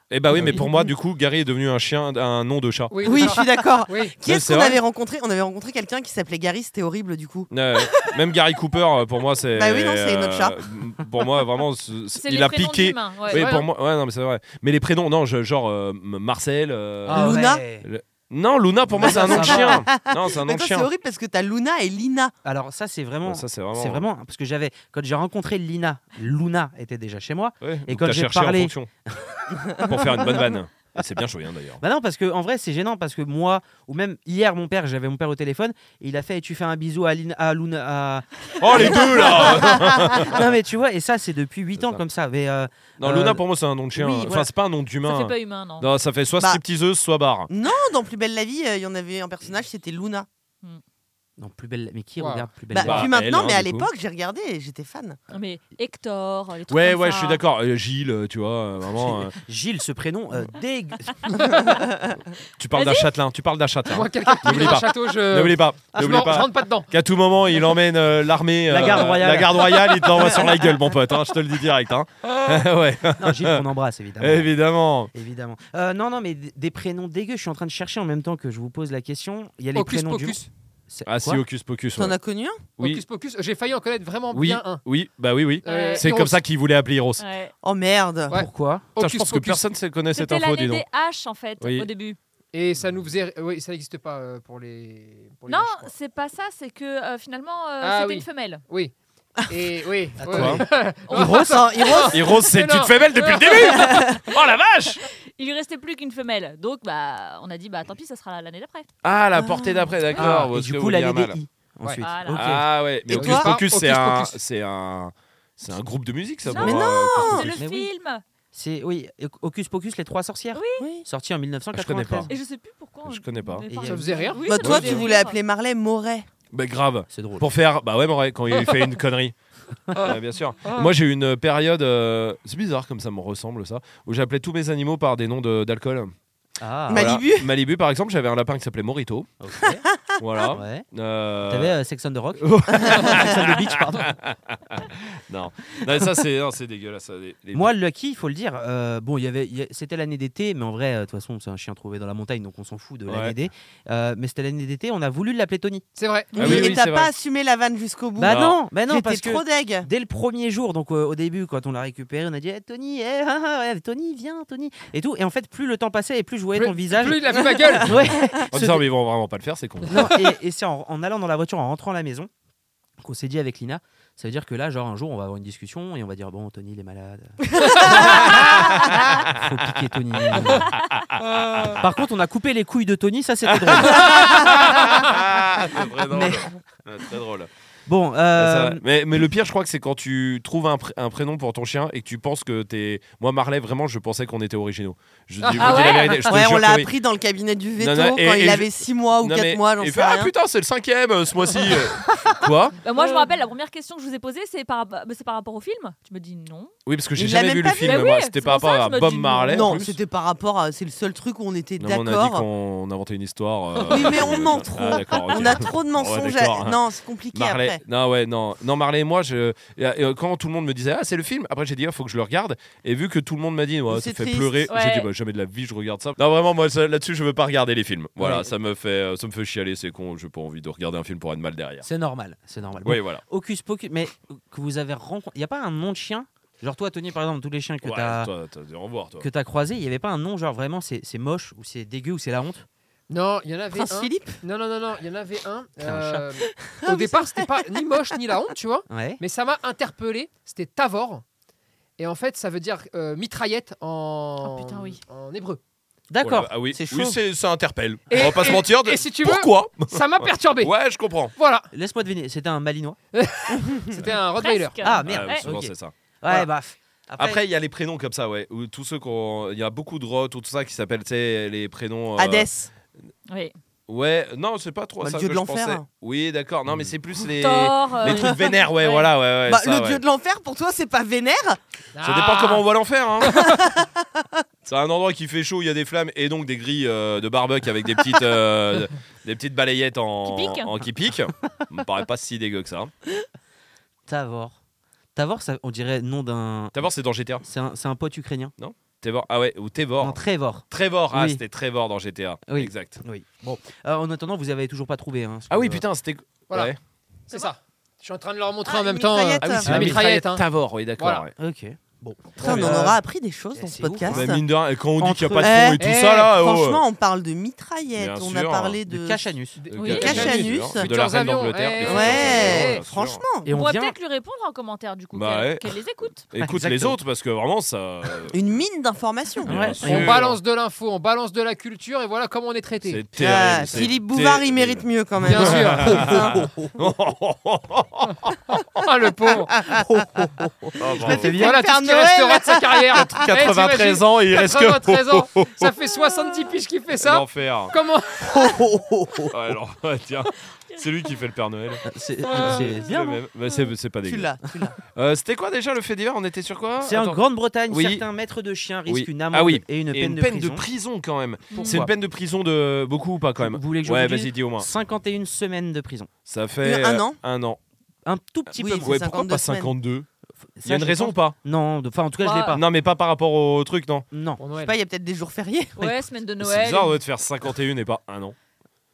A: Eh bah oui,
C: Ah
A: mais
C: oui.
A: pour moi du coup Gary est devenu un chien, un nom de chat.
H: Oui, je suis d'accord.
C: Oui.
H: Qui
A: Ouais,
H: est-ce
A: c'est
H: qu'on
A: vrai.
H: avait rencontré On avait rencontré quelqu'un qui s'appelait Gary, c'était horrible du coup.
A: Euh, même Gary Cooper euh, pour moi c'est.
H: Bah oui, non, c'est notre chat.
A: euh, Pour moi vraiment, ce- ce-
I: C'est
A: il
I: les
A: a
I: prénoms
A: piqué.
I: d'humains, ouais.
A: Oui
C: Ouais,
A: pour
C: hein.
A: moi, ouais non mais c'est vrai. Mais les prénoms, non, je- genre euh, M- Marcel. euh,
B: Ah
H: Luna
B: ouais.
A: Non, Luna, pour moi, c'est un nom de
B: Ça
A: chien. Non, c'est un nom
H: Mais
A: de
H: toi, c'est
A: chien.
H: horrible parce que t'as Luna et Lina.
B: Alors ça c'est vraiment,
A: Ouais, Ça, c'est vraiment.
B: c'est vraiment parce que j'avais quand j'ai rencontré Lina, Luna était déjà chez moi.
A: Ouais,
B: Et
A: donc
B: quand
A: t'as
B: j'ai
A: cherché
B: parlé-
A: en fonction. pour faire une bonne vanne. Et c'est bien joyeux, d'ailleurs.
B: Bah non parce que en vrai c'est gênant parce que moi ou même hier mon père j'avais mon père au téléphone et il a fait tu fais un bisou à Lina à Luna à...
A: Oh, les deux, là
B: non mais tu vois et ça c'est depuis 8
A: C'est
B: ans
A: ça.
B: comme ça mais euh,
A: Non,
B: Euh,
A: Luna, pour moi, c'est un nom de chien.
B: oui,
A: Enfin,
B: voilà.
A: c'est pas un nom
I: Ça fait
A: d'humain.
I: pas humain, non.
A: Non, ça fait soit
H: Bah.
A: stripteaseuse, soit barre.
H: Non, dans Plus belle la vie, euh, il y en avait un personnage, c'était Luna.
B: non plus belle mais qui
C: Wow.
B: regarde plus belle
H: Bah,
B: la vie
A: Bah,
H: plus maintenant,
A: elle, hein,
H: mais à
A: du coup.
H: l'époque, j'ai regardé et j'étais fan.
I: Mais Hector, les trucs
A: Ouais,
I: comme
A: ouais,
I: ça.
A: je suis d'accord. Euh, Gilles, euh, tu vois, euh, vraiment. euh,
B: Gilles ce prénom euh, dégue-
A: Tu parles d'un châtelain. Tu parles d'un châtelain.
C: Moi, quelqu'un qui vit
A: N'oublie
C: dans
A: pas.
C: le château, je.
A: N'oublie pas.
C: Ah, Je
A: N'oublie
C: m'en- je
A: pas.
C: rentre pas dedans.
A: Qu'à tout moment, il emmène euh, l'armée.
B: La garde royale.
A: La garde royale, il te l'envoie sur la gueule, mon pote. hein, je te le dis direct. hein. ouais,
B: non Gilles qu'on embrasse évidemment
A: évidemment.
B: Évidemment. Euh, non, non, mais d- des prénoms dégueux, je suis en train de chercher en même temps que je vous pose la question. Il y a les
C: Hocus
B: prénoms
C: pocus.
B: du.
A: Ah, si,
B: Quoi
A: Hocus Pocus.
H: T'en
A: ouais.
H: as connu un
A: Oui,
C: Hocus pocus. J'ai failli en connaître vraiment
A: oui,
C: bien un.
A: oui, bah oui, oui.
C: Euh,
A: C'est
C: Heroes.
A: comme ça qu'il voulait appeler Heroes.
I: Ouais.
H: Oh merde
C: Ouais.
B: Pourquoi
A: Putain, je
C: Hocus
A: pense que
C: pocus.
A: personne ne connaît cette
I: C'était
A: info,
I: l'année
A: dis donc.
I: des H en fait
A: Oui.
I: au début.
C: Et ça nous faisait. Oui, ça n'existe pas euh, pour les. pour les
I: Non,
C: vaches, je crois.
I: c'est pas ça, c'est que euh, finalement euh,
C: Ah
I: c'était
C: oui.
I: une femelle.
C: Oui. Et oui. oui,
A: quoi
C: oui.
H: Attends, Heroes
A: Heroes, c'est
C: Mais
A: une
C: non.
A: femelle depuis le début Oh la vache
I: Il lui restait plus qu'une femelle. Donc bah on a dit bah tant pis, ça sera l'année d'après.
A: Ah, la portée d'après,
C: Ah,
A: d'accord.
B: Et
A: parce
B: du
A: que
B: coup,
A: vous
B: l'année
A: liez mal.
B: des I. Ensuite.
I: Voilà.
B: Ok.
A: Ah ouais, mais
C: Et
A: Hocus
H: toi
A: Pocus, c'est
C: Hocus
A: un,
C: Pocus.
A: c'est un, c'est un groupe de musique, ça.
I: Non.
A: pour
I: Ah, Mais
A: moi,
I: C'est
A: Hocus
I: le
A: Pocus.
B: mais oui.
I: film.
B: C'est oui, Hocus Pocus, les trois sorcières.
H: Oui.
B: Sorti en
A: Ah, je connais pas.
B: 1993.
I: Et je sais plus pourquoi.
A: Je connais pas.
I: Mais
B: Et
I: par-
B: il y a-
C: Ça faisait rire.
I: Oui,
H: Bah,
I: ça
H: toi,
I: faisait
H: tu
I: rire.
H: voulais appeler Marley Moret.
A: Bah grave.
B: C'est drôle.
A: Pour faire, bah ouais, mais ouais, quand il fait une connerie. Ouais, bien sûr. Moi, j'ai eu une période, euh, c'est bizarre comme ça me ressemble ça, où j'appelais tous mes animaux par des noms de- d'alcool.
B: Ah,
H: Mali- Malibu.
A: Malibu, par exemple, j'avais un lapin qui s'appelait Morito.
B: ok.
A: Voilà.
B: Ouais.
A: Euh,
B: Ah. T'avais euh, Sex on the Rock Sex on the Beach, pardon.
A: Non. Non, ça c'est non, c'est dégueulasse. ça, les- les-
B: Moi, Lucky, il faut le dire, euh, bon, il y avait, il y a- c'était l'année d'été, mais en vrai, euh, de toute façon, c'est un chien trouvé dans la montagne, donc on s'en fout de l'année
A: Ouais.
B: d'été. Euh, mais c'était l'année d'été, on a voulu l'appeler Tony.
C: C'est vrai.
A: Ah oui,
H: et
A: oui,
H: t'as
A: c'est
H: pas
A: vrai.
H: assumé la vanne jusqu'au bout.
B: Bah
A: Non.
B: non, bah non,
H: J'étais
B: parce que
H: trop deg.
B: Dès le premier jour, donc euh, au début, quand on l'a récupéré, on a dit Eh, Tony, eh, ah, ah, eh, Tony, viens, Tony, et tout. Et en fait, plus le temps passait et plus je voyais ton visage.
C: Plus il a vu ma gueule.
B: Ouais.
A: En
B: Ce-
A: disant, mais ils vont vraiment pas le faire, c'est con.
B: Non, et et c'est en, en allant dans la voiture, en rentrant à la maison, qu'on s'est dit avec Lina. Ça veut dire que là, genre un jour, on va avoir une discussion et on va dire bon, Tony, il est malade. Faut piquer Tony. Par contre, on a coupé les couilles de Tony, ça c'était drôle.
A: c'est vrai drôle.
B: Mais-
A: Ouais, Très drôle.
B: Bon,
A: Ça,
B: euh,
A: ça- mais, mais le pire, je crois que c'est quand tu trouves un, pr- un prénom pour ton chien et que tu penses que t'es. Moi, Marley, vraiment, je pensais qu'on était originaux. Je, dis- je
I: Ah
A: vous dis la
I: ouais
A: vérité, je te
H: Ouais,
A: jure
H: on
A: que
H: l'a
A: oui.
H: appris dans le cabinet du veto
A: Non, non, et-
H: quand
A: et
H: il
A: je-
H: avait 6 mois ou
A: Non,
H: 4
A: mais-
H: mois, j'en
A: et
H: sais
A: fait, Ah
H: rien.
A: putain, c'est le cinquième euh, ce mois-ci. euh. Quoi
I: Bah, moi je me rappelle la première question que je vous ai posée c'est par, bah, c'est par rapport au film. Tu me dis non.
A: Oui, parce que j'ai
H: Il l'a
A: jamais vu
H: même
A: le
H: pas vu.
A: film.
I: Bah oui,
A: moi. C'était
I: c'est
A: par
I: pour ça
A: rapport
I: que
A: à
I: je me
A: Bob
I: dis
A: Marley. en
H: non,
A: plus.
H: c'était par rapport à. C'est le seul truc où on était
A: Non, mais on a dit
H: d'accord.
A: qu'on inventait une histoire. euh,
H: Oui, mais on ment
A: Ah,
H: trop.
A: d'accord, ok.
H: On a trop de
A: Ouais,
H: mensonges. à-
A: d'accord. hein.
H: Non, c'est compliqué
A: Marley,
H: vrai.
A: Non, ouais, non. Non, Marley et moi, je... et, euh, quand tout le monde me disait Ah, c'est le film, après j'ai dit Ah, faut que je le regarde. Et vu que tout le monde m'a dit Ouais, Ça
H: C'est
A: fait
H: triste.
A: pleurer,
I: Ouais.
A: j'ai dit bah, Jamais de la vie, je regarde ça. Non, vraiment, moi, ça- là-dessus, je veux pas regarder les films. Voilà,
B: Ouais.
A: ça, me fait, euh, ça me fait chialer, c'est con, j'ai pas envie de regarder un film pour être mal derrière.
B: C'est normal, c'est normal. Bon,
A: Oui, voilà.
B: Hocus Pocus, mais que vous avez rencontré. Il n'y a pas un nom de chien Genre toi, Tony, par exemple, tous les chiens que
A: Ouais,
B: t'as
A: toi, t'as dû en voir, toi.
B: que t'as croisé, il n'y avait pas un nom genre vraiment c'est c'est moche ou c'est dégueu ou c'est la honte
C: Non, il y en avait
H: Prince
C: un.
H: Philippe
C: Non, non, non, non, il y en avait un.
B: C'est un
C: euh, au départ, c'était pas ni moche ni la honte, tu vois.
B: Ouais.
C: Mais ça m'a interpellé. C'était Tavor. Et en fait, ça veut dire euh, mitraillette en,
I: Oh, putain, oui.
C: en hébreu.
B: D'accord.
A: Oh là là, ah oui,
B: C'est
A: oui,
B: chaud.
A: c'est- ça interpelle.
C: Et-
A: On va pas se
C: et-
A: mentir. de-
C: et si tu veux-
A: Pourquoi
C: Ça m'a perturbé.
A: Ouais, je comprends.
C: Voilà,
B: Laisse-moi deviner, c'était un malinois.
H: Hmm.
C: c'était un Rottweiler.
I: Presque.
B: Ah merde.
A: Ouais,
B: Ouais,
A: souvent,
B: ok.
A: c'est ça.
B: Ouais,
C: Voilà.
B: bah.
A: Après, il y a les prénoms comme ça, ouais. Où tous ceux qu'on, il y a beaucoup de rots ou tout ça qui s'appellent, tu sais, les prénoms. euh,
H: Hadès.
I: Oui.
A: Ouais, non, c'est pas trop
H: Bah, le
A: ça
H: dieu
A: que
H: de
A: je
H: l'enfer.
A: pensais. Oui, d'accord. Non, mais c'est plus les
I: Thor, euh,
A: les trucs vénères, ouais,
I: Ouais.
A: voilà, ouais, ouais.
H: Bah,
A: ça,
H: le
A: ouais.
H: dieu de l'enfer, pour toi, c'est pas vénère
A: Ça dépend
C: Ah,
A: comment on voit l'enfer. Hein. c'est un endroit qui fait chaud, il y a des flammes et donc des grilles euh, de barbecue avec des petites euh, des petites balayettes en
I: Qui piquent.
A: en qui piquent. Ça me paraît pas si dégueu que ça.
B: Tavor. Tavor, ça, on dirait nom d'un.
A: Tavor, c'est dans GTA.
B: C'est un, c'est un pote ukrainien.
A: Tevor, ah ouais, ou
B: Non,
A: Tevor.
B: Trevor.
A: Trevor, ah
B: Oui.
A: c'était Trevor dans GTA.
B: Oui.
A: Exact.
B: Oui. Bon. Euh, en attendant, vous avez toujours pas trouvé. hein, ce
A: Ah oui,
B: que-
A: putain, c'était
C: Voilà.
A: ouais.
C: C'est ça. Je suis en train de leur montrer
H: Ah,
C: en même
H: une
C: temps. euh,
H: mitraillette.
A: Ah oui, c'est
C: La
A: la
C: mitraillette,
A: mitraillette
C: hein.
A: Tavor, oui, d'accord.
C: Voilà.
A: ouais.
B: Ok. Bon.
H: Putain, on en
C: Euh,
H: aura appris des choses dans ce
B: c'est ouf,
H: podcast.
A: Bah, mine de rien, quand on dit qu'il n'y a
B: Ah,
A: pas
B: Entre-
A: de fond et
H: Eh,
A: tout ça là, oh,
H: Franchement, on parle de mitraillette,
A: Bien
H: on
A: sûr.
H: a parlé
B: De
H: de.
B: Cachanus.
A: De
I: Oui.
A: Cachanus,
H: Cachanus.
A: euh, hein, de
C: Futurs
A: la reine
C: avions,
A: d'Angleterre.
C: eh,
A: des futurs avions,
H: Ouais,
A: bien sûr.
H: franchement.
B: Et
I: On
B: on
I: pourrait
B: vient.
I: peut-être lui répondre en commentaire du coup,
A: Bah
I: qu'elle
A: ouais.
I: qu'elle les écoute.
A: Écoute les
B: Exactement.
A: autres parce que vraiment ça. euh,
H: Une mine d'informations.
A: bien
B: Ouais.
A: sûr.
C: euh, On balance de l'info, on balance de la culture et voilà comment on est traité.
A: C'est terrible.
H: Ah,
A: c'est
H: Philippe Bouvard, il
A: terrible.
H: mérite mieux quand même.
C: Bien sûr.
H: Putain.
A: Oh,
C: Ah le pauvre.
A: Ah, bravo.
H: m'étais bien.
C: Voilà
H: Père
C: tout ce qui
H: Noël.
C: restera de sa carrière. Eh,
A: 93 ans, il reste que.
C: 93 Ah, ans. Ça fait 70 piges qu'il fait ça.
A: L'enfer.
C: Comment
A: Ouais, alors, tiens, c'est lui qui fait le Père Noël.
B: C'est
C: Ouais.
B: c'est bien.
A: Le
B: non
A: même. Bah, c'est c'est pas
H: Tu
A: dégueu.
H: l'as, tu l'as.
A: Euh, C'était quoi déjà le fait divers On était sur quoi
B: C'est en
A: Attends.
B: Grande-Bretagne,
A: Oui.
B: certains maîtres de chiens risquent
A: Oui.
B: une amende
A: Ah oui.
B: et une
A: Et
B: peine,
A: une
B: de,
A: peine
B: prison.
A: de prison quand même. C'est
B: Pourquoi
A: une peine de prison de beaucoup ou pas quand même
B: Vous voulez que je
A: Ouais,
B: vous dise
A: vas-y, dis au moins.
B: 51 semaines de prison.
A: Ça fait.
H: Une- un
A: euh,
H: an
A: Un an.
B: Un tout petit
H: Oui,
B: peu
H: c'est
B: moins.
A: Ouais,
H: ça.
A: pourquoi pas
H: 52 semaines.
A: 52 Il y
B: Ça,
A: a une
B: je
A: raison
B: pense-
A: ou pas
B: Non, de- enfin en tout cas, je
I: Ouais.
B: l'ai pas.
A: Non, mais pas par rapport au truc, non.
B: Non.
C: Pour
H: Je sais
C: Noël.
H: pas, il y a peut-être des jours fériés.
I: Ouais, semaine de Noël.
A: C'est bizarre ouais, de faire 51 et pas un an.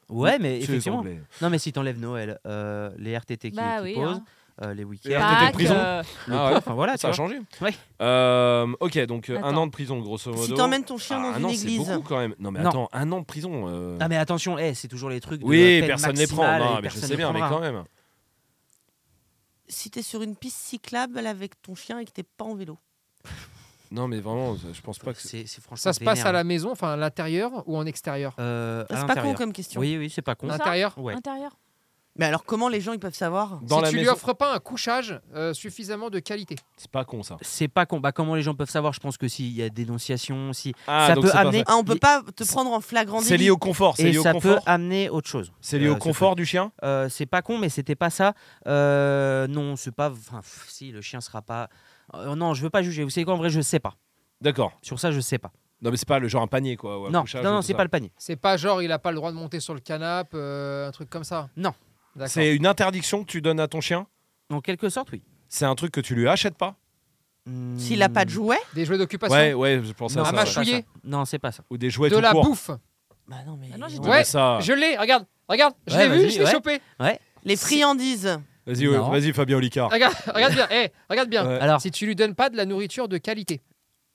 B: Ouais, mais
A: Chez les
B: effectivement.
A: Anglais.
B: Non, mais si t'enlèves Noël, euh, les RTT qui,
I: Bah
B: qui
I: oui,
B: posent,
I: hein.
B: euh, les week-ends,
A: Les RTT de
I: Pâques,
A: prison.
I: euh,
A: Ah ouais.
B: enfin voilà,
A: ça
B: tu
A: a
B: vois.
A: changé.
B: hein. Ouais.
A: Euh, ok, donc euh, un
I: Attends.
A: an de prison, grosso modo.
H: Si t'emmènes ton chien
A: Ah,
H: dans
A: un
H: une
A: an,
H: église.
A: c'est beaucoup quand même. Non, mais
B: Non.
A: attends, un an de prison. euh,
B: Ah mais attention, eh, c'est toujours les trucs. De
A: oui,
B: peine
A: personne les prend.
B: maximale
A: Non,
B: et
A: mais je
B: personne
A: sais
B: les
A: bien, mais
B: prendra.
A: quand même.
H: Si t'es sur une piste cyclable avec ton chien et que t'es pas en vélo.
A: Non, mais vraiment, je pense pas que. c'est-
B: C'est c'est franchement.
C: Ça se passe
B: vénère.
C: à la maison, enfin à l'intérieur ou en extérieur
B: Euh, à
H: C'est pas con
B: l'intérieur.
H: comme question.
B: Oui, oui, c'est pas con.
I: Ça
C: L'intérieur.
B: Ouais.
I: Intérieur.
H: Mais alors, comment les gens ils peuvent savoir
A: Dans
C: si
A: la
C: tu lui
A: maison,
C: offres pas un couchage euh, suffisamment de qualité.
A: c'est pas con ça.
B: C'est pas con. Bah, comment les gens peuvent savoir Je pense que s'il y a dénonciation, si
A: Ah,
B: ça
A: donc
B: peut
A: c'est pas
B: amener.
A: ça.
H: Ah, on peut
B: Il-
H: pas te prendre en flagrant délit.
A: C'est lié au confort. C'est
B: Et
A: lié au
B: ça peut
A: confort.
B: amener autre chose.
A: C'est lié
B: Euh,
A: au confort du chien.
B: Euh, c'est pas con, mais c'était pas ça. Euh, non, c'est pas. Enfin, pff, si le chien sera pas. Euh, non, je veux pas juger. Vous savez quoi En vrai, je sais pas.
A: D'accord.
B: Sur ça, je sais pas.
A: Non, mais c'est pas le genre un panier quoi. ou un
B: non,
A: couchage
B: non,
A: ou
B: non,
A: tout
B: c'est
A: ça.
B: pas le panier.
C: C'est pas genre il a pas le droit de monter sur le canapé, euh, un truc comme ça.
B: Non.
C: D'accord.
A: C'est une interdiction que tu donnes à ton chien.
B: En quelque sorte, oui.
A: C'est un truc que tu lui achètes pas.
B: Hmm,
H: S'il a pas de jouet
C: Des jouets d'occupation.
A: Ouais, ouais, je pense à
B: non,
C: Un
A: ça.
B: c'est
A: ouais.
B: pas ça.
C: mâchouiller.
B: Non, c'est pas ça.
A: Ou des jouets
C: de
A: tout
C: la
A: court.
C: bouffe.
H: Bah non, mais.
I: Ah non, j'ai
A: Ouais,
I: dit-
A: mais ça.
C: Je l'ai, regarde, regarde, je
B: Ouais,
C: l'ai vu,
B: vas-y,
C: je l'ai
B: ouais.
C: chopé.
H: Les friandises.
A: Vas-y, ouais,
B: Non.
A: vas-y, Fabien Olicard.
C: Regarde, regarde bien, eh, regarde bien.
A: Ouais.
B: Alors,
C: Si tu lui donnes pas de la nourriture de qualité.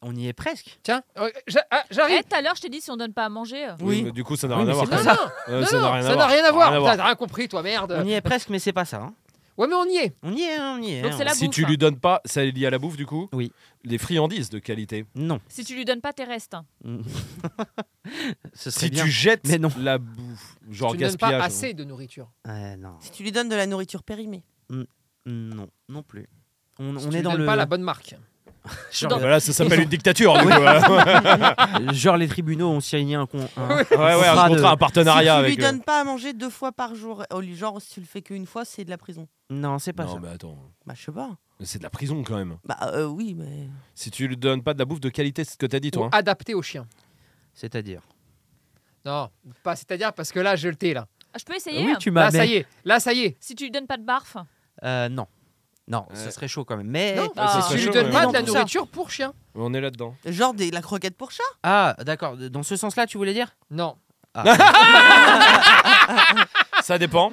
B: on y est presque.
C: Tiens, euh, j'a- ah, j'arrive.
I: Eh, tout à l'heure, je t'ai dit si on donne pas à manger. euh.
A: Oui,
H: Oui.
A: mais du coup, ça n'a
B: Oui,
A: rien à
B: mais
A: voir.
B: c'est
A: quand
C: Non,
A: même.
C: non,
A: Euh,
C: non,
A: ça n'a
C: non,
A: rien
C: ça
A: à
C: n'a
A: voir.
C: rien à voir.
A: Rien à
C: Putain,
A: voir.
C: T'as rien compris, toi,
B: On
C: merde.
B: y est presque, mais c'est pas ça. hein.
C: Ouais, mais on y est.
B: On y est, hein, on y est.
I: Donc
B: hein.
I: c'est la
A: Si
I: bouffe,
A: tu
I: hein.
A: lui donnes pas, ça est lié à la bouffe du coup
B: Oui.
A: Les friandises de qualité.
B: Non,
I: Si tu lui donnes pas tes restes. hein.
B: ce serait
A: Si
B: bien.
A: tu jettes
B: Mais non.
A: la bouffe, genre
C: Tu ne donnes
A: gaspillage.
C: pas assez de nourriture.
B: Ouais, non,
H: Si tu lui donnes de la nourriture périmée.
B: non, non plus. On,
C: Si
B: on
C: tu
B: est
C: lui
B: dans
C: donnes
B: le
C: pas la bonne marque.
A: Ah
B: genre,
A: bah là, ça s'appelle
B: Ils ont-
A: une dictature. du coup, ouais.
B: genre les tribunaux ont signé un con. un-
A: Ouais, ouais, un
B: contrat de-
A: contrat, un partenariat
H: si tu lui
A: avec. euh,
H: donnes pas à manger deux fois par jour, oh, lui, genre si tu le fais qu'une fois, c'est de la prison.
B: Non, c'est pas
A: Non,
B: ça.
A: mais attends.
H: Bah je sais pas.
A: Mais C'est de la prison quand même.
H: Bah euh, oui, mais.
A: Si tu lui donnes pas de la bouffe de qualité, c'est ce que t'as dit
C: Ou
A: toi. hein.
C: adapté au chien.
B: C'est-à-dire.
C: Non, pas c'est-à-dire parce que là, je le t'ai là.
I: Ah, Je peux essayer
B: Oui,
I: hein.
B: tu m'as.
C: Là, Bah, ça
B: Bah, mais-
C: y est. Là, ça y est.
I: Si tu lui donnes pas de barf.
B: Euh, non. Non, ce
A: Ouais.
B: serait chaud quand même. Mais
C: Non,
I: Ah.
A: c'est
C: tu lui
A: chaud,
C: donnes
A: ouais.
C: pas
B: Non,
C: de la
B: tout ça.
C: nourriture pour chien.
A: On est là-dedans.
H: Genre des, la croquette pour chat
B: ah, d'accord. Dans ce sens-là, tu voulais dire
C: Non.
A: Ça dépend.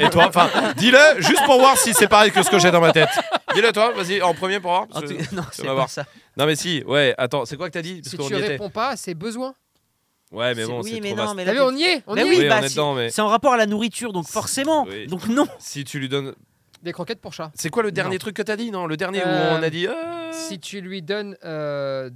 A: Et toi, enfin, dis-le juste pour voir si c'est pareil que ce que j'ai dans ma tête. Dis-le toi, vas-y, en premier pour voir.
B: En
A: parce
B: tout-
A: que-
B: Non, c'est
A: va
B: pas
A: voir.
B: ça.
A: Non mais si, ouais, attends, c'est quoi que t'as dit Parce
C: Si
A: qu'on
C: tu
A: y était.
C: réponds pas à ses besoins.
A: Ouais, mais bon,
B: oui,
A: c'est
B: mais
A: trop
B: non,
A: vaste.
B: mais là,
C: T'as vu,
B: t'es-
C: on y est, on
B: Bah
C: y
B: oui,
C: est.
A: Oui,
B: bah,
A: on est
B: si-
A: dedans, mais-
B: c'est en rapport à la nourriture, donc forcément.
A: Oui.
B: Donc non.
A: Si tu lui donnes.
C: Des croquettes pour chat.
A: C'est quoi le dernier truc que t'as dit Non, le dernier
C: Euh,
A: où on a dit. euh,
C: Si tu lui donnes euh,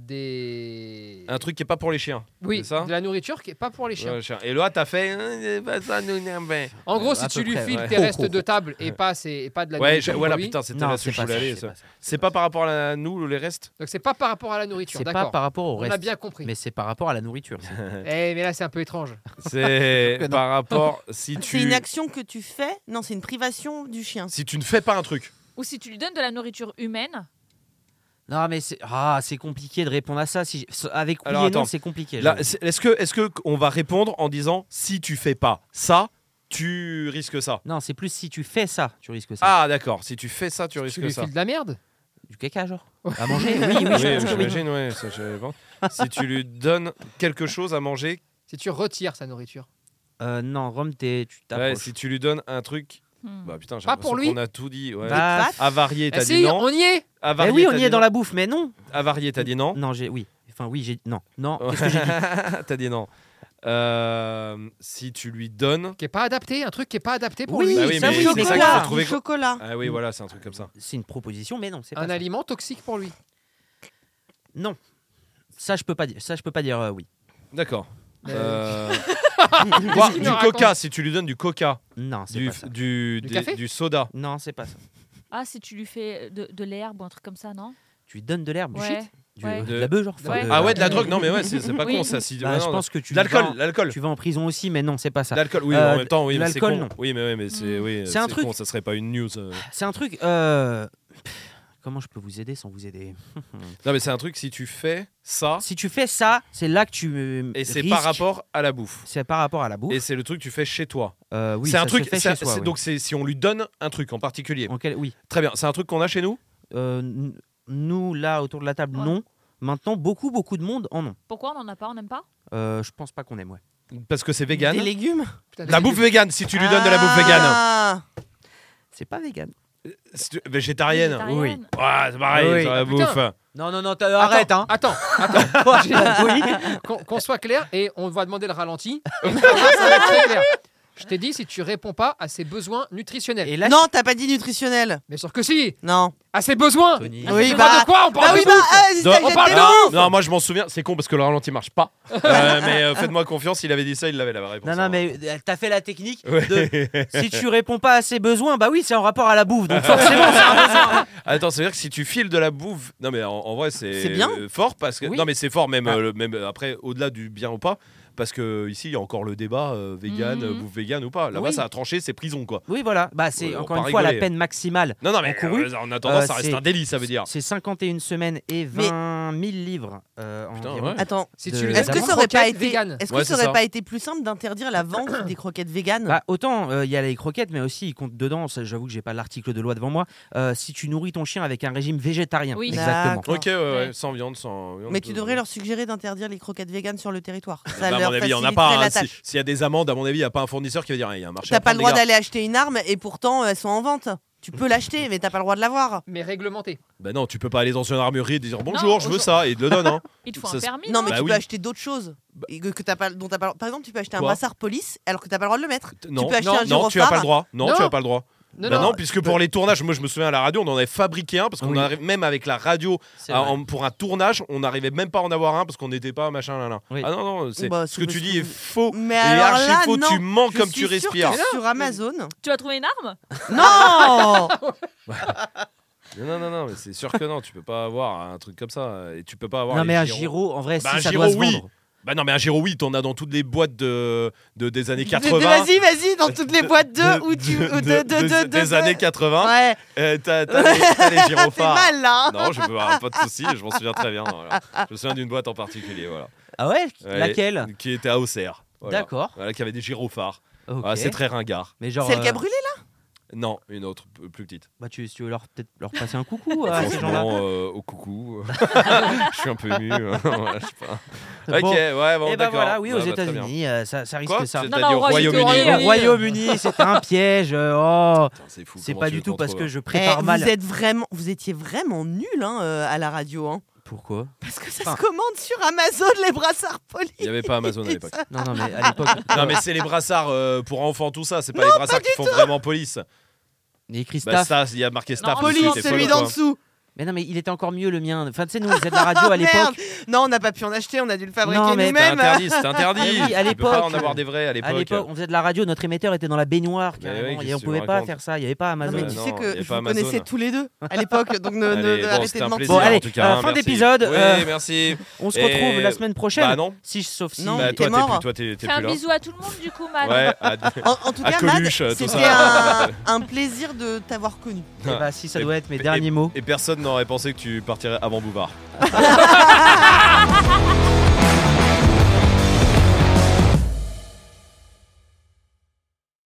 C: des.
A: Un truc qui est pas pour les chiens.
C: Oui,
A: c'est ça
C: de la nourriture qui est pas pour les chiens.
A: Ouais, chien. Et là, t'as fait. euh, bah, ça nous n'aime pas.
C: En gros,
B: Euh,
C: si
B: à
C: tu
B: peu
C: lui
B: près,
C: files
A: ouais.
C: tes restes de table et pas, ses- et pas de la
A: Ouais,
C: nourriture.
A: je- voilà,
C: pour lui,
A: putain, c'était
B: Non,
A: là-dessus
B: c'est
A: que je voulais
B: pas ça,
A: aller.
B: c'est
A: ça.
B: pas ça.
A: C'est pas par rapport à nous ou les restes
C: Donc c'est pas par rapport à la nourriture,
B: C'est pas
C: d'accord.
B: par rapport au
C: On a
B: reste.
C: bien compris.
B: Mais c'est par rapport à la nourriture. c'est-
C: Eh, mais là, c'est un peu étrange.
A: C'est par rapport. Si
H: C'est
A: tu.
H: une action que tu fais Non, c'est une privation du chien.
A: Si tu ne fais pas un truc.
I: Ou si tu lui donnes de la nourriture humaine,
B: non, mais c'est ah, c'est compliqué de répondre à ça. Si j- Avec oui
A: Alors,
B: et non,
A: attends.
B: c'est compliqué.
A: Là,
B: j'avoue.
A: c'est- est-ce que, est-ce que on va répondre en disant si tu fais pas ça, tu risques ça.
B: Non, c'est plus si tu fais ça, tu risques ça.
A: Ah d'accord. Si tu fais ça, tu
C: Tu
A: risques
C: lui
A: ça.
C: files de la merde
B: Du caca, genre À manger Oui, Eh oui,
A: Oui,
B: je pense que oui.
A: j'imagine, ouais, ça, je pense. Si tu lui donnes quelque chose à manger,
C: Si tu retires sa nourriture.
B: Euh, non, Rome, t'es- tu
A: ouais,
B: t'approches.
A: si tu lui donnes un truc,
I: hmm,
A: bah putain, j'ai
C: Pas pour
A: l'impression
C: lui.
A: qu'on a tout dit. Ouais.
B: Bah,
H: Des pâtes
A: Avarié,
C: Eh
A: t'as dit
C: si,
A: non.
C: on y est
B: Eh
A: Avarié,
B: oui,
A: t'as
B: on y
A: dit
B: est dans
A: non.
B: la bouffe, mais non.
A: Avarié, t'as dit non.
B: Non, j'ai oui. Enfin oui, j'ai non. Non,
A: Ouais.
B: qu'est-ce que j'ai dit
A: t'as dit non. Euh, si tu lui donnes,
C: Qui est pas adapté, un truc qui est pas adapté pour
B: Oui,
C: lui.
A: Bah oui,
B: ça
A: mais
B: oui,
A: c'est
B: mais
A: ça qu'il faut
B: quoi
H: chocolat,
A: trouver.
H: du chocolat.
A: Ah
B: Mm.
A: oui, voilà, c'est un truc comme ça.
B: C'est une proposition, mais non, c'est pas
C: Un
B: ça.
C: aliment toxique pour lui.
B: Ça je peux pas dire. Ça je peux pas dire euh, oui.
A: D'accord.
C: Mais-
A: Euh, boire
C: qu'il
A: du
C: nous raconte
A: coca, si tu lui donnes du coca,
B: Non, c'est
A: du,
B: pas ça.
A: du,
C: Du
A: des-
C: café
A: du soda.
B: Non, c'est pas ça.
I: Ah, si tu lui fais de, de l'herbe ou un truc comme ça, non
B: Tu lui donnes de l'herbe, du
I: Ouais.
B: shit, du,
I: ouais.
B: de la bœuf genre. enfin,
I: Ouais.
A: Ah ouais, de la
I: Euh,
A: drogue. Non mais ouais, c'est c'est pas
I: oui.
A: con ça. Si,
B: Bah,
A: non,
B: je
A: non.
B: pense que tu
A: De l'alcool,
B: vas-
A: l'alcool.
B: Tu vas en prison aussi, mais non, c'est pas ça.
A: L'alcool, oui,
B: Euh,
A: mais en même temps, oui,
B: de
A: mais c'est
B: l'alcool,
A: con.
B: non. Hmm.
A: Oui, mais, ouais, mais c'est oui,
B: C'est un truc.
A: con, ça serait pas une news. euh.
B: C'est un truc. euh, pff, Comment je peux vous aider sans vous aider
A: Non, mais c'est un truc, si tu fais ça,
B: Si tu fais ça, c'est là que tu. me
A: et c'est
B: risques-
A: par rapport à la bouffe.
B: C'est par rapport à la bouffe.
A: Et c'est le truc que tu fais chez toi.
B: Euh, oui,
A: c'est un
B: ça se
A: truc.
B: fait
A: c'est-
B: chez soi,
A: c'est-
B: oui.
A: Donc c'est si on lui donne un truc en particulier.
B: En quel- Oui.
A: Très bien. C'est un truc qu'on a chez nous.
B: Euh, n- nous, là, autour de la table,
I: Ouais.
B: non. Maintenant, beaucoup, beaucoup de monde en ont.
I: Pourquoi on n'en a pas On n'aime pas
B: Euh, je pense pas qu'on aime, ouais.
A: Parce que c'est vegan.
H: Des légumes
C: Putain,
A: La
C: des-
A: bouffe végane. Si tu lui donnes de la bouffe végane.
H: Ah.
B: C'est pas vegan.
A: Si tu- Végétarienne.
I: Végétarienne.
B: oui.
A: Ouais, c'est pareil
B: Oui.
A: sur la
C: Putain.
A: bouffe.
B: Non, non, non,
C: Attends,
B: arrête, hein.
C: Attends, attends. Qu'on qu'on soit clair et on va demander le ralenti. Ça va être très clair. Je t'ai dit si tu réponds pas à ses besoins nutritionnels.
B: Et là,
H: Non, t'as pas dit nutritionnel.
C: Bien sûr que si
H: Non.
C: À ses besoins
B: Tony.
I: Oui,
C: On parle de quoi On
H: Bah
C: parle
H: oui,
C: de
H: bah,
C: bouffe
H: ah, c'est
A: Oh, Non, oh,
H: ça,
C: on
H: j'ai
C: parle
H: été-
C: de
A: Non,
C: ouf
A: non, moi je m'en souviens, c'est con parce que le ralenti marche pas. Euh, mais euh, faites-moi confiance, il avait dit ça, il l'avait la vraie réponse.
B: Non, non, mais euh, t'as fait la technique
A: Ouais.
B: de si tu réponds pas à ses besoins, bah oui, c'est en rapport à la bouffe. Donc forcément, c'est un besoin.
A: Attends, ça veut dire que si tu files de la bouffe. Non, mais en, en vrai, c'est
H: C'est bien.
A: euh, fort parce que.
B: Oui.
A: Non, mais c'est fort même,
B: Ah.
A: euh, le- même euh, après, au-delà du bien ou pas. Parce que ici, il y a encore le débat euh, vegan,
I: Mhm.
A: euh, bouffe vegan ou pas. Là-bas,
B: Oui.
A: ça a tranché, c'est prison quoi.
B: Oui, voilà. Bah, c'est
A: Ouais, on
B: encore
A: va
B: une fois la
A: rigoler.
B: peine maximale.
A: Non, non, mais
B: Encouru.
A: euh, en attendant,
B: Euh,
A: ça reste
B: c'est-
A: un délit, ça veut dire.
B: C'est 51 semaines et 20 000 livres euh,
A: Putain,
B: environ.
A: ouais.
H: Attends.
C: Si
B: De-
C: tu lui
H: Bah, Est-ce
C: donnes
H: que
C: des
H: ça aurait pas
C: croquettes
H: été
C: véganes,
H: Est-ce
A: Ouais,
H: que ça
A: c'est
H: aurait
A: ça.
H: pas été plus simple d'interdire la vente des croquettes véganes
B: Bah, autant euh, il y a les croquettes, mais aussi ils comptent dedans. ça, J'avoue que j'ai pas l'article de loi devant moi. euh, si tu nourris ton chien avec un régime végétarien,
I: Oui.
B: exactement.
H: D'accord.
A: Ok, ouais, ouais,
I: Ouais.
A: sans viande, sans. viande, euh,
H: Mais tu
A: tout-
H: devrais leur suggérer d'interdire les croquettes véganes sur le territoire. Ça
A: Bah, à
H: leur
A: mon avis, il y en a
H: faciliterait
A: pas. hein.
H: la
A: Si- S'il
H: tâche.
A: y a des amendes, à mon avis, il n'y a pas un fournisseur qui va dire Ah, il y a un marché. à
H: T'as pas le
A: prendre,
H: droit
A: les gars.
H: d'aller acheter une arme et pourtant euh, elles sont en vente. Tu peux l'acheter, mais t'as pas le droit de l'avoir.
C: mais réglementé.
A: Bah non, tu peux pas aller dans une armurerie et dire Bonjour, je veux
I: bonjour.
A: ça, et il te le donne. Hein.
I: Il te faut
A: Ça
I: un
A: se-
I: permis
H: Non, mais
A: Bah
H: tu
A: oui. Bah
H: peux acheter d'autres choses. Et que- que t'as pas, dont t'as pas, par exemple, tu peux acheter un
A: Quoi
H: brassard police alors que t'as pas le droit de le mettre.
A: T- Non,
H: peux acheter
A: non,
H: un
A: non, tu n'as
H: gyrophare. hein.
A: pas le droit. Non,
C: Non.
A: tu n'as pas le droit.
C: Non,
A: Bah
C: non.
A: non, puisque pour les tournages, moi je me souviens à la radio, on en avait fabriqué un parce qu'on
B: Oui.
A: arrive même avec la radio
B: C'est
A: à-
B: vrai.
A: en- pour un tournage, on n'arrivait même pas à en avoir un parce qu'on n'était pas machin là là.
B: Oui.
A: Ah non non, c'est
H: Bah,
A: ce que
H: c'est
A: tu
H: parce
A: dis est
H: que-
A: faux.
H: Mais
A: et
H: alors
A: archi
H: là,
A: faux,
H: non.
A: tu mens
H: Je
A: comme
H: suis
A: tu
H: sûre que
A: respires.
H: Sur Amazon.
I: Tu as trouvé une arme
H: Non
A: Non non non, mais c'est sûr que non, tu peux pas avoir un truc comme ça et tu peux pas avoir
B: Non,
A: les
B: mais un
A: gyros.
B: gyro, en vrai,
A: Bah,
B: si
A: un
B: ça
A: gyro,
B: doit se
A: oui.
B: vendre.
A: Bah non, mais un gyro oui, t'en as dans toutes les boîtes de, de des années
H: Mais
A: 80.
H: Vas-y, vas-y, dans toutes les boîtes de
A: de-
H: ou tu.
A: de-
H: ou
A: de-
H: de- de-
A: des-
H: de-
A: des
H: de-
A: années 80.
H: Ouais,
A: Euh, t'as, t'as les, t'as les
H: t'es
A: gyrophares.
H: mal là. hein.
A: Non, je peux pas, pas de souci, je m'en souviens très bien. voilà. Je me souviens d'une boîte en particulier, voilà,
B: Ah ouais,
A: Ouais.
B: Laquelle
A: qui était à Auxerre. voilà.
B: D'accord.
A: Voilà, qui avait des gyrophares.
B: ok.
A: Voilà, c'est très ringard.
B: Mais genre,
H: C'est le
B: euh,
H: cas brûlé là
A: Non, une autre, p- plus petite.
B: Bah, tu, tu veux leur, peut-être leur passer un coucou à ces gens-là
A: Franchement, euh, au coucou. je suis un peu ému. hein, voilà, je sais pas. Ok,
B: Bon.
A: ouais, bon,
B: Et bah
A: d'accord.
B: voilà, oui,
A: Ouais,
B: aux
A: bah, très bien.
B: États-Unis, euh, ça, ça risque
A: Quoi
B: ça.
A: C'est-à-dire
I: Non,
A: au
I: non, au
A: Royaume-Uni.
B: Au
I: Royaume-Uni.
B: Royaume-Uni, c'était un piège. euh, oh,
A: Putain, C'est fou.
B: c'est
A: comment
B: pas
A: tu
B: du
A: le
B: tout parce
A: contrôles.
B: que je
H: Eh,
B: prépare mal.
H: Vous, êtes vraiment, vous étiez vraiment nul hein, euh, à la radio. Hein.
B: Pourquoi
H: Parce que ça
B: Enfin.
H: se commande sur Amazon, les brassards polis.
A: Il n'y avait pas Amazon à l'époque.
B: Non, non, mais à l'époque.
A: Non, mais c'est les brassards euh, pour enfants, tout ça. C'est pas les brassards qui font vraiment police.
B: Mais
A: Bah,
B: Christophe.
A: staff, il y a marqué staff.
I: Non,
A: dessus,
H: Police,
A: t'es
H: celui
A: polo,
H: d'en
A: quoi.
H: dessous.
B: Mais non, mais il était encore mieux le mien. Enfin, tu sais, nous, vous êtes la radio à
H: Ah, Merde.
B: l'époque.
H: Non, on n'a pas pu en acheter, on a dû le fabriquer
B: Non, mais
A: C'était
H: nous-mêmes.
A: interdit, c'était interdit.
B: Ah oui, à
A: Tu peux pas
B: l'époque.
A: en avoir des vrais à
B: À
A: l'époque. hein.
B: l'époque, on faisait de la radio, notre émetteur était dans la baignoire.
A: Mais
B: carrément,
A: oui,
B: et
A: qu'est-ce
B: on
A: que tu
B: pouvait
A: me
B: pas
A: racontes
B: faire ça, il n'y avait pas
H: Non,
B: Amazon.
H: Ah, mais
A: Euh,
H: tu
A: non,
H: sais
A: y a
H: que je
A: pas
H: vous connaissais
A: Amazon.
H: tous les deux à l'époque, donc ne, ne-
A: Allez, bon,
H: arrêtez
A: c'était
H: de
A: un
H: mentir.
A: plaisir,
B: Bon, allez,
A: en tout cas,
B: euh,
A: hein,
B: fin
A: merci.
B: d'épisode,
A: Oui,
B: euh,
A: merci.
B: On se
A: Et-
B: retrouve la semaine prochaine.
A: Bah non.
B: Si, sauf si.
H: Non,
A: Bah,
H: t'es
A: toi,
H: mort.
A: plus- Toi, t'es t'es
I: Fais un
A: plus là.
I: bisou à tout le monde, du coup, Mad.
A: Ouais, à-
H: En, en tout
A: À
H: cas,
A: Coluche, tout
H: Mad, c'était
A: ça.
H: un, un plaisir de t'avoir connu.
B: Eh bah, si, ça
A: Et-
B: doit être mes
A: et-
B: derniers mots.
A: et personne n'aurait pensé que tu partirais avant Bouvard.